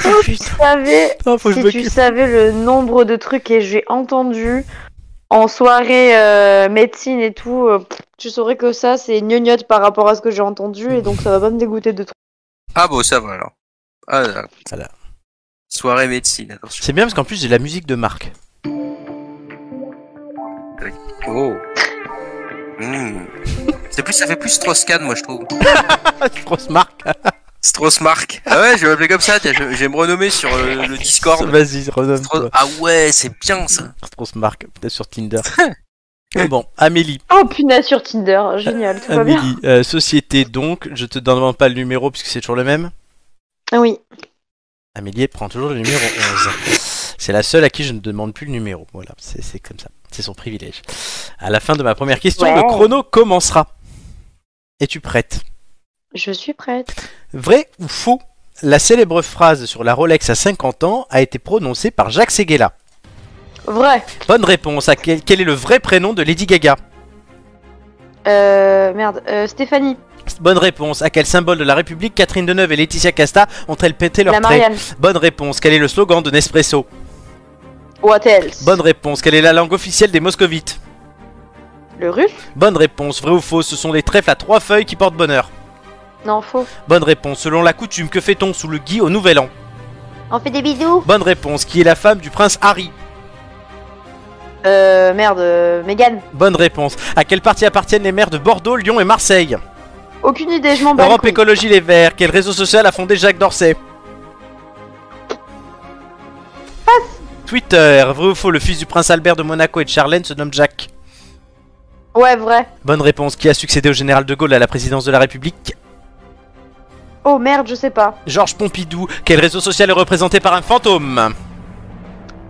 Oh putain.
Tu savais,
Non, faut que
si
je me
tu
quitte.
savais le nombre de trucs que j'ai entendu en soirée euh, médecine et tout, euh, pff, tu saurais que ça c'est gnognotte par rapport à ce que j'ai entendu et donc ça va pas me dégoûter de trop.
Ah bon, ça va alors. Ah, là.
Voilà.
Soirée médecine, attention.
C'est bien parce qu'en plus j'ai de la musique de Marc.
Oh. Hmm. C'est plus, ça fait plus Strauss-Kahn, moi je trouve.
Grosse Marc.
Strauss-Marc. Ah ouais, je vais m'appeler comme ça. Tiens, je, je vais me renommer sur le, le Discord.
Vas-y, renomme toi.
Ah ouais, c'est bien ça.
Grosse Marc, peut-être sur Tinder. bon, Amélie.
Oh punaise sur Tinder, génial, tout va bien.
Amélie, euh, société donc, je te demande pas le numéro puisque c'est toujours le même.
Ah oui.
Amélie prend toujours le numéro 11. C'est la seule à qui je ne demande plus le numéro. Voilà, c'est c'est comme ça. C'est son privilège. À la fin de ma première question,
Ouais.
le chrono commencera. Es-tu prête
Je suis prête.
Vrai ou faux La célèbre phrase sur la Rolex à 50 ans a été prononcée par Jacques Seguela.
Vrai.
Bonne réponse. À quel, quel est le vrai prénom de Lady Gaga
Euh, merde. Euh, Stéphanie.
Bonne réponse. À quel symbole de la République Catherine Deneuve et Laetitia Casta ont-elles pété leur
la
trait
Marianne.
Bonne réponse. Quel est le slogan de Nespresso
What else
Bonne réponse. Quelle est la langue officielle des moscovites
Le russe
Bonne réponse, vrai ou faux, ce sont les trèfles à trois feuilles qui portent bonheur.
Non, faux.
Bonne réponse, selon la coutume, que fait-on sous le gui au nouvel an
On fait des bisous.
Bonne réponse, qui est la femme du prince Harry
Euh, merde. euh, Mégane.
Bonne réponse, à quel parti appartiennent les maires de Bordeaux, Lyon et Marseille
Aucune idée, je m'en bats. les
Europe
couilles.
Écologie Les Verts, quel réseau social a fondé Jacques Dorset Twitter, vrai ou faux, le fils du prince Albert de Monaco et de Charlène se nomme Jacques
Ouais, vrai.
Bonne réponse, qui a succédé au général de Gaulle à la présidence de la République
Oh merde, je sais pas.
Georges Pompidou, quel réseau social est représenté par un fantôme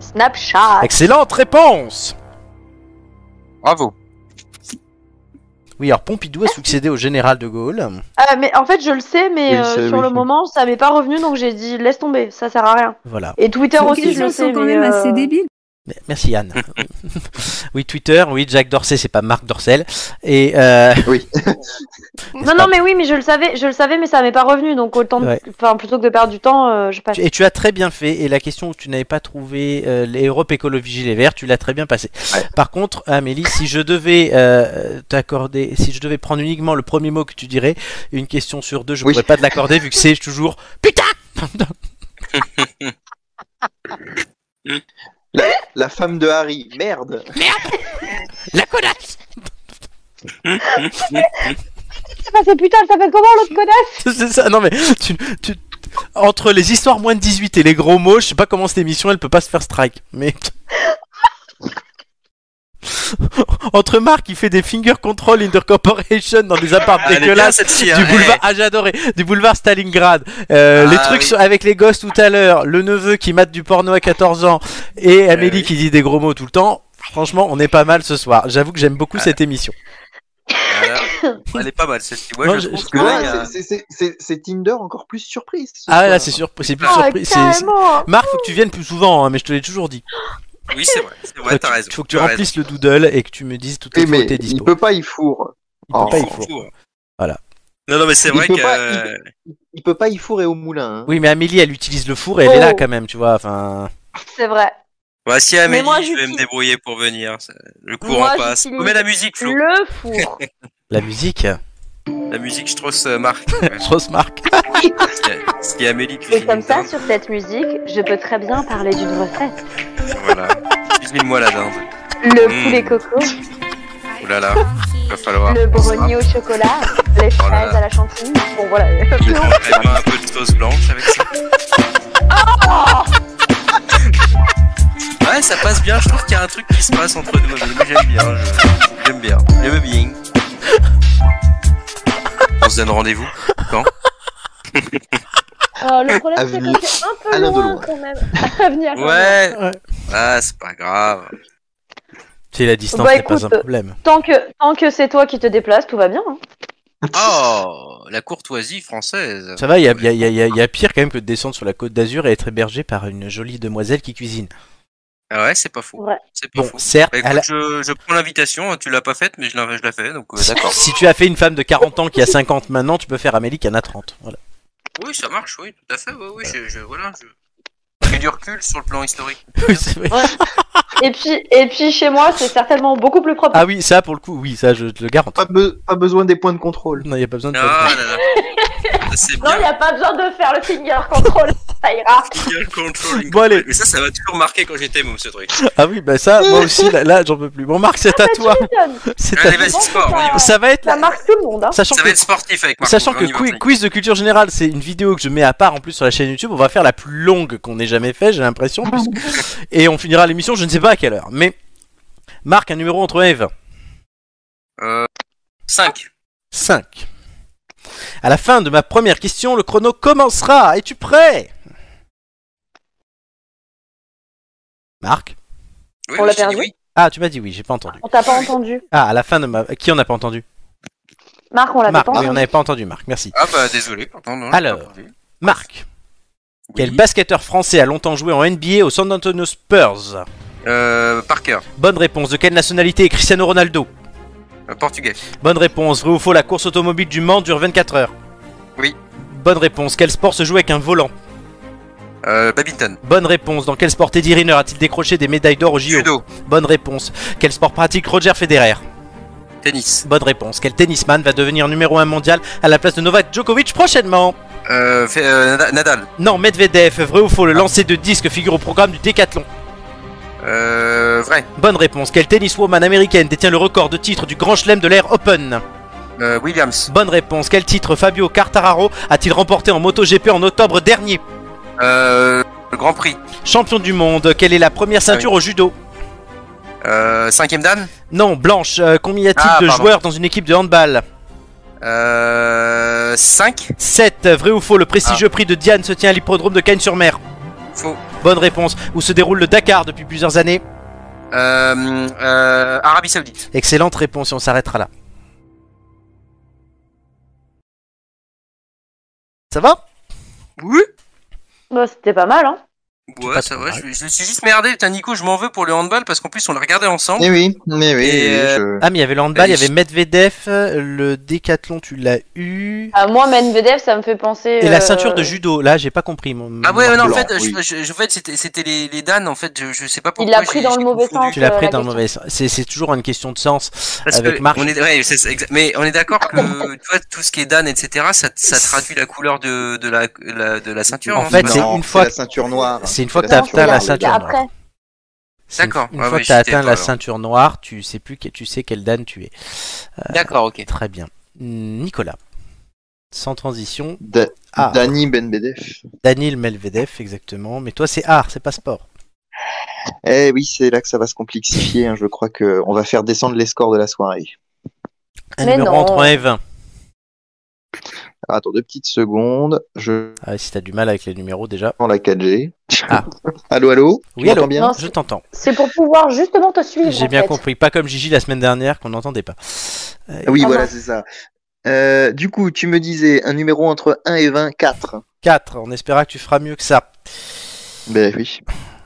Snapchat.
Excellente réponse
Bravo.
Oui, alors Pompidou a succédé au général de Gaulle.
Ah, mais en fait, je le sais, mais
Oui,
euh,
c'est-
sur
oui,
le
c'est-
moment, ça m'est pas revenu, donc j'ai dit laisse tomber, ça sert à rien.
Voilà.
Et Twitter
Donc,
aussi,
les
je le
gens
sais.
sont quand
mais,
même
euh,
assez débiles.
Merci Anne. oui, Twitter, oui, Jack Dorsey, c'est pas Marc Dorcel. Et euh,
Oui.
Non, non, mais oui, mais je le savais, je le savais, mais ça m'est pas revenu, donc autant, de-
Ouais.
enfin, plutôt que de perdre du temps, euh, je passe.
et tu as très bien fait. Et la question où tu n'avais pas trouvé euh, les Europe Écologie Les Verts, tu l'as très bien passée.
Ouais.
Par contre, Amélie, si je devais euh, t'accorder, si je devais prendre uniquement le premier mot que tu dirais, une question sur deux, je
Oui.
pourrais pas te l'accorder vu que c'est toujours putain.
La, la femme de Harry, merde.
La connasse
C'est passé putain, elle s'appelle comment l'autre connasse
C'est ça, non mais tu, tu- entre les histoires moins de 18 et les gros mots, je sais pas comment cette émission elle peut pas se faire strike. Mais entre Marc qui fait des finger control in the corporation dans des apparts
Elle est bien,
dégueulasses
celle-ci, hein,
du boulevard,
eh.
ah j'adorais, du boulevard Stalingrad, euh,
Ah,
les trucs
oui.
sur- avec les gosses tout à l'heure, le neveu qui mate du porno à 14 ans et
Eh
Amélie qui dit des gros mots tout le temps. Franchement, on est pas mal ce soir. J'avoue que j'aime beaucoup
Ah.
cette émission.
Voilà. Elle est pas mal celle-ci. Ouais,
Non,
je
je-
trouve
je-
que euh,
ouais,
là, il y
Ah,
a-
c'est- c'est- c'est c'est Tinder encore plus surprise. ce
Ah là,
soir.
c'est sûr, c'est plus
Ah,
Oh,
surpris. c'est- c'est-
hein.
carrément.
Marc, faut que tu viennes plus souvent, hein, mais je te l'ai toujours dit.
Oui, c'est vrai, c'est vrai,
Faut-
t'as raison.
Faut que tu
t'as
remplisses le doodle et que tu me dises toutes les
Eh,
fois où
mais
t'es
il
dispo.
peut pas, il fourre.
Il peut
Oh.
pas, il
raison.
faut.
Fou, hein.
Voilà.
Non, non, mais c'est
Il
vrai
peut
que.
pas-
euh,
Il peut pas, il fourre et au moulin. hein.
Oui, mais Amélie, elle utilise le four et elle est
Oh.
là quand même, tu vois. Enfin,
C'est vrai.
Bah, si Amélie,
moi,
je vais me
j'utilise-
débrouiller pour venir. ça- Le courant
Moi,
passe.
j'utilise
On met la musique, Flo.
Le four.
la musique,
La musique Strauss euh, Marc.
Strauss Marc.
Parce qu'il y a- parce qu'il y a Amélie
Et
cuisine.
comme
une
ça,
dinde.
sur cette musique, je peux très bien parler d'une recette.
Voilà. Cuisine-moi la dinde.
Le
Mm.
poulet coco,
Ouh là là. Va falloir.
le brownie au chocolat, les fraises à la chantilly. Bon voilà.
Je mettrai bien un peu de sauce blanche avec ça. Ouais, ça passe bien. Je trouve qu'il y a un truc qui se passe entre nous. Amélie. J'aime bien. je- J'aime bien. J'aime bien. On se donne rendez-vous quand
Euh, le problème c'est
Avenue
que c'est un peu
Alain
loin,
Delon.
quand même. Avenue Alain
Ouais.
Delon.
Ah, c'est pas grave.
C'est la distance
Bah,
n'est pas
écoute,
un problème.
Tant que, tant que c'est toi qui te déplaces, tout va bien. hein.
Oh, la courtoisie française.
Ça va, il y a, y a- y a- y a- y a pire quand même que de descendre sur la côte d'Azur et être hébergé par une jolie demoiselle qui cuisine.
Ah ouais, c'est pas fou.
Ouais.
C'est pas
Bon,
fou.
certes,
Bah, écoute,
elle a-
je, je prends l'invitation. hein, Tu l'as pas faite, mais je la, je la fais. Donc euh,
si,
d'accord.
si tu as fait une femme de 40 ans qui a 50 maintenant, tu peux faire Amélie qui en a 30. Voilà.
Oui, ça marche. Oui, tout à fait. Oui, oui. Je, je- voilà. Je... J'ai du recul sur le plan historique.
Oui, c'est vrai.
Et puis, et puis chez moi, c'est certainement beaucoup plus propre.
Ah oui, ça pour le coup, oui, ça je te le garantis.
Pas, be- pas besoin des points de contrôle.
Non, il n'y a pas besoin de.
Ah là là. Ça, C'est
non, il
bien.
n'y a pas besoin de faire le finger control, ça ira.
bien controlling.
Bon, allez.
Mais ça, ça m'a toujours marqué quand j'étais môme, ce truc.
Ah oui, bah ça, moi aussi, là, là, j'en peux plus. Bon, Marc, c'est à toi. C'est à
Allez, vas-y, sport. on y va.
Ça va être
Ah Ça
la-
marque tout le monde. Hein.
Sachant
Ça
que,
va être sportif avec moi.
sachant que qui- quiz de culture générale, c'est une vidéo que je mets à part en plus sur la chaîne YouTube. On va faire la plus longue qu'on ait jamais fait, j'ai l'impression.
Ah
puisque- Et on finira l'émission, je ne sais pas à quelle heure. Mais Marc, un numéro entre 1 et 20.
Euh, 5.
5. À la fin de ma première question, le chrono commencera. Es-tu prêt Marc
Oui,
On l'a
oui, j'ai dit
perdu
oui.
Ah, tu m'as dit oui, j'ai pas entendu.
On t'a pas entendu.
Ah, à la fin de ma. Qui on n'a pas entendu
Marc, on l'avait
Marc,
pas
oui,
entendu.
on n'avait pas entendu Marc, merci.
Ah bah désolé. Pardon, non, j'ai
Alors.
pas entendu.
Marc, quel
Oui.
basketteur français a longtemps joué en NBA au San Antonio Spurs
Euh, Parker,
Bonne réponse. De quelle nationalité est Cristiano Ronaldo
euh, portugais.
Bonne réponse. Vrai ou faux, la course automobile du Mans dure 24 heures
Oui.
Bonne réponse. Quel sport se joue avec un volant
Euh, Babington.
Bonne réponse. Dans quel sport Teddy Riner a-t-il décroché des médailles d'or au JO
Judo.
Bonne réponse. Quel sport pratique Roger Federer
Tennis.
Bonne réponse. Quel tennisman va devenir numéro 1 mondial à la place de Novak Djokovic prochainement
Euh, fait- euh, Nada- Nadal.
Non, Medvedev. Vrai ou faux, le lancer de disque figure au programme du décathlon
Euh, vrai.
Bonne réponse. Quelle tenniswoman américaine détient le record de titre du Grand Chelem de l'ère Open
Euh, Williams.
Bonne réponse. Quel titre Fabio Cartararo a-t-il remporté en MotoGP en octobre dernier
Euh, le Grand Prix.
Champion du monde, quelle est la première
Ah
ceinture au judo
Euh, cinquième Dan.
Non, blanche. Euh, combien y a-t-il
Ah,
de
pardon.
joueurs dans une équipe de handball
Euh, 5.
7. Vrai ou faux, le prestigieux
Ah.
prix de Diane se tient à l'hippodrome de Cagnes-sur-Mer
Faux.
Bonne réponse. Où se déroule le Dakar depuis plusieurs années
Euh, euh, Arabie Saoudite.
Excellente réponse et on s'arrêtera là. Ça va
Oui.
Bon, Bah, c'était pas mal, hein.
Ouais, ça va, je, je suis juste merdé. Putain, Nico, je m'en veux pour le handball parce qu'en plus, on l'a regardé ensemble.
Eh oui, mais oui.
Et, euh,
Ah, mais il y avait le handball, il y
Et
avait
je-
Medvedev, euh, le décathlon, tu l'as eu.
Ah, moi, Medvedev, ça me fait penser.
Et la
euh,
ceinture de judo, là, j'ai pas compris. Mon...
Ah ouais,
mon
ouais, non, en
blanc,
fait,
oui.
je, je- je- en fait c'était, c'était les, les Danes, en fait, je, je sais pas
Il
pourquoi.
l'a pris
j'ai-
dans le
j'ai
mauvais
confondu.
sens.
Tu l'as
euh,
pris
la
dans le
question.
mauvais sens. C'est c'est toujours une question de sens
Parce
avec
que
Marc.
on est, ouais, c'est- c'est exact. mais on est d'accord que tu vois, tout ce qui est Dan, etc., ça, ça traduit la couleur de, de, la, la- de la ceinture.
En
hein,
fait,
pas-
c'est une fois
la
que-
ceinture noire.
C'est une fois
C'est
que
la
t'as
ceinture
atteint la
noire, le
Ah.
ceinture
gars.
noire. C'est une-
D'accord.
Une
Ouais,
fois
ouais,
que t'as
j'étais hein.
atteint
pas
la
alors.
ceinture noire, tu sais plus que tu sais quel Dan tu es.
D'accord, ok.
Très bien. Nicolas. Sans transition.
Da-
Ah.
Dani Benbedef.
Daniel Melvedev, exactement. Mais toi, c'est art, c'est pas sport.
Eh oui, c'est là que ça va se complexifier. hein. Je crois que on va faire descendre les scores de la soirée.
Un
Mais
numéro
non.
entre 1 et 20.
Alors, Ah, attends deux petites secondes. Je.
Ah, si t'as du mal avec les numéros déjà.
Dans la 4G. allô, allô. Tu
Ah. Oui, allô,
m'entends bien
je t'entends.
C'est pour pouvoir justement te suivre.
J'ai
en
bien
fait.
compris. Pas comme Gigi la semaine dernière qu'on n'entendait pas. Euh,
Ah Oui, voilà, c'est ça. Euh, du coup, tu me disais un numéro entre 1 et 20, 4.
4. On espéra que tu feras mieux que ça.
Ben oui.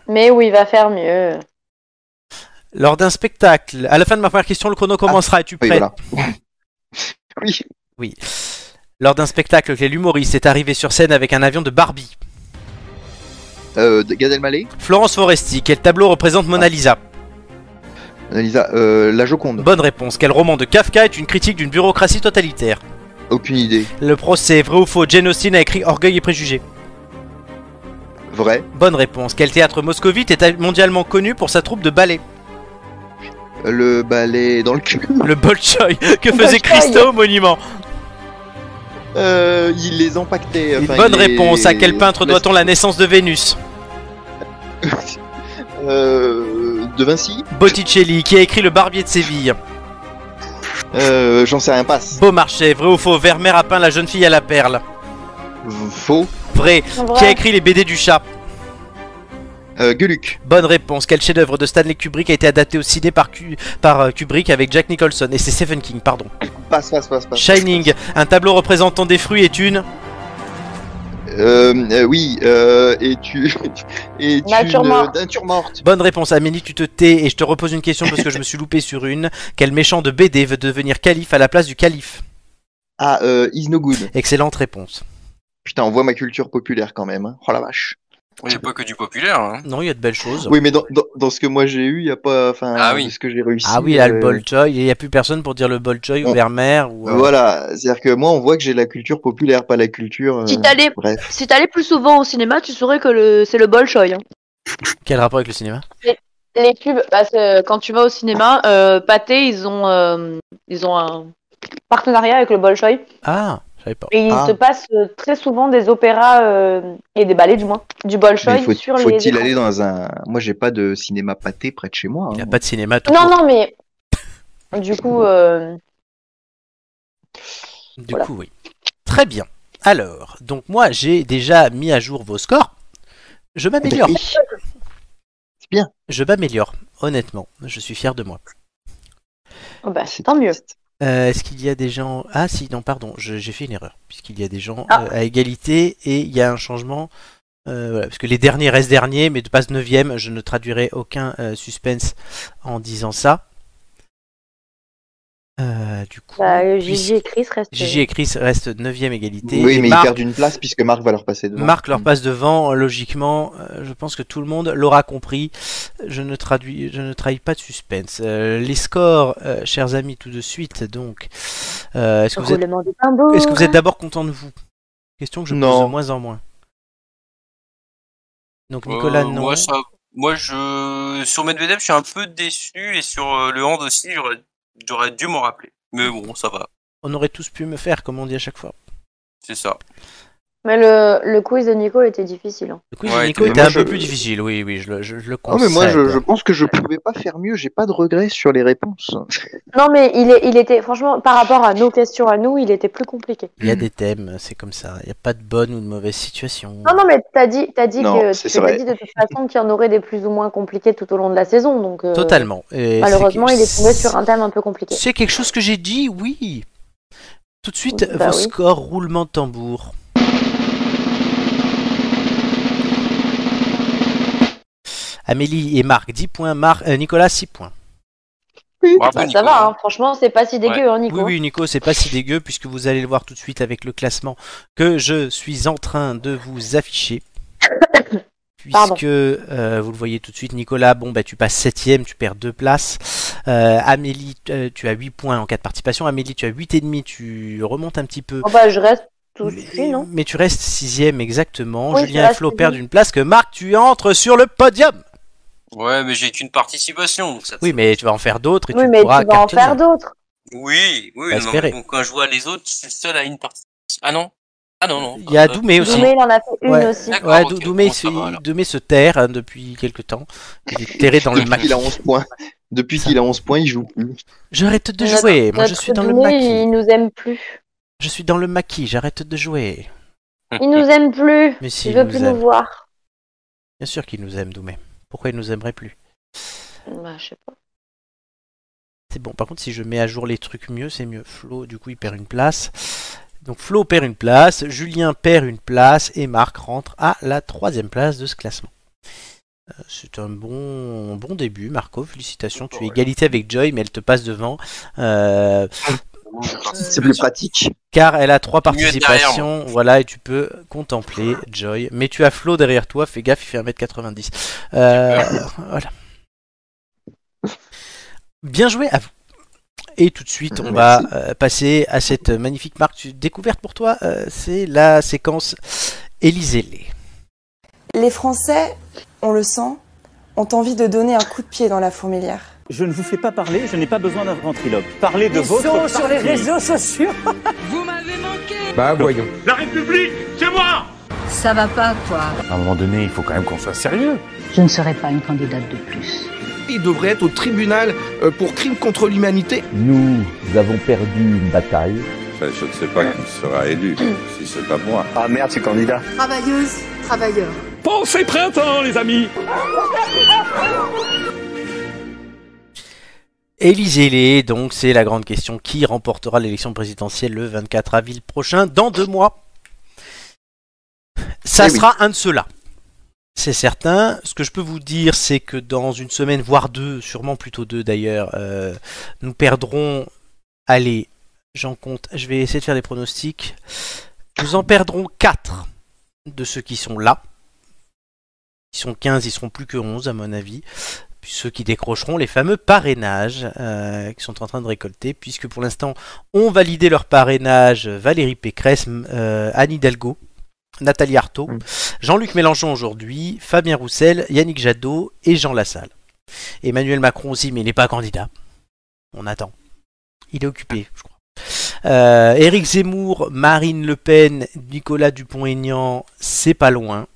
Mais où il va faire mieux.
Lors d'un spectacle, à la fin de ma première question, le
Ah,
chrono commencera. Es-tu prêt
Oui.
Oui. Lors d'un spectacle, que l'humoriste est arrivé sur scène avec un avion de Barbie.
Euh, de Gad Elmaleh
Florence Foresti, quel tableau représente Mona Lisa
Ah. Mona Lisa, euh, La Joconde.
Bonne réponse. Quel roman de Kafka est une critique d'une bureaucratie totalitaire
Aucune idée.
Le procès, vrai ou faux, Jane Austen a écrit Orgueil et préjugés.
Vrai.
Bonne réponse. Quel théâtre moscovite est mondialement connu pour sa troupe de ballet
Le balai dans le cul.
Le Bolchoï. Que faisait
Ah. Bolchoï.
Christo au monument
Euh, il les empaquetait. enfin,
Bonne
il les-
réponse. À quel peintre doit-on la naissance de Vénus
Euh, de Vinci
Botticelli, qui a écrit Le Barbier de Séville.
Euh, j'en sais rien, passe.
Beaumarchais, vrai ou faux, Vermeer a peint la jeune fille à la perle.
Faux.
Vrai.
Vrai.
Qui a écrit les BD du chat
Euh, Gueluc.
Bonne réponse. Quel chef-d'œuvre de Stanley Kubrick a été adapté au ciné par, Cu- par euh, Kubrick avec Jack Nicholson Et c'est Stephen King, pardon.
Passe, passe, passe, passe.
Shining, un tableau représentant des fruits est une.
Euh, euh, oui, euh, et tu. Et tu.
Nature
ne-
morte.
Nature morte.
Bonne réponse, Amélie, tu te tais et je te repose une question parce que je me suis loupé sur une. Quel méchant de BD veut devenir calife à la place du calife
Ah, euh, is no good.
Excellente réponse.
Putain, on voit ma culture populaire quand même. hein. Oh la vache.
Il n'y a pas que du populaire. Hein.
Non, il y a de belles choses.
Oui, mais dans, dans, dans ce que moi j'ai eu, il y a pas. Enfin,
Ah oui.
de ce que j'ai réussi.
Ah oui, là,
euh,
le Bolchoï, il n'y a plus personne pour dire le Bolchoï
Bon.
ou Vermeer ou. euh,
Voilà, c'est-à-dire que moi on voit que j'ai la culture populaire, pas la culture. euh,
Si t'allais
Bref.
si t'allais plus souvent au cinéma, tu saurais que le... c'est le Bolshoi. hein.
Quel rapport avec le cinéma
Les pubs, parce que quand tu vas au cinéma, euh, Pathé, ils ont, euh, ils ont un
Partenariat avec le Bolshoi.
Ah, je savais pas.
Et il se passe euh, très souvent des opéras euh, et des ballets, du moins, du Bolshoi
Mais faut-
sur les.
faut-il
écrans.
aller dans un. Moi j'ai pas de cinéma pâté près de chez moi. hein. Il
n'y a pas de cinéma tout
Non, non, mais. Du coup. euh,
Du coup, oui. Très bien. Alors, donc moi, j'ai déjà mis à jour vos scores. Je
Eh
m'améliore.
ben,
C'est bien.
Je m'améliore, honnêtement. Je suis fier de moi.
oh bah, tant mieux.
Euh, Est-ce qu'il y a des gens... Ah si, non, pardon, je- j'ai fait une erreur. Puisqu'il y a des gens
Ah.
euh, à égalité et il y a un changement. Euh, voilà, parce que les derniers restent derniers, mais de passe 9 je ne traduirai aucun euh, suspense en disant ça. Euh, du coup,
Bah, euh,
puisque-
Gigi et Chris restent.
Gigi et Chris restent 9 égalité.
Oui,
et
mais ils
Marc-
perdent une place puisque Marc va leur passer devant.
Marc leur
Mm.
passe devant, logiquement, euh, je pense que tout le monde l'aura compris. Je ne traduis, je ne trahis pas de suspense. Euh, les scores, euh, chers amis, tout de suite, donc. euh, Est-ce que, vous êtes-
Roulement de tambour.
est-ce que vous êtes d'abord content de vous Question que je
Non.
pose de moins en moins. Donc Nicolas,
Euh,
non.
Moi, ça- moi, je sur Medvedev, je suis un peu déçu et sur euh, le hand aussi, j'aurais- j'aurais dû m'en rappeler. Mais bon, ça va,
On aurait tous pu me faire, comme on dit à chaque fois.
c'est ça.
Mais le, le quiz de Nico était difficile. hein.
Le quiz
Ouais,
de Nico
mais
était
moi,
un peu
je-
plus difficile, oui, oui, je le, je- je le
Ah,
Non, mais
concède.
moi je, je pense que je pouvais pas faire mieux, j'ai pas de regrets sur les réponses.
Non, mais il, est, il était, franchement, par rapport à nos questions à nous, il était plus compliqué.
Il y a des thèmes, c'est comme ça. Il n'y a pas de bonne ou de mauvaise situation.
Non, non, mais t'as dit, t'as dit
Non,
que
c'est
tu
vrai.
as dit de toute façon qu'il y en aurait des plus ou moins compliqués tout au long de la saison. Donc, euh,
Totalement. Et
Malheureusement,
c'est-
il est tombé sur un thème un peu compliqué.
C'est quelque chose que j'ai dit, oui. Tout de suite,
Oui, bah
vos
oui.
scores roulement de tambour. Amélie et Marc 10 points, Mar- euh, Nicolas 6 points. Bravo,
Bah,
Ah, Nico.
ça va, hein. franchement, c'est pas si dégueu,
Ouais.
hein, Nico.
Oui, oui, Nico, c'est pas si dégueu puisque vous allez le voir tout de suite avec le classement que je suis en train de vous afficher.
Pardon.
Puisque euh, vous le voyez tout de suite, Nicolas, bon, bah, tu passes septième, tu perds deux places. Euh, Amélie, t- euh, tu as 8 points en cas de participation. Amélie, tu as 8,5, tu remontes un petit peu.
Oh, bah, je reste tout de suite, non
Mais tu restes sixième exactement.
Oui, je
Julien et
reste
Flo
sixième.
perdent une place que Marc, tu entres sur le podium.
Ouais, mais j'ai qu'une participation. donc ça-
Oui, mais tu vas en faire d'autres et
Oui,
tu
mais tu vas
pourras
en
cartonner.
faire d'autres.
Oui, oui,
Bah,
non,
espérer.
mais bon, quand je vois les autres, je suis le seul à une participation. Ah non Ah non, non.
Il y a
Euh,
Doumé aussi.
Doumé, il en a fait une
Ouais.
aussi.
Ouais, Dou- Doumé, se, Doumé se terre hein, depuis quelque temps. Il est terré dans le maquis.
Il a 11 points. Depuis qu'il a 11 points, il joue plus.
J'arrête de
Notre-
jouer. Moi, je
notre
suis dans le
Doumé,
maquis.
Il nous aime plus.
Je suis dans le maquis. J'arrête de jouer.
Il nous aime plus.
Mais si,
il veut
il
plus
nous
nous
aime.
voir.
Bien sûr qu'il nous aime, Doumé. Pourquoi il nous aimerait plus
Bah, je sais pas.
C'est bon. Par contre, si je mets à jour les trucs mieux, c'est mieux. Flo, du coup, il perd une place. Donc Flo perd une place, Julien perd une place et Marc rentre à la troisième place de ce classement. Euh, C'est un bon, bon début, Marco. Félicitations. Tu es égalité avec Joy, mais elle te passe devant. Euh,
C'est plus pratique.
car elle a trois
Mieux derrière,
participations, voilà, et tu peux contempler Joy. Mais tu as Flo derrière toi, fais gaffe, il fait 1m90. Euh, voilà. Bien joué à vous. Et tout de suite, on va euh, passer à cette magnifique marque découverte pour toi, euh, c'est la séquence Élisez-les.
Les Français, on le sent, ont envie de donner un coup de pied dans la fourmilière.
Je ne vous fais pas parler, je n'ai pas besoin d'un ventriloque. Parlez de
Ils
votre
sont sur les
parti.
réseaux
sociaux.
Vous m'avez manqué
Bah voyons.
La République, c'est moi
Ça va pas, quoi.
À un moment donné, il faut quand même qu'on soit sérieux.
Je ne serai pas une candidate de plus.
Il devrait être au tribunal euh, pour crime contre l'humanité.
Nous avons perdu une bataille.
je ne sais pas qui sera élu, si c'est pas moi. Ah merde, c'est candidat.
Travailleuse, travailleur.
Pensez printemps, les amis
Élisez-les, donc c'est la grande question. Qui remportera l'élection présidentielle le 24 avril prochain, dans deux mois Ça
Eh oui.
sera un de ceux-là. C'est certain. Ce que je peux vous dire, c'est que dans une semaine, voire deux, sûrement plutôt deux d'ailleurs, euh, nous perdrons. Allez, j'en compte. Je vais essayer de faire des pronostics. Nous en perdrons quatre de ceux qui sont là. Ils sont 15, ils seront plus que 11 à mon avis. Puis ceux qui décrocheront les fameux parrainages euh, qui sont en train de récolter, puisque pour l'instant ont validé leur parrainage Valérie Pécresse, m- euh, Anne Hidalgo, Nathalie Arthaud, Jean-Luc Mélenchon aujourd'hui, Fabien Roussel, Yannick Jadot et Jean Lassalle. Emmanuel Macron aussi, mais il n'est pas candidat. On attend. Il est occupé, je crois. Euh, Éric Zemmour, Marine Le Pen, Nicolas Dupont-Aignan, c'est pas loin.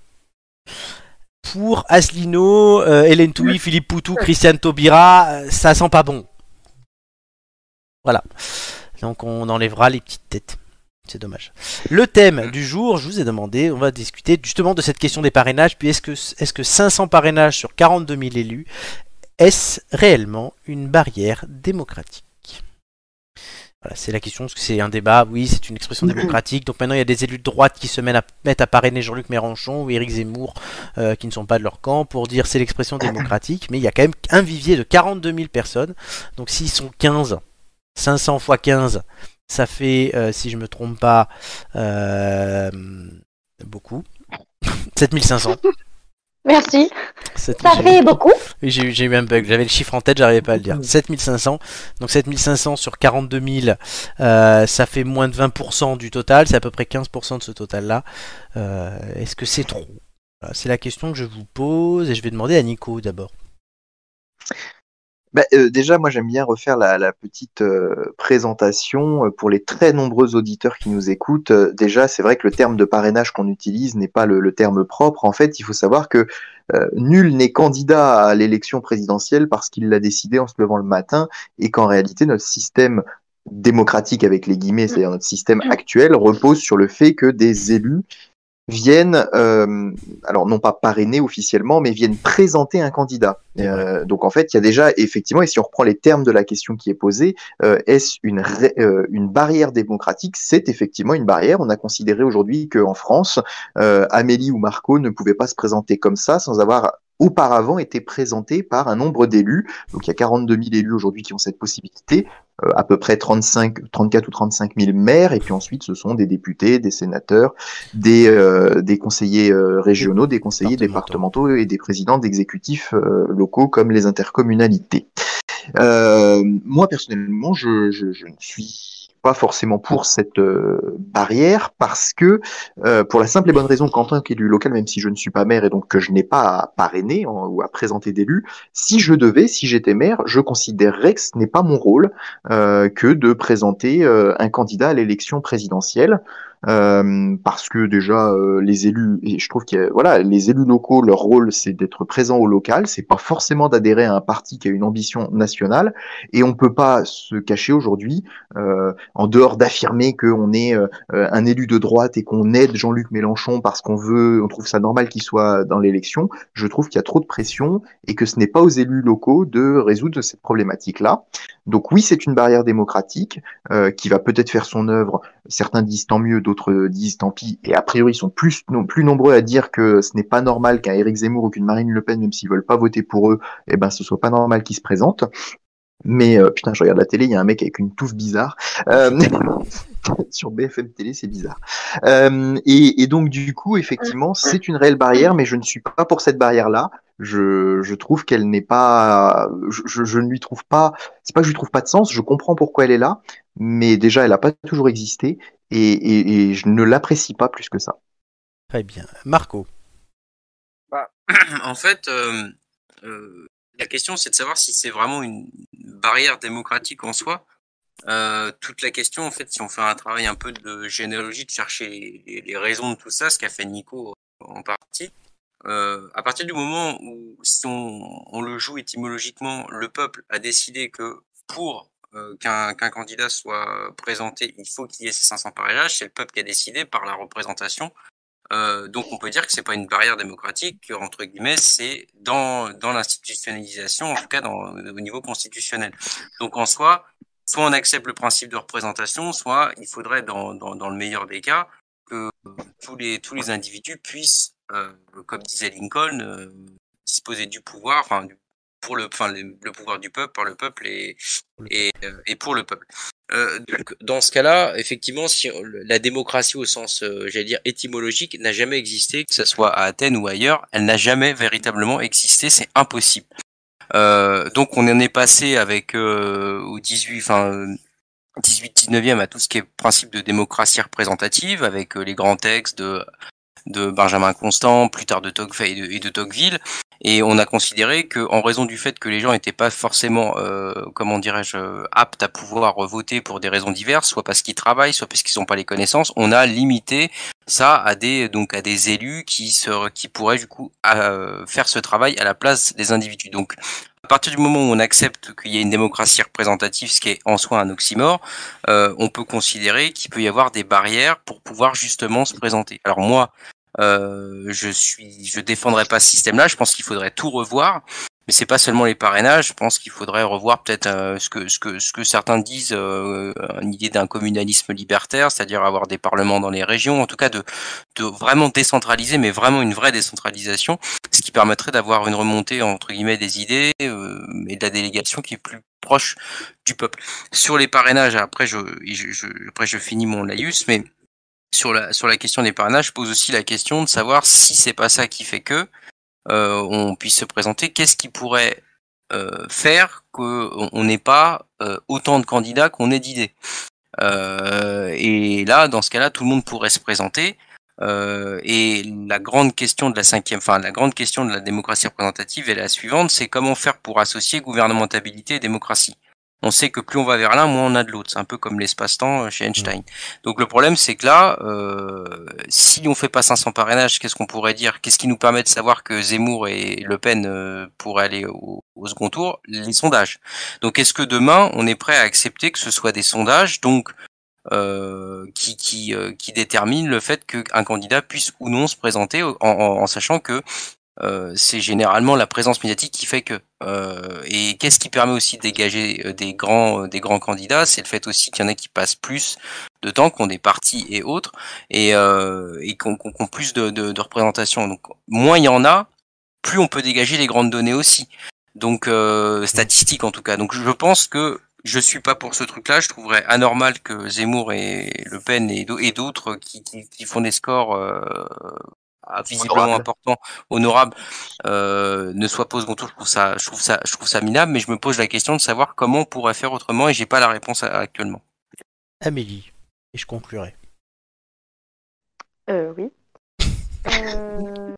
Pour Asselineau, euh, Hélène Touy, Philippe Poutou, Christiane Taubira, euh, ça sent pas bon. Voilà. Donc on enlèvera les petites têtes. C'est dommage. Le thème du jour, je vous ai demandé, on va discuter justement de cette question des parrainages. Puis est-ce que, est que 500 parrainages sur 42 000 élus, est-ce réellement une barrière démocratique voilà, c'est la question, parce que c'est un débat, oui, c'est une expression démocratique. Donc maintenant, il y a des élus de droite qui se mènent à, mettent à parrainer Jean-Luc Mélenchon ou Éric Zemmour, euh, qui ne sont pas de leur camp, pour dire c'est l'expression démocratique. Mais il y a quand même un vivier de 42 000 personnes. Donc s'ils sont 15, 500 fois 15, ça fait, euh, si je me trompe pas, euh, beaucoup. 7500.
Merci.
Sept-
Ça
j'ai-
fait beaucoup.
Oui, j'ai eu, j'ai eu un bug. J'avais le chiffre en tête, j'arrivais pas à le dire. 7500. Donc 7500 sur 42 000, euh, ça fait moins de 20% du total. C'est à peu près 15% de ce total-là. Euh, Est-ce que c'est trop Voilà, C'est la question que je vous pose et je vais demander à Nico d'abord.
Bah, euh, déjà, moi j'aime bien refaire la, la petite euh, présentation euh, pour les très nombreux auditeurs qui nous écoutent. Euh, déjà, c'est vrai que le terme de parrainage qu'on utilise n'est pas le, le terme propre. En fait, il faut savoir que euh, nul n'est candidat à l'élection présidentielle parce qu'il l'a décidé en se levant le matin et qu'en réalité, notre système démocratique avec les guillemets, c'est-à-dire notre système actuel, repose sur le fait que des élus viennent, euh, alors non pas parrainer officiellement, mais viennent présenter un candidat. Euh, donc en fait, il y a déjà effectivement, et si on reprend les termes de la question qui est posée, euh, est-ce une, ré- euh, une barrière démocratique C'est effectivement une barrière. On a considéré aujourd'hui qu'en France, euh, Amélie ou Marco ne pouvaient pas se présenter comme ça sans avoir auparavant été présenté par un nombre d'élus. Donc il y a 42 000 élus aujourd'hui qui ont cette possibilité, euh, à peu près 35, 34 ou 35 000 maires, et puis ensuite ce sont des députés, des sénateurs, des, euh, des conseillers euh, régionaux, des conseillers départementaux et des présidents d'exécutifs euh, locaux comme les intercommunalités. Euh, moi personnellement, je, je, je ne suis pas forcément pour cette euh, barrière parce que euh, pour la simple et bonne raison qu'en tant qu'élu local, même si je ne suis pas maire et donc que je n'ai pas à parrainer en- ou à présenter d'élus, si je devais, si j'étais maire, je considérerais que ce n'est pas mon rôle euh, que de présenter euh, un candidat à l'élection présidentielle. Euh, parce que déjà euh, les élus et je trouve que euh, voilà les élus locaux leur rôle c'est d'être présent au local c'est pas forcément d'adhérer à un parti qui a une ambition nationale et on peut pas se cacher aujourd'hui euh, en dehors d'affirmer qu'on est euh, euh, un élu de droite et qu'on aide Jean-Luc Mélenchon parce qu'on veut on trouve ça normal qu'il soit dans l'élection je trouve qu'il y a trop de pression et que ce n'est pas aux élus locaux de résoudre cette problématique là donc oui, c'est une barrière démocratique euh, qui va peut-être faire son œuvre. Certains disent tant mieux, d'autres disent tant pis. Et a priori, ils sont plus, non, plus nombreux à dire que ce n'est pas normal qu'un Éric Zemmour ou qu'une Marine Le Pen, même s'ils veulent pas voter pour eux, eh ben ce soit pas normal qu'ils se présentent. Mais euh, putain, je regarde la télé, il y a un mec avec une touffe bizarre. Euh, sur BFM Télé, c'est bizarre. Euh, et, et donc du coup, effectivement, c'est une réelle barrière, mais je ne suis pas pour cette barrière-là. Je, je trouve qu'elle n'est pas, je, je- je ne lui trouve pas. C'est pas que je lui trouve pas de sens. Je comprends pourquoi elle est là, mais déjà, elle n'a pas toujours existé, et, et- et je ne l'apprécie pas plus que ça.
Très bien. Marco.
en fait, euh, euh, la question c'est de savoir si c'est vraiment une barrière démocratique en soi. Euh, toute la question, en fait, si on fait un travail un peu de généalogie, de chercher les, les raisons de tout ça, ce qu'a fait Nico en partie, euh, à partir du moment où, si on, on le joue étymologiquement, le peuple a décidé que pour euh, qu'un qu'un candidat soit présenté, il faut qu'il y ait ces 500 parrainages, c'est le peuple qui a décidé par la représentation euh, donc on peut dire que c'est pas une barrière démocratique, que, entre guillemets, c'est dans, dans l'institutionnalisation, en tout cas dans, au niveau constitutionnel. Donc en soi, soit on accepte le principe de représentation, soit il faudrait, dans, dans, dans le meilleur des cas, que euh, tous les, tous les individus puissent, euh, comme disait Lincoln, euh, disposer du pouvoir, enfin, du- pour le, enfin, le, le pouvoir du peuple, par le peuple et, et, euh, et pour le peuple. Euh, donc, dans ce cas-là, effectivement, si on- le- la démocratie au sens, euh, j'allais dire, étymologique n'a jamais existé, que ce soit à Athènes ou ailleurs, elle n'a jamais véritablement existé, c'est impossible. Euh, donc, on en est passé avec euh, au 18, enfin, euh, 18-19e à tout ce qui est principe de démocratie représentative, avec euh, les grands textes de de Benjamin Constant, plus tard de Tocqueville et de, et de Tocqueville. Et on a considéré que, en raison du fait que les gens n'étaient pas forcément, euh, comment dirais-je, euh, aptes à pouvoir voter pour des raisons diverses, soit parce qu'ils travaillent, soit parce qu'ils n'ont pas les connaissances, on a limité ça à des donc à des élus qui se, qui pourraient du coup euh, faire ce travail à la place des individus. Donc à partir du moment où on accepte qu'il y ait une démocratie représentative, ce qui est en soi un oxymore, euh, on peut considérer qu'il peut y avoir des barrières pour pouvoir justement se présenter. Alors moi, euh, je suis, je défendrai pas ce système-là. Je pense qu'il faudrait tout revoir, mais c'est pas seulement les parrainages. Je pense qu'il faudrait revoir peut-être euh, ce que ce que ce que certains disent, euh, une idée d'un communalisme libertaire, c'est-à-dire avoir des parlements dans les régions, en tout cas de de vraiment décentraliser, mais vraiment une vraie décentralisation, ce qui permettrait d'avoir une remontée entre guillemets des idées euh, et de la délégation qui est plus proche du peuple. Sur les parrainages, après je, je, je après je finis mon laïus, mais sur la, sur la question des parrainages, je pose aussi la question de savoir si c'est pas ça qui fait que euh, on puisse se présenter, qu'est-ce qui pourrait euh, faire qu'on on n'ait pas euh, autant de candidats qu'on ait d'idées. Euh, et là, dans ce cas-là, tout le monde pourrait se présenter. Euh, et la grande question de la cinquième, enfin la grande question de la démocratie représentative est la suivante c'est comment faire pour associer gouvernementabilité et démocratie. On sait que plus on va vers l'un, moins on a de l'autre. C'est un peu comme l'espace-temps euh, chez Einstein. Donc le problème, c'est que là, euh, si on fait pas 500 parrainages, qu'est-ce qu'on pourrait dire Qu'est-ce qui nous permet de savoir que Zemmour et Le Pen euh, pourraient aller au, au second tour Les sondages. Donc est-ce que demain, on est prêt à accepter que ce soit des sondages, donc euh, qui qui, euh, qui détermine le fait qu'un candidat puisse ou non se présenter en, en- en sachant que euh, c'est généralement la présence médiatique qui fait que. Euh, et qu'est-ce qui permet aussi de dégager euh, des grands, euh, des grands candidats C'est le fait aussi qu'il y en a qui passent plus de temps, qu'on des partis et autres, et, euh, et qu'on qu'on- qu'on plus de, de, de représentation. Donc moins il y en a, plus on peut dégager les grandes données aussi. Donc euh, statistiques en tout cas. Donc je pense que je suis pas pour ce truc-là. Je trouverais anormal que Zemmour et Le Pen et d'au- et d'autres qui, qui, qui font des scores euh, ah, visiblement
Honorable.
importants, honorables, euh, ne soient pas au second tour. Je trouve ça, je trouve ça, je trouve ça minable. Mais je me pose la question de savoir comment on pourrait faire autrement et j'ai pas la réponse à- actuellement.
Amélie, et je conclurai.
Euh, oui. Euh,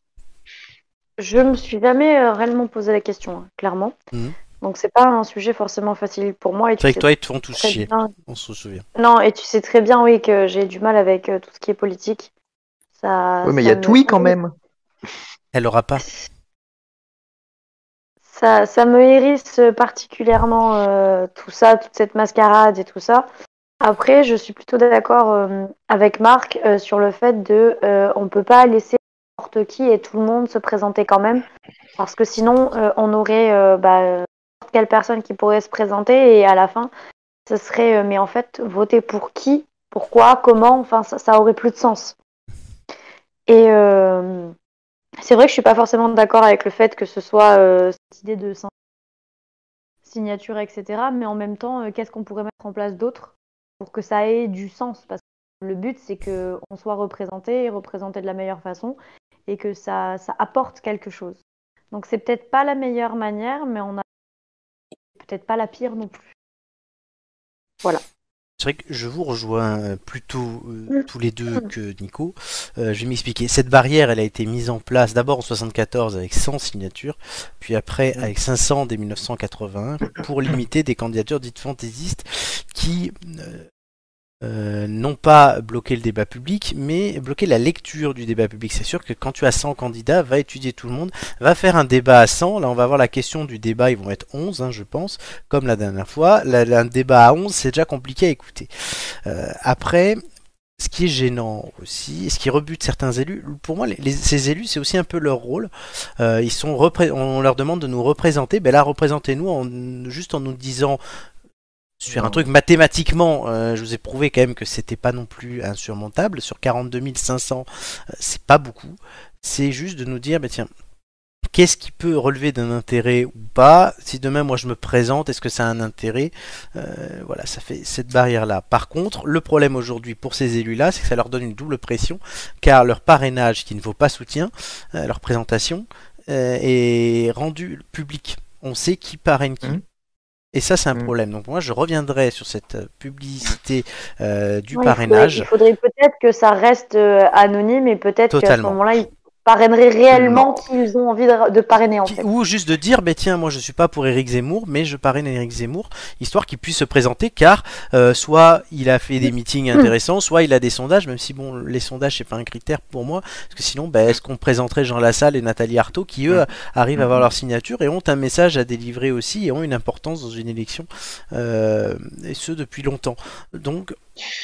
Je me suis jamais euh, réellement posé la question, hein, clairement.
Mhm.
Donc c'est pas un sujet forcément facile pour moi. et tu
C'est vrai que
sais
toi, ils te font tous
très
chier.
bien-
On se souvient.
Non, et tu sais très bien, oui, que j'ai du mal avec euh, tout ce qui est politique. Ça,
Oui, mais il
Ah, ça
y a
me-
Twi quand même.
Elle aura pas.
Ça, ça me hérisse particulièrement euh, tout ça, toute cette mascarade et tout ça. Après, je suis plutôt d'accord euh, avec Marc euh, sur le fait de euh, on peut pas laisser n'importe qui et tout le monde se présenter quand même, parce que sinon euh, on aurait euh, bah, n'importe quelle personne qui pourrait se présenter et à la fin ce serait euh, mais en fait voter pour qui, pourquoi, comment, enfin ça, ça aurait plus de sens. Et euh, c'est vrai que je suis pas forcément d'accord avec le fait que ce soit euh, cette idée de sin- signature, etc. Mais en même temps, euh, qu'est-ce qu'on pourrait mettre en place d'autre pour que ça ait du sens Parce que le but, c'est que on soit représenté et représenté de la meilleure façon et que ça, ça apporte quelque chose. Donc c'est peut-être pas la meilleure manière, mais on a peut-être pas la pire non plus. Voilà.
C'est vrai que je vous rejoins euh, plutôt euh, tous les deux que Nico. Euh, je vais m'expliquer. Cette barrière, elle a été mise en place d'abord en 74 avec 100 signatures, puis après avec 500 dès 1981 pour limiter des candidatures dites fantaisistes qui euh, euh, non pas bloquer le débat public, mais bloquer la lecture du débat public. C'est sûr que quand tu as 100 candidats, va étudier tout le monde, va faire un débat à 100. Là, on va avoir la question du débat, ils vont être 11, hein, je pense, comme la dernière fois. La- la- un débat à 11, c'est déjà compliqué à écouter. Euh, après, ce qui est gênant aussi, ce qui rebute certains élus, pour moi, les- les- ces élus, c'est aussi un peu leur rôle. Euh, ils sont repré- on leur demande de nous représenter, ben là, représentez-nous en- juste en nous disant sur un truc mathématiquement, euh, je vous ai prouvé quand même que c'était pas non plus insurmontable. Sur 42 500, euh, c'est pas beaucoup. C'est juste de nous dire, bah tiens, qu'est-ce qui peut relever d'un intérêt ou pas Si demain moi je me présente, est-ce que ça a un intérêt Euh, Voilà, ça fait cette barrière-là. Par contre, le problème aujourd'hui pour ces élus-là, c'est que ça leur donne une double pression, car leur parrainage qui ne vaut pas soutien, euh, leur présentation, euh, est rendu public. On sait qui parraine qui. Et ça, c'est un problème. Donc moi, je reviendrai sur cette euh, publicité euh, du
Ouais, il faudrait-
parrainage.
Il faudrait, peut-être que ça reste euh, anonyme et peut-être qu'à ce
Totalement.
moment-là, ils parraineraient réellement qu'ils ont envie de, de parrainer en fait.
Ou juste de dire, ben tiens, moi je suis pas pour Éric Zemmour, mais je parraine Éric Zemmour, histoire qu'il puisse se présenter, car euh, soit il a fait
Mm.
des meetings intéressants, soit il a des sondages, même si bon, les sondages c'est pas un critère pour moi, parce que sinon, ben, est-ce qu'on présenterait Jean Lassalle et Nathalie Arthaud, qui
Mm.
eux arrivent à avoir leur signature et ont un message à délivrer aussi et ont une importance dans une élection, euh, et ce depuis longtemps. Donc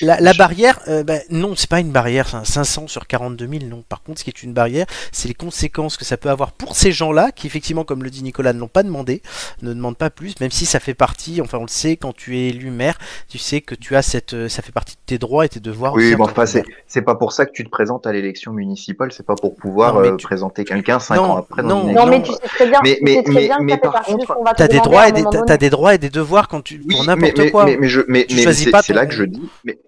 la, la barrière, euh, ben, non, c'est pas une barrière, c'est un 500 sur 42 000, non. Par contre, ce qui est une barrière, c'est les conséquences que ça peut avoir pour ces gens-là, qui effectivement, comme le dit Nicolas, ne l'ont pas demandé, ne demandent pas plus, même si ça fait partie, enfin on le sait, quand tu es élu maire, tu sais que tu as cette, euh, ça fait partie de tes droits et tes devoirs.
Oui,
aussi,
mais
en tant
enfin,
que
c'est
maire.
c'est pas pour ça que tu te présentes à l'élection municipale, c'est pas pour pouvoir
Non, mais
euh,
tu-
présenter quelqu'un cinq
Non,
ans après dans
non.
une
Non, euh,
élection.
mais tu sais très bien-
mais,
tu sais
mais-
très
mais-
bien que
mais
ça fait
par
partie de ce
contre,
qu'on va te T'as des demander à droits un et des- moment donné. t'as des droits et des devoirs quand tu- pour n'importe
mais-
quoi. Ah
Mais, mais je, mais,
Tu
mais
choisis
c'est-
pas
c'est
ton-
là que je dis. Mais,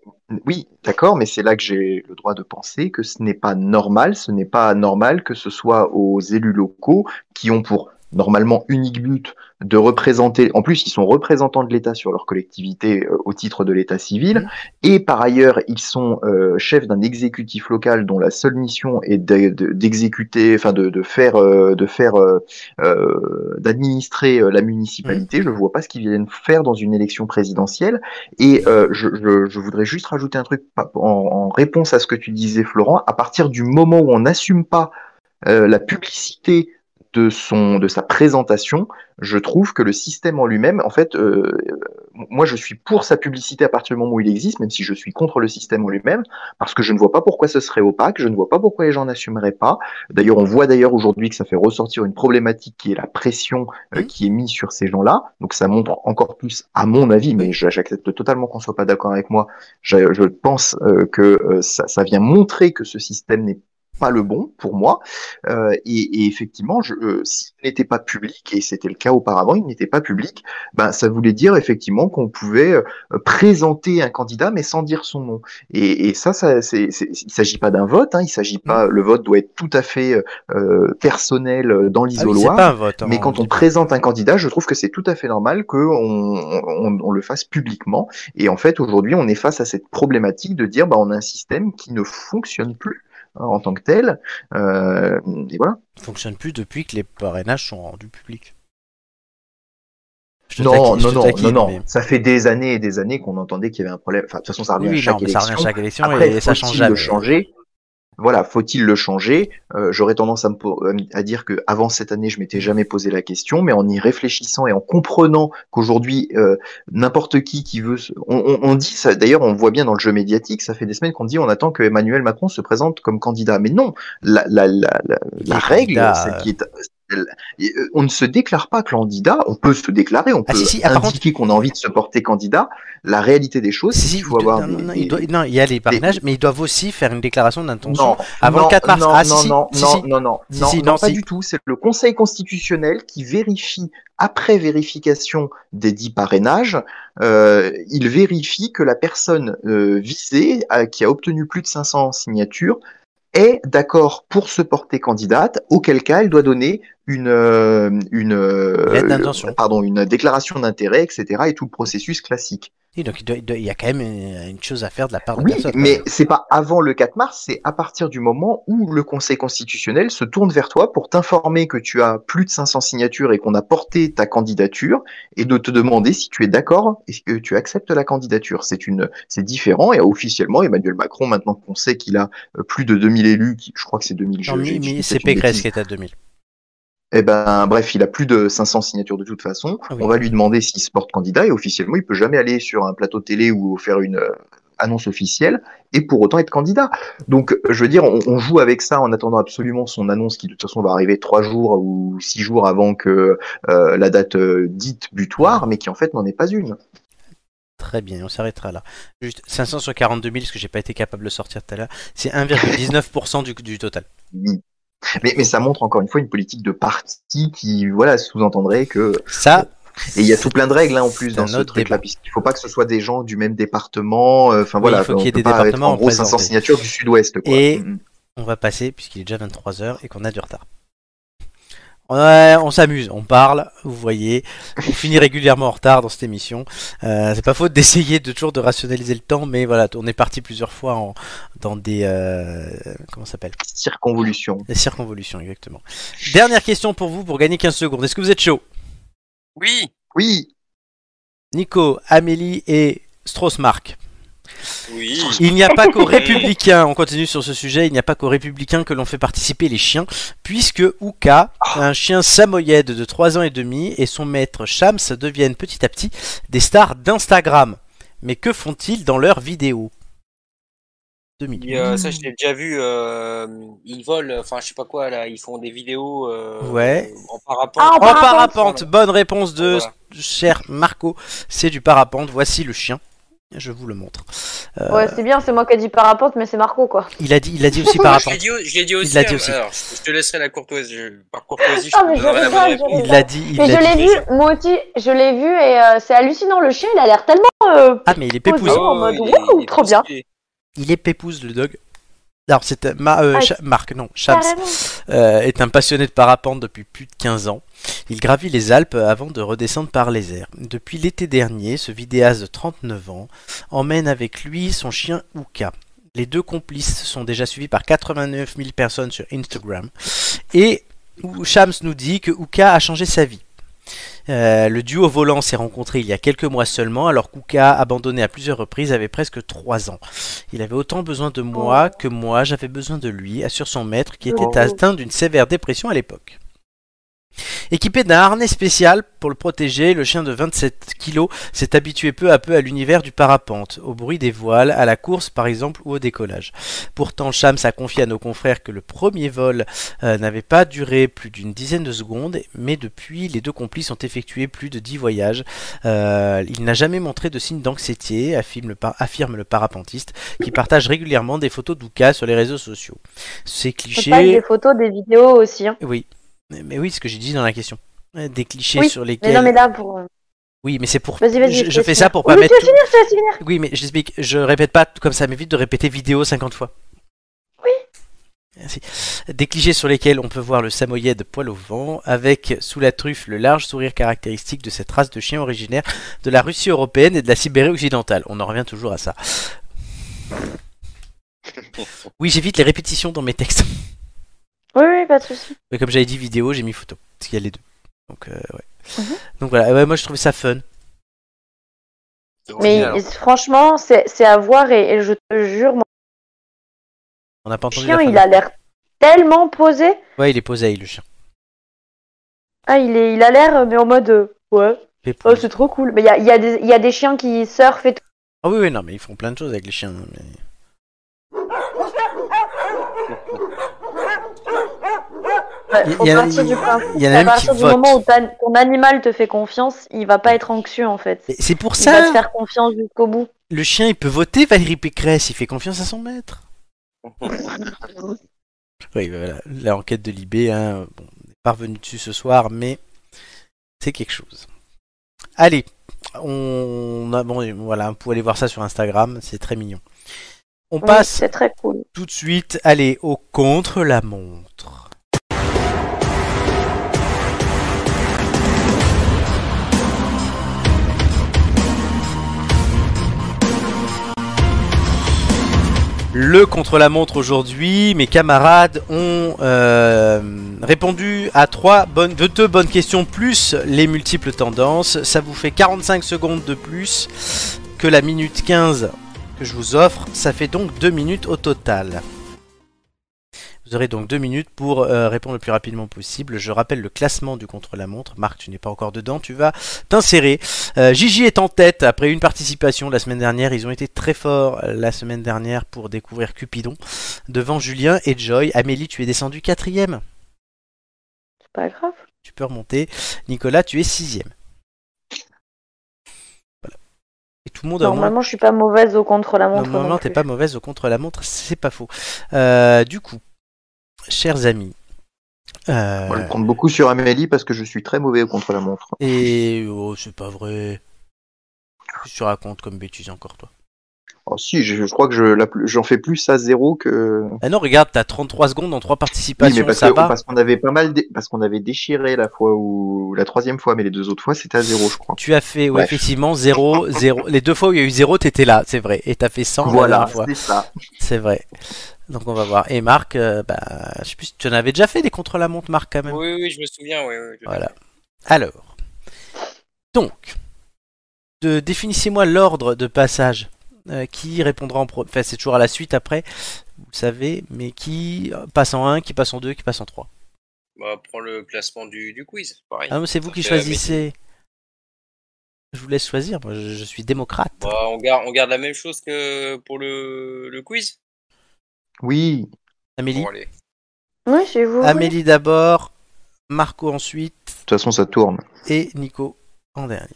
oui, d'accord, mais c'est là que j'ai le droit de penser que ce n'est pas normal, ce n'est pas normal que ce soit aux élus locaux qui ont pour normalement unique but de représenter. En plus, ils sont représentants de l'État sur leur collectivité euh, au titre de l'État civil,
Mm.
et par ailleurs, ils sont euh, chefs d'un exécutif local dont la seule mission est d'e- de- d'exécuter, enfin de, de faire, euh, de faire, euh, euh, d'administrer euh, la
Mm.
municipalité. Je ne vois pas ce qu'ils viennent faire dans une élection présidentielle. Et euh, je, je- je voudrais juste rajouter un truc pa- en, en réponse à ce que tu disais, Florent. À partir du moment où on n'assume pas euh, la publicité de son de sa présentation, je trouve que le système en lui-même, en fait, euh, euh, moi je suis pour sa publicité à partir du moment où il existe, même si je suis contre le système en lui-même, parce que je ne vois pas pourquoi ce serait opaque, je ne vois pas pourquoi les gens n'assumeraient pas. D'ailleurs, on voit d'ailleurs aujourd'hui que ça fait ressortir une problématique qui est la pression euh, qui est mise sur ces gens-là. Donc ça montre encore plus, à mon avis, mais je- j'accepte totalement qu'on soit pas d'accord avec moi. Je, je pense euh, que euh, ça, ça vient montrer que ce système n'est pas le bon pour moi. Euh, et, et effectivement, je, euh, s'il n'était pas public, et c'était le cas auparavant, il n'était pas public, ben, ça voulait dire effectivement qu'on pouvait euh, présenter un candidat mais sans dire son nom. Et, et ça, ça c'est, c'est- il s'agit pas d'un vote, hein, il s'agit pas, le vote doit être tout à fait euh, personnel dans l'isoloir.
pas un vote, hein,
mais quand on présente un candidat, je trouve que c'est tout à fait normal qu'on on, on- on le fasse publiquement. Et en fait, aujourd'hui, on est face à cette problématique de dire, bah, on a un système qui ne fonctionne plus hein, en tant que tel. Euh, et voilà.
fonctionne plus depuis que les parrainages sont rendus publics. Je te
Non,
taquine, je
non,
te
non,
taquine,
non, non.
mais-
Ça fait des années et des années qu'on entendait qu'il y avait un problème. Enfin, de toute façon, ça revient
Oui,
à
oui,
Ah, chaque
non, mais ça
élection.
revient à chaque élection
Après,
et ça change
faut-il
jamais.
le changer Voilà, faut-il le changer Euh, J'aurais tendance à, me po- à me- à dire que avant cette année, je m'étais jamais posé la question, mais en y réfléchissant et en comprenant qu'aujourd'hui, euh, n'importe qui qui veut, se- on, on- on dit ça. D'ailleurs, on voit bien dans le jeu médiatique, ça fait des semaines qu'on dit on attend que Emmanuel Macron se présente comme candidat, mais non, la, la, la, la, la
est
règle,
candidat,
celle qui est elle- et, euh, on ne se déclare pas candidat, on peut se déclarer, on peut
si, si, ah, par
indiquer qu'on a envie de se porter candidat. La réalité des choses, c'est qu'il faut avoir
Non,
des-
non,
des-
il doit- non, il y a les parrainages, mais ils doivent aussi faire une déclaration d'intention
Non,
avant
non,
le 4 mars.
Non,
ah,
non,
si, si,
non,
si,
non,
si.
non, non,
Si,
non,
si,
non,
non,
pas
si.
du tout. C'est le Conseil constitutionnel qui vérifie, après vérification des dix parrainages, euh, il vérifie que la personne euh, visée, euh, qui a obtenu plus de 500 signatures, est d'accord pour se porter candidate, auquel cas elle doit donner une euh, une euh,
Lettre d'intention.
pardon une déclaration d'intérêt etc et tout le processus classique.
Oui, donc il, doit- il doit- il y a quand même euh, une chose à faire de la part de la
Oui,
personne.
mais c'est pas avant le 4 mars, c'est à partir du moment où le Conseil constitutionnel se tourne vers toi pour t'informer que tu as plus de 500 signatures et qu'on a porté ta candidature et de te demander si tu es d'accord et que tu acceptes la candidature. C'est une, c'est différent et officiellement Emmanuel Macron, maintenant qu'on sait qu'il a euh, plus de 2000 élus, qui, je crois que c'est 2000.
Non,
je-
mais-
j'ai- j'ai
mais
dit
c'est
peut-être une
Pécresse
bêtise.
qui est à 2000.
Eh ben, bref, il a plus de 500 signatures de toute façon. On va lui demander s'il se porte candidat et officiellement, il peut jamais aller sur un plateau télé ou faire une euh, annonce officielle et pour autant être candidat. Donc, euh, je veux dire, on, on joue avec ça en attendant absolument son annonce qui de toute façon va arriver trois jours ou six jours avant que euh, la date euh, dite butoir, mais qui en fait n'en est pas une.
Très bien, on s'arrêtera là. Juste 500 sur 42 000, parce que j'ai pas été capable de sortir tout à l'heure, c'est 1,19% du, du total.
Mais, mais ça montre encore une fois une politique de parti qui, voilà, sous-entendrait que
ça.
Et il y a tout plein de règles hein, en plus
c'est
dans
un
ce
autre
truc-là, puisqu'il faut pas que ce soit des gens du même département. euh, Enfin
Oui,
voilà,
il faut qu'il y ait
on peut
des
pas être
départements
en gros 500
représentés.
signatures du Sud-Ouest. quoi.
Et
Mhm.
on va passer, puisqu'il est déjà 23h et qu'on a du retard. Ouais, on s'amuse, on parle, vous voyez, on finit régulièrement en retard dans cette émission. Euh, c'est pas faute d'essayer de toujours de rationaliser le temps, mais voilà, on est parti plusieurs fois en, dans des euh, comment ça s'appelle
Circonvolutions.
Des circonvolutions, exactement. Dernière question pour vous pour gagner 15 secondes. Est-ce que vous êtes chaud
Oui.
Oui.
Nico, Amélie et Strauss-Marc.
Oui.
Il n'y a pas qu'aux républicains, on continue sur ce sujet, il n'y a pas qu'aux républicains que l'on fait participer les chiens, puisque Ouka, un chien samoyède de 3 ans et demi, et son maître Shams deviennent petit à petit des stars d'Instagram. Mais que font-ils dans leurs vidéos Deux minutes.
Et, euh, ça, je l'ai déjà vu. euh, ils volent, enfin, je sais pas quoi, là. Ils font des vidéos euh,
Ouais.
Ah, en parapente.
En parapente, bonne réponse de cher Marco, c'est du parapente, voici le chien, je vous le montre. Euh,
Ouais, c'est bien, c'est moi qui ai dit parapente, mais c'est Marco quoi.
il, a dit, il a dit aussi
Moi, Je
parapente.
l'ai dit, au- je l'ai dit aussi.
Il l'a dit
euh,
aussi.
alors, je je te laisserai la courtoisie. je- par courtoisie,
Ah,
je
mais
te
je
donnerai la bonne
rigole, je
réponse.
Il l'a dit, il
mais je
l'a dit.
l'ai vu, moi aussi, je l'ai vu et euh, c'est hallucinant. Le chien, il a l'air tellement. euh,
Ah, mais il est
posé
pépouze.
en mode waouh, trop bien.
Il est pépouze, le dog. Alors, c'est euh, Ma- euh,
Ah,
Cha- Marc, non, Shams,
carrément.
euh, est un passionné de parapente depuis plus de 15 ans. Il gravit les Alpes avant de redescendre par les airs. Depuis l'été dernier, ce vidéaste de 39 ans emmène avec lui son chien Ouka. Les deux complices sont déjà suivis par 89 000 personnes sur Instagram. Et Ou- Shams nous dit que Ouka a changé sa vie. Euh, le duo volant s'est rencontré il y a quelques mois seulement, alors qu'Ouka, abandonné à plusieurs reprises, avait presque 3 ans. Il avait autant besoin de moi que moi j'avais besoin de lui, assure son maître qui était
Oh.
atteint d'une sévère dépression à l'époque. Équipé d'un harnais spécial pour le protéger, le chien de 27 kg s'est habitué peu à peu à l'univers du parapente, au bruit des voiles, à la course par exemple ou au décollage. Pourtant, Shams a confié à nos confrères que le premier vol euh, n'avait pas duré plus d'une dizaine de secondes, mais depuis, les deux complices ont effectué plus de 10 voyages. Euh, il n'a jamais montré de signe d'anxiété, affirme, le par- affirme le parapentiste, qui partage régulièrement des photos d'Ouka sur les réseaux sociaux. Ces
Faut pas des
clichés...
photos, des vidéos aussi. hein.
Oui. Mais mais oui, ce que j'ai dit dans la question. Euh, Des clichés
Oui,
sur
mais
lesquels.
non, mais là, pour. euh,
Oui, mais c'est pour.
Vas-y, vas-y.
je-
te
je
laisse
fais
finir.
ça pour pas
oui,
mettre.
Mais tu vas
tout-
finir, tu vas finir.
Oui, mais je t'explique. Je répète pas comme ça m'évite de répéter vidéo 50 fois. Oui. Merci. Des clichés sur lesquels on peut voir le samoyède poil au vent, avec sous la truffe le large sourire caractéristique de cette race de chien originaire de la Russie européenne et de la Sibérie occidentale. On en revient toujours à ça. Oui, j'évite les répétitions dans mes textes.
Oui, oui, pas de soucis.
Mais comme j'avais dit vidéo, j'ai mis photo. Parce qu'il y a les deux. Donc, euh, ouais.
Mhm.
Donc voilà, Ouais, moi je trouvais ça fun.
Mais
alors.
franchement, c'est c'est à voir et, et je te jure, mon
On n'a pas entendu
chien,
la fin.
il a l'air tellement posé.
Ouais, il est posé, le chien.
Ah, il, est, il a l'air, euh, mais en mode. euh, ouais.
Il est
Oh, c'est trop cool. Mais il y a, il y a des- il y a des chiens qui surfent et tout.
Ah oui, oui, non, mais ils font plein de choses avec les chiens. hein, mais- Il y-
Au
il y en a-
partir du principe,
il y en a
à
même qui
partir du
votent.
moment où t'as- ton animal te fait confiance, il va pas être anxieux en fait.
Mais C'est pour
Il va
ça,
te faire confiance jusqu'au bout.
le chien, il peut voter Valérie Pécresse, il fait confiance à son maître. Oui, bah voilà, la enquête de Libé, hein, bon, on n'est pas revenu dessus ce soir, mais c'est quelque chose. Allez, on a, bon, voilà, vous pouvez aller voir ça sur Instagram, c'est très mignon. On
Oui,
passe
c'est très cool.
tout de suite, allez, au contre-la-montre. Le contre-la-montre aujourd'hui, mes camarades ont euh, répondu à trois bonnes, de deux bonnes questions plus les multiples tendances. Ça vous fait 45 secondes de plus que la minute 15 que je vous offre. Ça fait donc 2 minutes au total. Vous aurez donc 2 minutes pour euh, répondre le plus rapidement possible. Je rappelle le classement du contre-la-montre. Marc, tu n'es pas encore dedans, tu vas t'insérer. Euh, Gigi est en tête après une participation la semaine dernière. Ils ont été très forts euh, la semaine dernière pour découvrir Cupidon devant Julien et Joy. Amélie, tu es descendu quatrième.
C'est pas grave.
Tu peux remonter. Nicolas, tu es sixième. Voilà. Et tout le monde a bah, au moins-
Normalement, je suis pas mauvaise au contre la montre. euh,
Normalement, t'es pas mauvaise au contre-la-montre, c'est pas faux. Euh, du coup, chers amis, euh,
Moi, je compte beaucoup sur Amélie parce que je suis très mauvais contre la montre.
et oh, c'est pas vrai. Qu'est-ce que tu racontes comme bêtise encore, toi
Oh, si, je, je crois que je, la plus- j'en fais plus à zéro que.
Ah non, regarde, t'as 33 secondes en 3
Oui,
participations,
mais parce,
ça
que-
va.
parce qu'on avait pas mal, dé- parce qu'on avait déchiré la fois où la troisième fois, mais les deux autres fois c'était à zéro, je crois.
Tu as fait, ouais,
Bref.
effectivement, 0, 0. Les deux fois où il y a eu 0, t'étais là, c'est vrai. Et t'as fait 100
Voilà,
la dernière fois.
c'est ça.
C'est vrai. Donc on va voir. Et Marc, euh, bah, je sais plus si tu en avais déjà fait des contre-la-montre, Marc, quand même.
Oui, oui, je me souviens, oui, oui.
Voilà. Alors. Donc, de, définissez-moi l'ordre de passage. Euh, qui répondra en premier Enfin, c'est toujours à la suite après, vous le savez, mais qui euh, passe en 1, qui passe en 2, qui passe en 3.
Bah, prends le classement du, du quiz, pareil.
Ah, mais c'est vous qui
Donc, euh,
choisissez. Je vous laisse choisir, moi je, je suis démocrate.
mais- Bah, on, garde, on garde la même chose que pour le, le quiz.
Oui.
Amélie
Bon, allez.
Oui, chez vous.
Amélie d'abord, Marco ensuite.
De toute façon, ça tourne.
et Nico en dernier.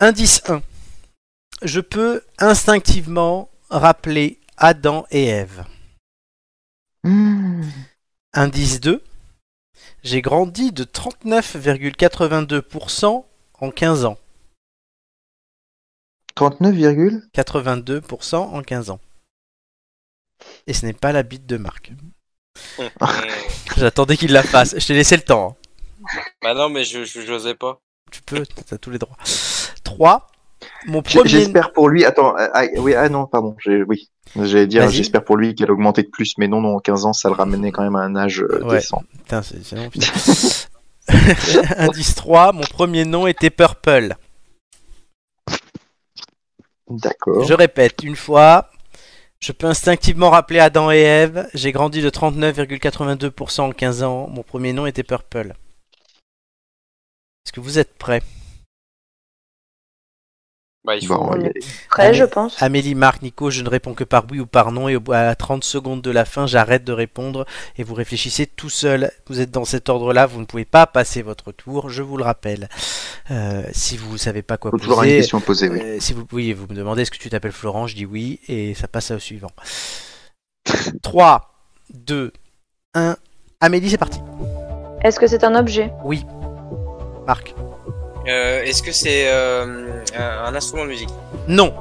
Indice 1. Je peux instinctivement rappeler Adam et Ève. Indice 2. J'ai grandi de 39,82% en 15 ans.
39,
82% en 15 ans. Et ce n'est pas la bite de Marc. J'attendais qu'il la fasse. Je t'ai laissé le temps. hein.
Bah non, mais je je- j'osais pas.
Tu peux, t'as tous les droits. 3. Mon
J'ai-
premier.
J'espère pour lui. Attends, ah, ah, oui, ah non, pardon, j'ai- oui. J'allais dire,
Vas-y.
j'espère pour lui qu'elle a augmenté de plus, mais non, non, en 15 ans, ça le ramenait quand même à un âge euh,
Ouais.
décent.
Putain, c'est c'est long, putain. Indice 3, mon premier nom était Purple.
D'accord.
Je répète, une fois, je peux instinctivement rappeler Adam et Ève. J'ai grandi de 39,82% en 15 ans. Mon premier nom était Purple. Est-ce que vous êtes prêts
Bah, il faut.
Prêt, je
Amé-
pense.
Amélie, Marc, Nico, je ne réponds que par oui ou par non. Et au bout- à 30 secondes de la fin, j'arrête de répondre et vous réfléchissez tout seul. Vous êtes dans cet ordre-là, vous ne pouvez pas passer votre tour, je vous le rappelle. Euh, si vous ne savez pas quoi
Faut
poser.
toujours avoir une question à poser, oui.
euh, si vous, oui, vous me demandez est-ce que tu t'appelles Florent, je dis oui et ça passe au suivant. 3, 2, 1. Amélie, c'est parti.
Est-ce que c'est un objet
Oui. Marc.
Euh, Est-ce que c'est euh, un un instrument de musique
Non,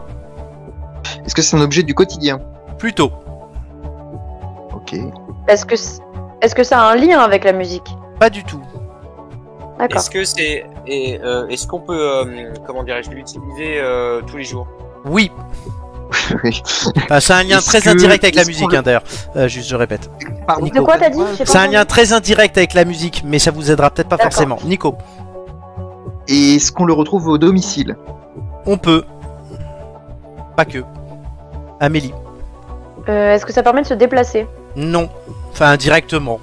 Est-ce que c'est un objet du quotidien
Plutôt.
Ok.
Est-ce que, c- est-ce que ça a un lien avec la musique
Pas du tout.
D'accord.
Est-ce que c'est et euh, est-ce qu'on peut euh, comment dirais-je l'utiliser euh, tous les jours
Oui. Enfin, c'est un lien
Est-ce
très
que-
indirect avec la
est-ce qu'on
musique,
le-
hein, d'ailleurs. Euh, juste, je répète.
De quoi t'as dit J'ai pas
C'est un
entendu.
lien très indirect avec la musique, mais ça vous aidera peut-être pas
D'accord.
forcément. Nico,
Et est-ce qu'on le retrouve au domicile
on peut. Pas que. Amélie,
Euh, est-ce que ça permet de se déplacer
non. Enfin, indirectement.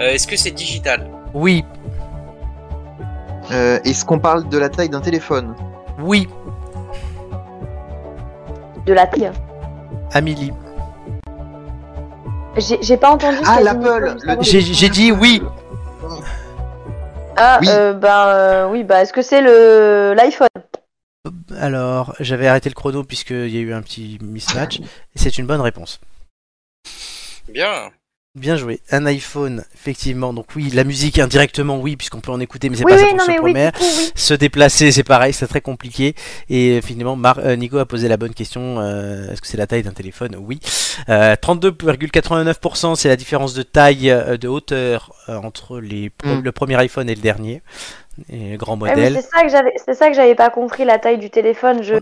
Euh, Est-ce que c'est digital
Oui,
Euh, Est-ce qu'on parle de la taille d'un téléphone
oui,
De la taille
Amélie.
J'ai j'ai pas entendu. ce
Ah,
qu'a dit
l'Apple,
Nico juste avant.
J'ai j'ai dit oui.
Ah,
Oui.
euh, bah euh, oui, bah est-ce que c'est le l'iPhone
Alors, j'avais arrêté le chrono puisqu'il y a eu un petit mismatch. Et c'est une bonne réponse.
Bien.
Bien joué. Un iPhone, effectivement. Donc oui, la musique indirectement, oui, puisqu'on peut en écouter, mais c'est
Oui,
pas
oui,
ça qu'on
non,
se
mais oui,
promet.
du coup, oui.
Se déplacer, c'est pareil, c'est très compliqué. Et euh, finalement, Mar- euh, Nico a posé la bonne question. euh, Est-ce que c'est la taille d'un téléphone Oui. Euh, 32,89%, c'est la différence de taille, euh, de hauteur euh, entre les pro- le premier iPhone et le dernier. Et le grand
Ouais, Eh, mais
modèle.
Hmm. Ah C'est ça que j'avais, c'est ça que j'avais pas compris la taille du téléphone. Je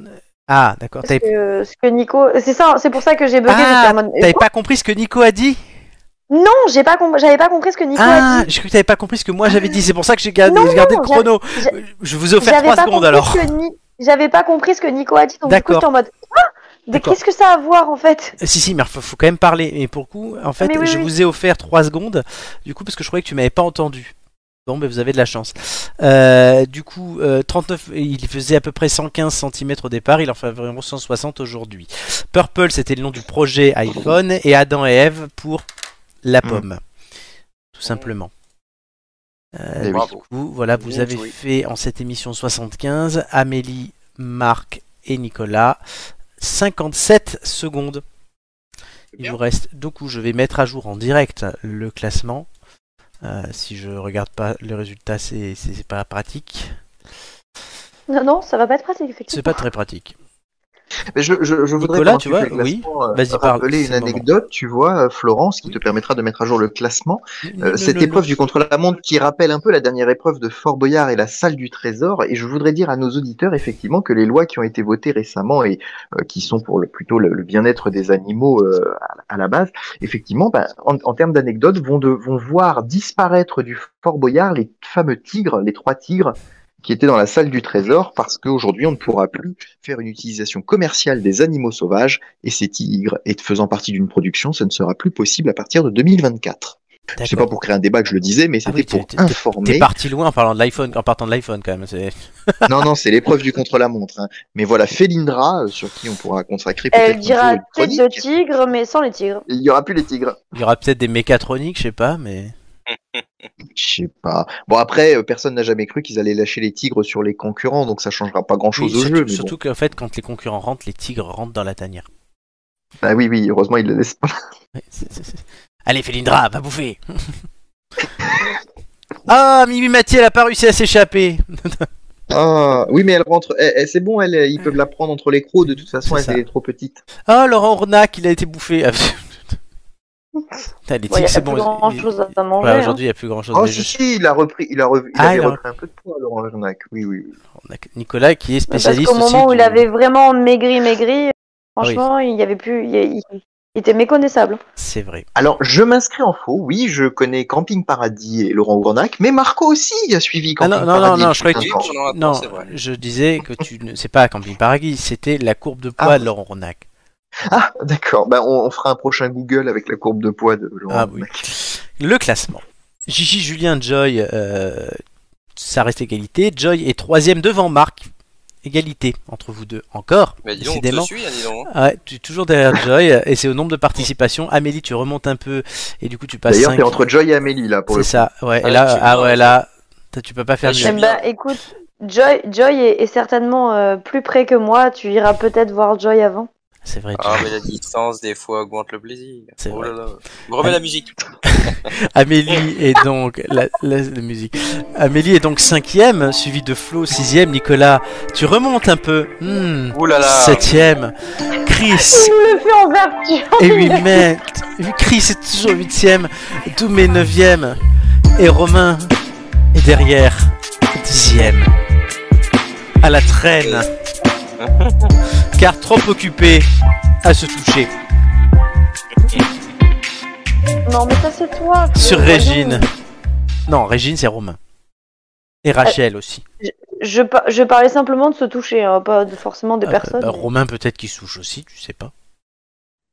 ah, d'accord.
ce
T'avais
que, ce que Nico, c'est ça, c'est pour ça que j'ai bugué.
Ah,
j'étais en mode,
t'avais
quoi
pas compris ce que Nico a dit
Non, j'ai pas com- j'avais pas compris ce que Nico
Ah,
a dit.
je crois que t'avais pas compris ce que moi j'avais dit. C'est pour ça que j'ai gardé,
Non,
j'ai gardé
non,
le chrono. Je vous ai offert
J'avais
3
pas
secondes
compris
alors.
ce que Ni- J'avais pas compris ce que Nico a dit, donc du coup
D'accord.
j'étais en mode ah, mais
D'accord.
qu'est-ce que ça a à voir en fait
Si, si, mais faut, faut quand même parler. Et pour le coup, en fait,
Mais oui,
je
oui.
vous ai offert 3 secondes, du coup, parce que je croyais que tu m'avais pas entendu. Bon, mais vous avez de la chance. Euh, du coup, euh, 39, il faisait à peu près 115 cm au départ, il en fait environ 160 aujourd'hui. Purple, c'était le nom du projet iPhone, et Adam et Eve pour la
Mmh.
pomme, tout simplement. Euh,
Eh oui.
du coup, voilà, vous
Bien
avez
joué.
fait en cette émission 75 Amélie, Marc et Nicolas 57 secondes. Il vous reste deux coups. Je vais mettre à jour en direct le classement. Euh, si je regarde pas le résultat, c'est c'est- c'est pas pratique.
Non, non, ça va pas être pratique effectivement.
C'est pas très pratique.
Mais je, je, je voudrais
Nicolas,
pendant
tu
que
vois,
fais le
oui.
classement, euh,
Vas-y, parle,
rappeler
c'est
une
le moment.
anecdote, tu vois, euh, Florence, qui te permettra de mettre à jour le classement.
Non,
Euh,
non,
cette
non,
épreuve
non.
du contre-la-montre qui rappelle un peu la dernière épreuve de Fort Boyard et la salle du trésor. Et je voudrais dire à nos auditeurs, effectivement, que les lois qui ont été votées récemment et euh, qui sont pour le, plutôt le, le bien-être des animaux euh, à, à la base, effectivement, bah, en, en termes d'anecdotes, vont, de- vont voir disparaître du Fort Boyard les fameux tigres, les trois tigres qui étaient dans la salle du trésor parce qu'aujourd'hui on ne pourra plus faire une utilisation commerciale des animaux sauvages et ces tigres et faisant partie d'une production, ça ne sera plus possible à partir de 2024. Je sais pas pour créer un débat que je le disais, mais c'était
Ah oui,
pour
t'es- t'es-
informer.
T'es parti loin en parlant de l'iPhone, en partant de l'iPhone quand même. c'est-
non, non, c'est l'épreuve du contre-la-montre. hein. Mais voilà, Félindra, euh, sur qui on pourra consacrer peut-être
Elle
un
dira
jour une
tête
chronique.
de tigre, mais sans les tigres.
Il y aura plus les tigres.
Il y aura peut-être des mécatroniques, je sais pas, mais.
Je sais pas. Bon, après, euh, personne n'a jamais cru qu'ils allaient lâcher les tigres sur les concurrents, donc ça changera pas grand-chose
Oui,
au
surtout
jeu. mais
surtout qu'en fait, quand les concurrents rentrent, les tigres rentrent dans la tanière.
bon. Ah oui, oui, heureusement, ils le laissent pas.
Ouais, c'est- c'est- c'est- Allez, Félindra, va bouffer Ah, Mimi Mathieu, elle a pas réussi à s'échapper
Ah, oui, mais elle rentre. eh, eh, c'est bon, elle, eh, ils peuvent la prendre entre les crocs. De toute façon,
C'est
elle
ça.
elle est trop petite.
Ah, Laurent Ornac, il a été bouffé Ah, Putain, les
Il y
tigres,
a
c'est
plus
bon. ils-
grand
ils-
chose à manger.
Ouais,
hein.
aujourd'hui, il n'y a plus grand chose.
Oh,
mais je-
si, si, il a repris. Il, a revu- il
Ah,
avait
il a-
repris un peu de poids, Laurent Jarnac. Oui, oui. oui.
Nicolas, qui est
Bah, Parce
spécialiste
qu'au moment
aussi
où
du-
il avait vraiment maigri, maigri,
Ah
franchement, il y avait plus, il, il- il était méconnaissable.
C'est vrai.
Alors, je m'inscris en faux. Oui, je connais Camping Paradis et Laurent Gournac, mais Marco aussi a suivi
Ah
Camping
non, non, non,
Paradis.
non, je croyais que
depuis
tu...
cinq ans.
Non, je disais que tu ne... C'est pas Camping Paradis, c'était la courbe de poids de Laurent Ornac.
Ah, d'accord. Bah, on, on fera un prochain Google avec la courbe de
Oh,
poids de Laurent
Ah oui.
Gournac.
Le classement. Gigi Julien Joy, euh, ça reste égalité. Joy est troisième devant Marc. Égalité entre vous deux encore.
Mais dis donc, on te
décidément.
suit, hein, dis donc,
Ouais, tu es toujours derrière Joy euh, et c'est au nombre de participations. Amélie, tu remontes un peu et du coup tu passes.
D'ailleurs,
bah, cinq.
t'es entre Joy et Amélie là pour
C'est
le
ça, ouais.
Ah,
et là,
tu-
ah ouais, là, t'as- tu peux pas
Ah,
faire mieux.
Eh ben, écoute, Joy, Joy est, est certainement euh, plus près que moi. Tu iras peut-être voir Joy avant.
C'est vrai.
Ah, mais la distance, des fois, augmente le plaisir.
C'est
Oh
vrai.
là là. Remets la musique.
Amélie est donc la, la- la musique. Amélie est donc cinquième, suivi de Flo sixième. Nicolas, tu remontes un peu. Hmm,
Ouh là là.
Septième. Chris
me fait en vertu.
et 8 mai. Chris est toujours huitième. Doumé neuvième. Et Romain est derrière dixième. À la traîne. Car trop occupé à se toucher.
Non, mais ça, c'est toi. Flo.
Sur Régine. Non, Régine, c'est Romain. Et Rachel aussi.
Je, par- je parlais simplement de se toucher, hein, pas de- forcément des
Ah,
personnes.
bah, Romain, peut-être qu'il souche aussi, tu sais pas.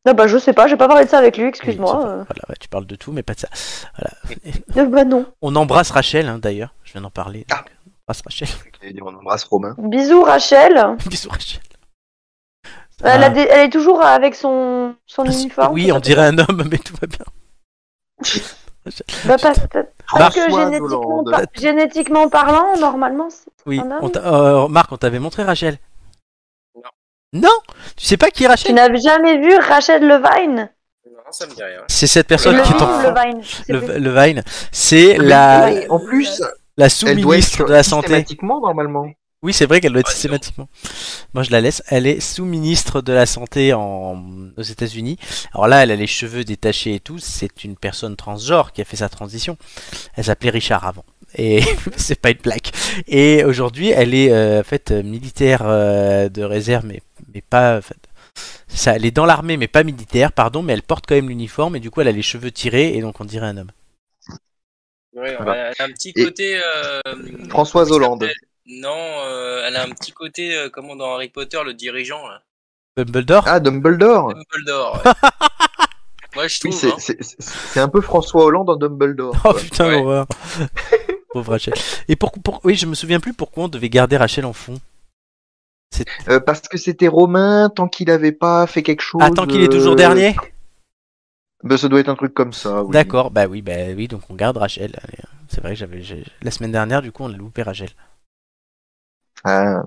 Non, bah, je sais pas, j'ai pas parlé de ça avec lui,
Oui,
excuse-moi.
c'est pas- Voilà, ouais, tu parles de tout, mais pas de ça. Voilà.
euh. Euh, bah, non.
On embrasse Rachel, hein, d'ailleurs. Je viens d'en parler.
Ah.
donc, on embrasse Rachel.
On embrasse Romain.
Bisous, Rachel.
Bisous, Rachel.
Euh, Elle,
Ah.
a des- elle est toujours avec son, son uniforme.
oui, on dirait un homme, mais tout va bien.
Bah, parce que- je crois
Marc-
que génétiquement, par- génétiquement parlant, normalement, c'est
Oui,
un homme.
on t'a- euh, Marc, on t'avait montré Rachel. Non. Non Tu sais pas qui est
Tu
Rachel
n'avais jamais vu Rachel Levine
Non, ça me dit rien.
C'est cette personne
le
qui est
livre,
en
Levine.
Le, Vine. C'est la,
Et ah En plus,
la
elle doit
sous-ministre
être
de la Santé.
systématiquement normalement.
Oui, c'est vrai qu'elle doit être systématiquement. Moi, je la laisse. Elle est sous-ministre de la Santé en... aux États-Unis. Alors là, elle a les cheveux détachés et tout. C'est une personne transgenre qui a fait sa transition. Elle s'appelait Richard avant. Et c'est pas une plaque. Et aujourd'hui, elle est euh, en fait euh, militaire euh, de réserve, mais, mais pas. en fait, ça, elle est dans l'armée, mais pas militaire, pardon. Mais elle porte quand même l'uniforme et du coup, elle a les cheveux tirés et donc on dirait un homme.
Ouais,
Ah bah.
elle a- elle a un petit
Et-
côté. euh,
Françoise Hollande.
Non, euh, elle a un petit côté, euh, comment dans Harry Potter, le dirigeant, là.
Dumbledore.
Ah, Dumbledore.
Dumbledore. ouais. Moi, je
Oui,
trouve.
c'est
hein.
c'est- c'est- c'est un peu François Hollande en Dumbledore.
Oh
quoi.
putain, l'horreur. Pauvre Rachel. Et pour, pour- oui, je me souviens plus pourquoi on devait garder Rachel en fond.
Euh, parce que c'était Romain, tant qu'il avait pas fait quelque chose.
Ah, tant qu'il est toujours
euh,
dernier
Ben, ça doit être un truc comme ça. Oui.
D'accord, bah oui, bah oui, donc on garde Rachel. Allez, hein. C'est vrai que j'avais j'ai- la semaine dernière, du coup, on a loupé Rachel.
Ah,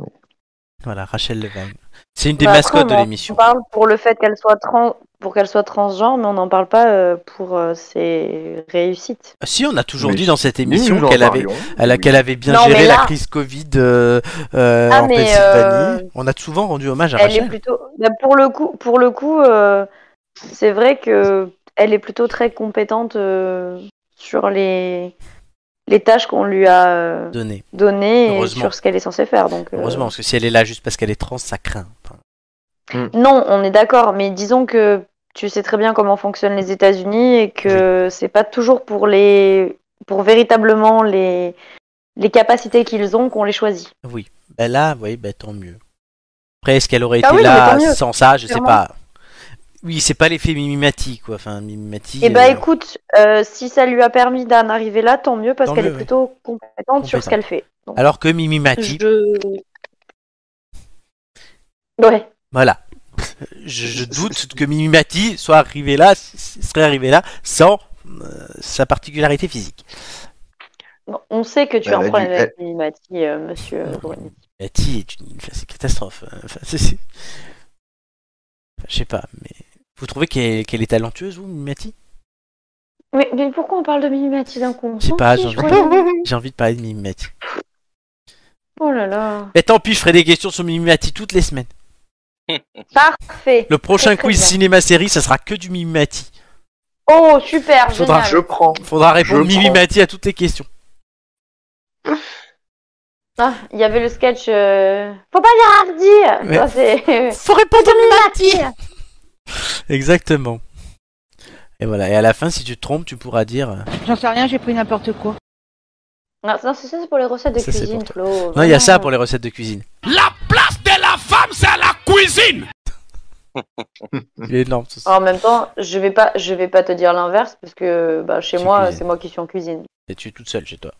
Voilà, Rachel Levine. C'est une des
Bah, après,
mascottes de
on en
l'émission.
parle pour le fait qu'elle soit trans, pour qu'elle soit transgenre, mais on n'en parle pas euh, pour euh, ses réussites.
Ah, Si, on a toujours
Mais
dit dans cette
nous,
émission
nous en
qu'elle avait,
parlions,
elle a- qu'elle avait bien
Non, mais
géré la
là-
crise Covid euh, euh,
Ah,
en
mais,
Pennsylvanie.
euh,
On a souvent rendu hommage à
elle est
Rachel.
plutôt, bah, pour le coup, pour le coup, euh, c'est vrai que elle est plutôt très compétente euh, sur les les tâches qu'on lui a euh,
Donnée.
données et
Heureusement.
sur ce qu'elle est censée faire. Donc euh,
Heureusement, parce que si elle est là juste parce qu'elle est trans, ça craint. Enfin,
Non, on est d'accord, mais disons que tu sais très bien comment fonctionnent les États-Unis et que c'est pas toujours pour les pour véritablement les les capacités qu'ils ont qu'on les choisit.
Oui. Bah là, oui, bah tant mieux. Après, est-ce qu'elle aurait
Ah
été
oui, non, mais
là
tant mieux.
sans ça Je sais
Clairement.
pas. Oui, c'est pas l'effet mimimati, quoi. Enfin, mimimati.
Et bah
euh,
écoute, euh, si ça lui a permis d'en arriver là, tant mieux parce
Tant
qu'elle
mieux,
est plutôt compétente, sur ce
Compétente.
qu'elle fait. Donc,
Alors que mimimati,
je... Ouais.
voilà. Je, je doute que mimimati soit arrivé là, s- serait arrivé là sans euh, sa particularité physique.
Bon, on sait que tu
Elle
as
a
un
dû-
problème avec
eh.
Mimimati, euh, monsieur euh, Bruni.
Mimimati est une, enfin, c'est une catastrophe. hein. Enfin, c'est, c'est- Enfin, je sais pas, mais vous trouvez qu'elle, qu'elle est talentueuse, vous, mimimati
Mais, mais pourquoi on parle de Mimimati d'un coup
Je sais pas, j'ai
je
envie,
croyais-
de... j'ai envie de parler de mimimati.
Oh là là.
Mais tant pis, je ferai des questions sur mimimati toutes les semaines.
Parfait.
Le prochain
Très, très
quiz
bien.
cinéma-série, ça sera que du mimimati.
Oh, super,
Faudra-
génial.
je
prends.
Faudra répondre
Je
mimimati à toutes les questions.
Ah, il y avait le sketch. euh, Faut pas dire Hardy
Ouais.
Ça, c'est-
Faut répondre
à Mimimati
Exactement. Et voilà, et à la fin, si tu te trompes, tu pourras dire. euh,
J'en sais rien, j'ai pris n'importe quoi.
Non, non, c'est ça, c'est pour les recettes de
Ça, c'est
cuisine,
pour
Flo.
Non, il y a ça pour les recettes de cuisine.
La place de la femme, c'est à la cuisine.
Il est énorme. ce-
En même temps, je vais pas, je vais pas te dire l'inverse parce que bah, chez
Tu
moi,
cuisines.
c'est moi qui suis en cuisine.
Et tu es toute seule chez toi.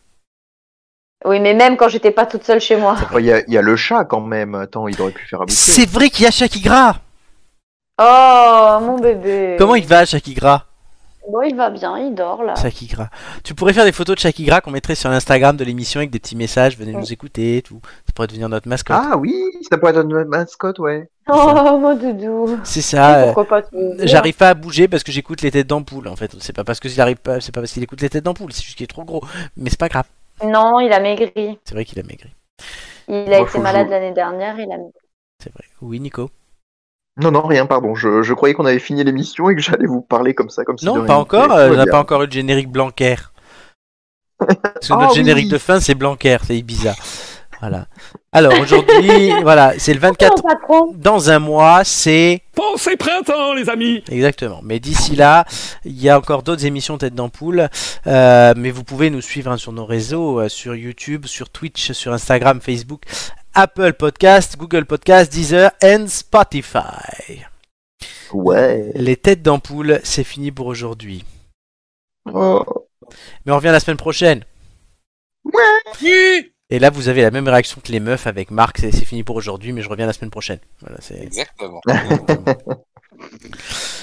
Oui, mais même quand j'étais pas toute seule chez moi.
Après, Il y, a- il y a le chat quand même. Attends, il aurait pu faire un bouffer.
C'est vrai qu'il y a Shakigra
Oh, mon bébé.
Comment il va, Shakigra
Bon, il va bien, il dort là.
Shakigra. Tu pourrais faire des photos de Shakigra qu'on mettrait sur l'Instagram de l'émission avec des petits messages, venez nous écouter et tout. Ça pourrait devenir notre mascotte.
Ah oui, ça pourrait être une mascotte, ouais.
Oh, mon doudou.
C'est ça.
Et
euh,
pourquoi pas tu veux dire.
J'arrive pas à bouger parce que j'écoute les têtes d'ampoule en fait. C'est pas parce que il arrive pas, c'est pas parce qu'il écoute les têtes d'ampoule, c'est juste qu'il est trop gros. Mais c'est pas grave.
Non, il a maigri.
C'est vrai qu'il a maigri.
Il a
Moi,
été
faut que
malade
je-
l'année dernière, il a maigri.
Oui, Nico.
Non, non, rien, pardon. Je, je croyais qu'on avait fini l'émission et que j'allais vous parler comme ça, comme si de
Non,
rien
pas
n'était.
encore.
Tout
euh,
va
on n'a
bien.
pas encore eu de générique Blanquer. Parce que
Ah
notre
oui.
générique de fin, c'est Blanquer, c'est Ibiza. Voilà. Alors aujourd'hui, voilà, c'est le
Oh,
24. Dans un mois, c'est.
Pensez printemps, les amis
Exactement. Mais d'ici là, il y a encore d'autres émissions tête d'ampoule. Euh, mais vous pouvez nous suivre hein, sur nos réseaux, euh, sur YouTube, sur Twitch, sur Instagram, Facebook, Apple Podcast, Google Podcast, Deezer and Spotify.
Ouais.
Les têtes d'ampoule, c'est fini pour aujourd'hui.
Oh.
Mais on revient la semaine prochaine. Et là, vous avez la même réaction que les meufs avec Marc. C'est c'est fini pour aujourd'hui, mais je reviens la semaine prochaine. Voilà, c'est-
Exactement.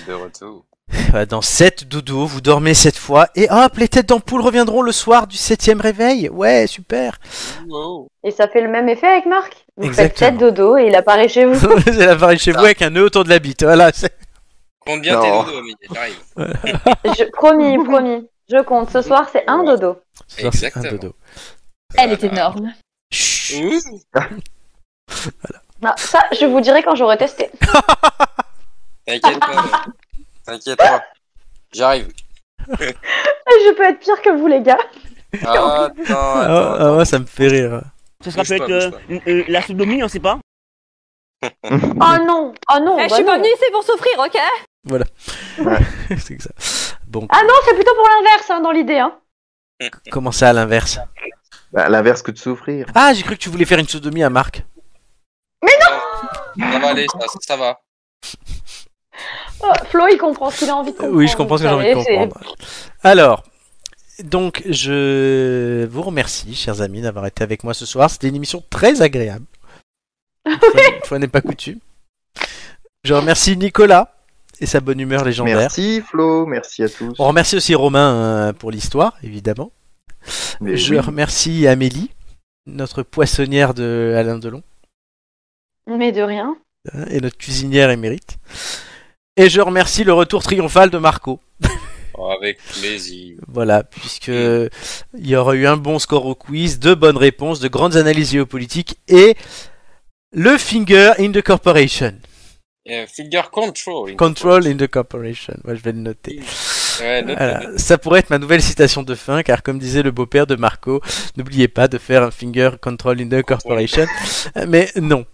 de retour.
Voilà, euh, Dans 7 dodo, vous dormez cette fois. Et hop, les têtes d'ampoule reviendront le soir du 7ème réveil. Ouais, super.
Et ça fait le même effet avec Marc. Vous
Exactement.
faites tête dodo et il apparaît chez vous.
c'est la pareille chez vous avec un nœud autour de la bite. Voilà, c'est-
Compte bien
Non.
tes dodos, Amélie, j'arrive.
Je- promis, promis. Je compte. Ce soir, c'est un dodo.
Ce soir, c'est un dodo.
Elle est énorme.
Voilà.
Ah, ça, je vous dirai quand j'aurai testé.
T'inquiète pas. T'inquiète pas. J'arrive.
je peux être pire que vous, les gars.
Ah,
Ah,
attends.
ah, ah, ouais, ça me fait rire.
Ce sera
Bouge
peut-être
pas,
euh, une- euh, la soupe d'omni, on sait pas.
Oh non, oh non.
Eh, je suis pas venue
ici pour souffrir, ok
Voilà. c'est que ça. Bon,
Ah non, c'est plutôt pour l'inverse hein, dans l'idée. Hein.
comment ça à l'inverse
Bah, à l'inverse que de souffrir.
Ah, j'ai cru que tu voulais faire une sodomie à Marc. euh,
Ça va aller, ça, ça, ça va.
Oh, Flo, il comprend ce qu'il a envie de
Oh,
comprendre.
Euh, Oui, je comprends ce que j'ai envie de
vous savez, c'est-
comprendre. Alors, donc, je vous remercie, chers amis, d'avoir été avec moi ce soir. C'était une émission très agréable. Une fois- une fois n'est pas coutume. Je remercie Nicolas et sa bonne humeur légendaire. Oh,
Merci Flo, merci à tous.
On remercie aussi Romain euh, pour l'histoire, évidemment.
Mais
je
oui.
remercie Amélie, notre poissonnière de Alain Delon
Mais de rien.
hein, et notre cuisinière émérite. Et je remercie le retour triomphal de Marco.
Oh, avec plaisir.
Voilà, puisque il y aura eu un bon score au quiz, deux bonnes réponses, de grandes analyses géopolitiques et le finger in the corporation.
Euh, Finger control.
Control in the corporation. Moi, je vais le noter.
Ouais, note-le,
Voilà.
note-le.
Ça pourrait être ma nouvelle citation de fin, car comme disait le beau-père de Marco, n'oubliez pas de faire un finger control in the corporation. Mais non.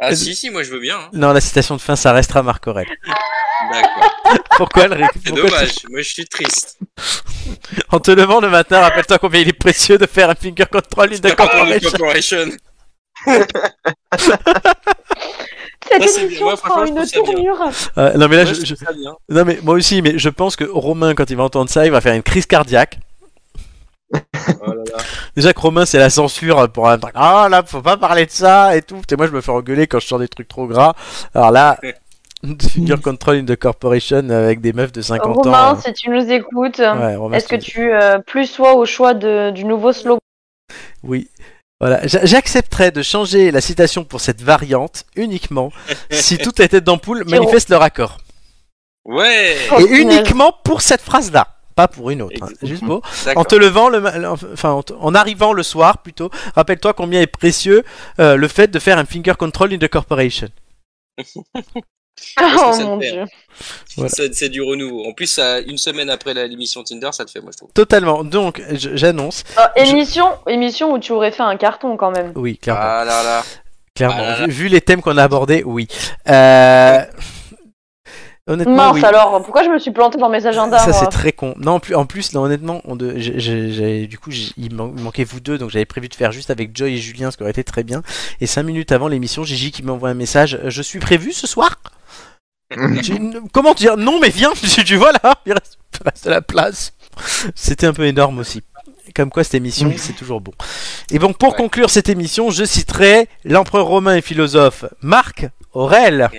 Ah si, si, moi je veux bien. hein.
Non, la citation de fin, ça restera Marc Aurel.
D'accord.
Pourquoi le ré-
C'est
pourquoi
dommage, moi je suis triste.
En te levant le matin, rappelle-toi combien il est précieux de faire un finger control in the
Corporation.
corporation.
Corporation.
Cette
Ça, c'est-
émission
ouais,
prend
franchement, je
une
trouve ça bien.
tournure.
Euh, non mais là,
Moi,
je-
je trouve ça
je-
bien.
non mais moi aussi, mais je pense que Romain, quand il va entendre ça, il va faire une crise cardiaque.
Oh là là.
Déjà que Romain, c'est la censure pour un truc. Ah là, faut pas parler de ça et tout. Et moi, je me fais engueuler quand je sors des trucs trop gras. Alors là, figure control in the corporation avec des meufs de 50
Romain,
ans. hein.
si tu nous écoutes,
Ouais, Romain,
est-ce
si
que
tu-
tu euh, plus sois au choix de- du nouveau slogan
Oui. Voilà, J'a- j'accepterais de changer la citation pour cette variante uniquement si toutes les têtes d'ampoule
Zéro.
manifestent leur accord.
Ouais.
Et uniquement pour cette phrase-là, pas pour une autre. hein. Juste pour.
D'accord.
En te levant, le, ma- enfin en, te- en arrivant le soir plutôt, rappelle-toi combien est précieux euh, le fait de faire un finger control in the corporation.
Moi, je trouve
Oh,
ça le
mon
fait.
Dieu.
Voilà.
C'est c'est du renouveau. En plus, ça, une semaine après la- l'émission Tinder, ça te fait, moi je trouve.
Totalement. Donc je- j'annonce.
Ah, émission, émission où tu aurais fait un carton quand même.
Oui, clairement.
Ah là là.
Clairement.
Ah là là.
Vu, vu les thèmes qu'on a abordés, oui. Euh, Honnêtement,
Mince
oui.
alors, pourquoi je me suis plantée dans mes agendas
Ça
moi
c'est très con. Non, en plus, en plus non, honnêtement, on de- j'ai- j'ai- j'ai- du coup, j'ai- il man- il manquait vous deux, donc j'avais prévu de faire juste avec Joy et Julien, ce qui aurait été très bien. Et cinq minutes avant l'émission, Gigi qui m'envoie un message Je suis prévu ce soir J'ai une- Comment dire Non, mais viens, tu, tu vois là, il reste, il reste de la place. C'était un peu énorme aussi. Comme quoi, cette émission, c'est toujours bon. Et donc, pour conclure cette émission, je citerai l'empereur romain et philosophe Marc Aurèle.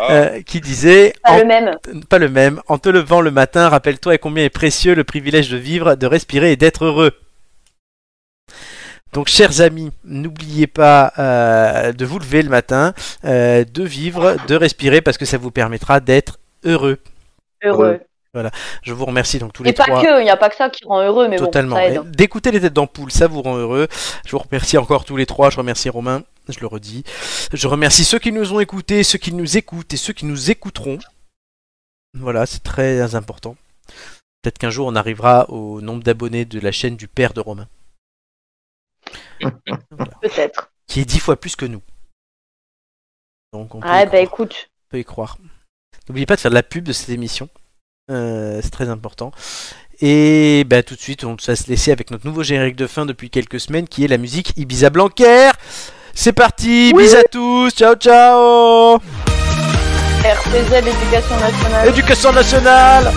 Ah, Oh.
euh, qui disait
Pas le
en-
même.
pas le même en te levant le matin rappelle-toi combien est précieux le privilège de vivre de respirer et d'être heureux donc, chers amis, n'oubliez pas euh, de vous lever le matin, euh, de vivre, de respirer, parce que ça vous permettra d'être heureux.
Heureux.
Voilà. Je vous remercie donc tous
Et
les
pas
trois.
que, il n'y a pas que ça qui rend heureux, mais
Totalement.
bon, ça
Et
aide. hein.
D'écouter les têtes d'ampoule, ça vous rend heureux. Je vous remercie encore tous les trois. Je remercie Romain, je le redis. Je remercie ceux qui nous ont écoutés, ceux qui nous écoutent et ceux qui nous écouteront. Voilà, c'est très important. Peut-être qu'un jour on arrivera au nombre d'abonnés de la chaîne du père de Romain.
Peut-être.
Qui est dix fois plus que nous. Donc on peut,
Ouais,
y,
bah écoute,
on peut y croire. N'oubliez pas de faire de la pub de cette émission. Euh, c'est très important. Et bah, tout de suite, on va se laisser avec notre nouveau générique de fin depuis quelques semaines qui est la musique Ibiza Blanquer. C'est parti, bis à tous, ciao ciao
RPZ, l'éducation nationale.
Éducation nationale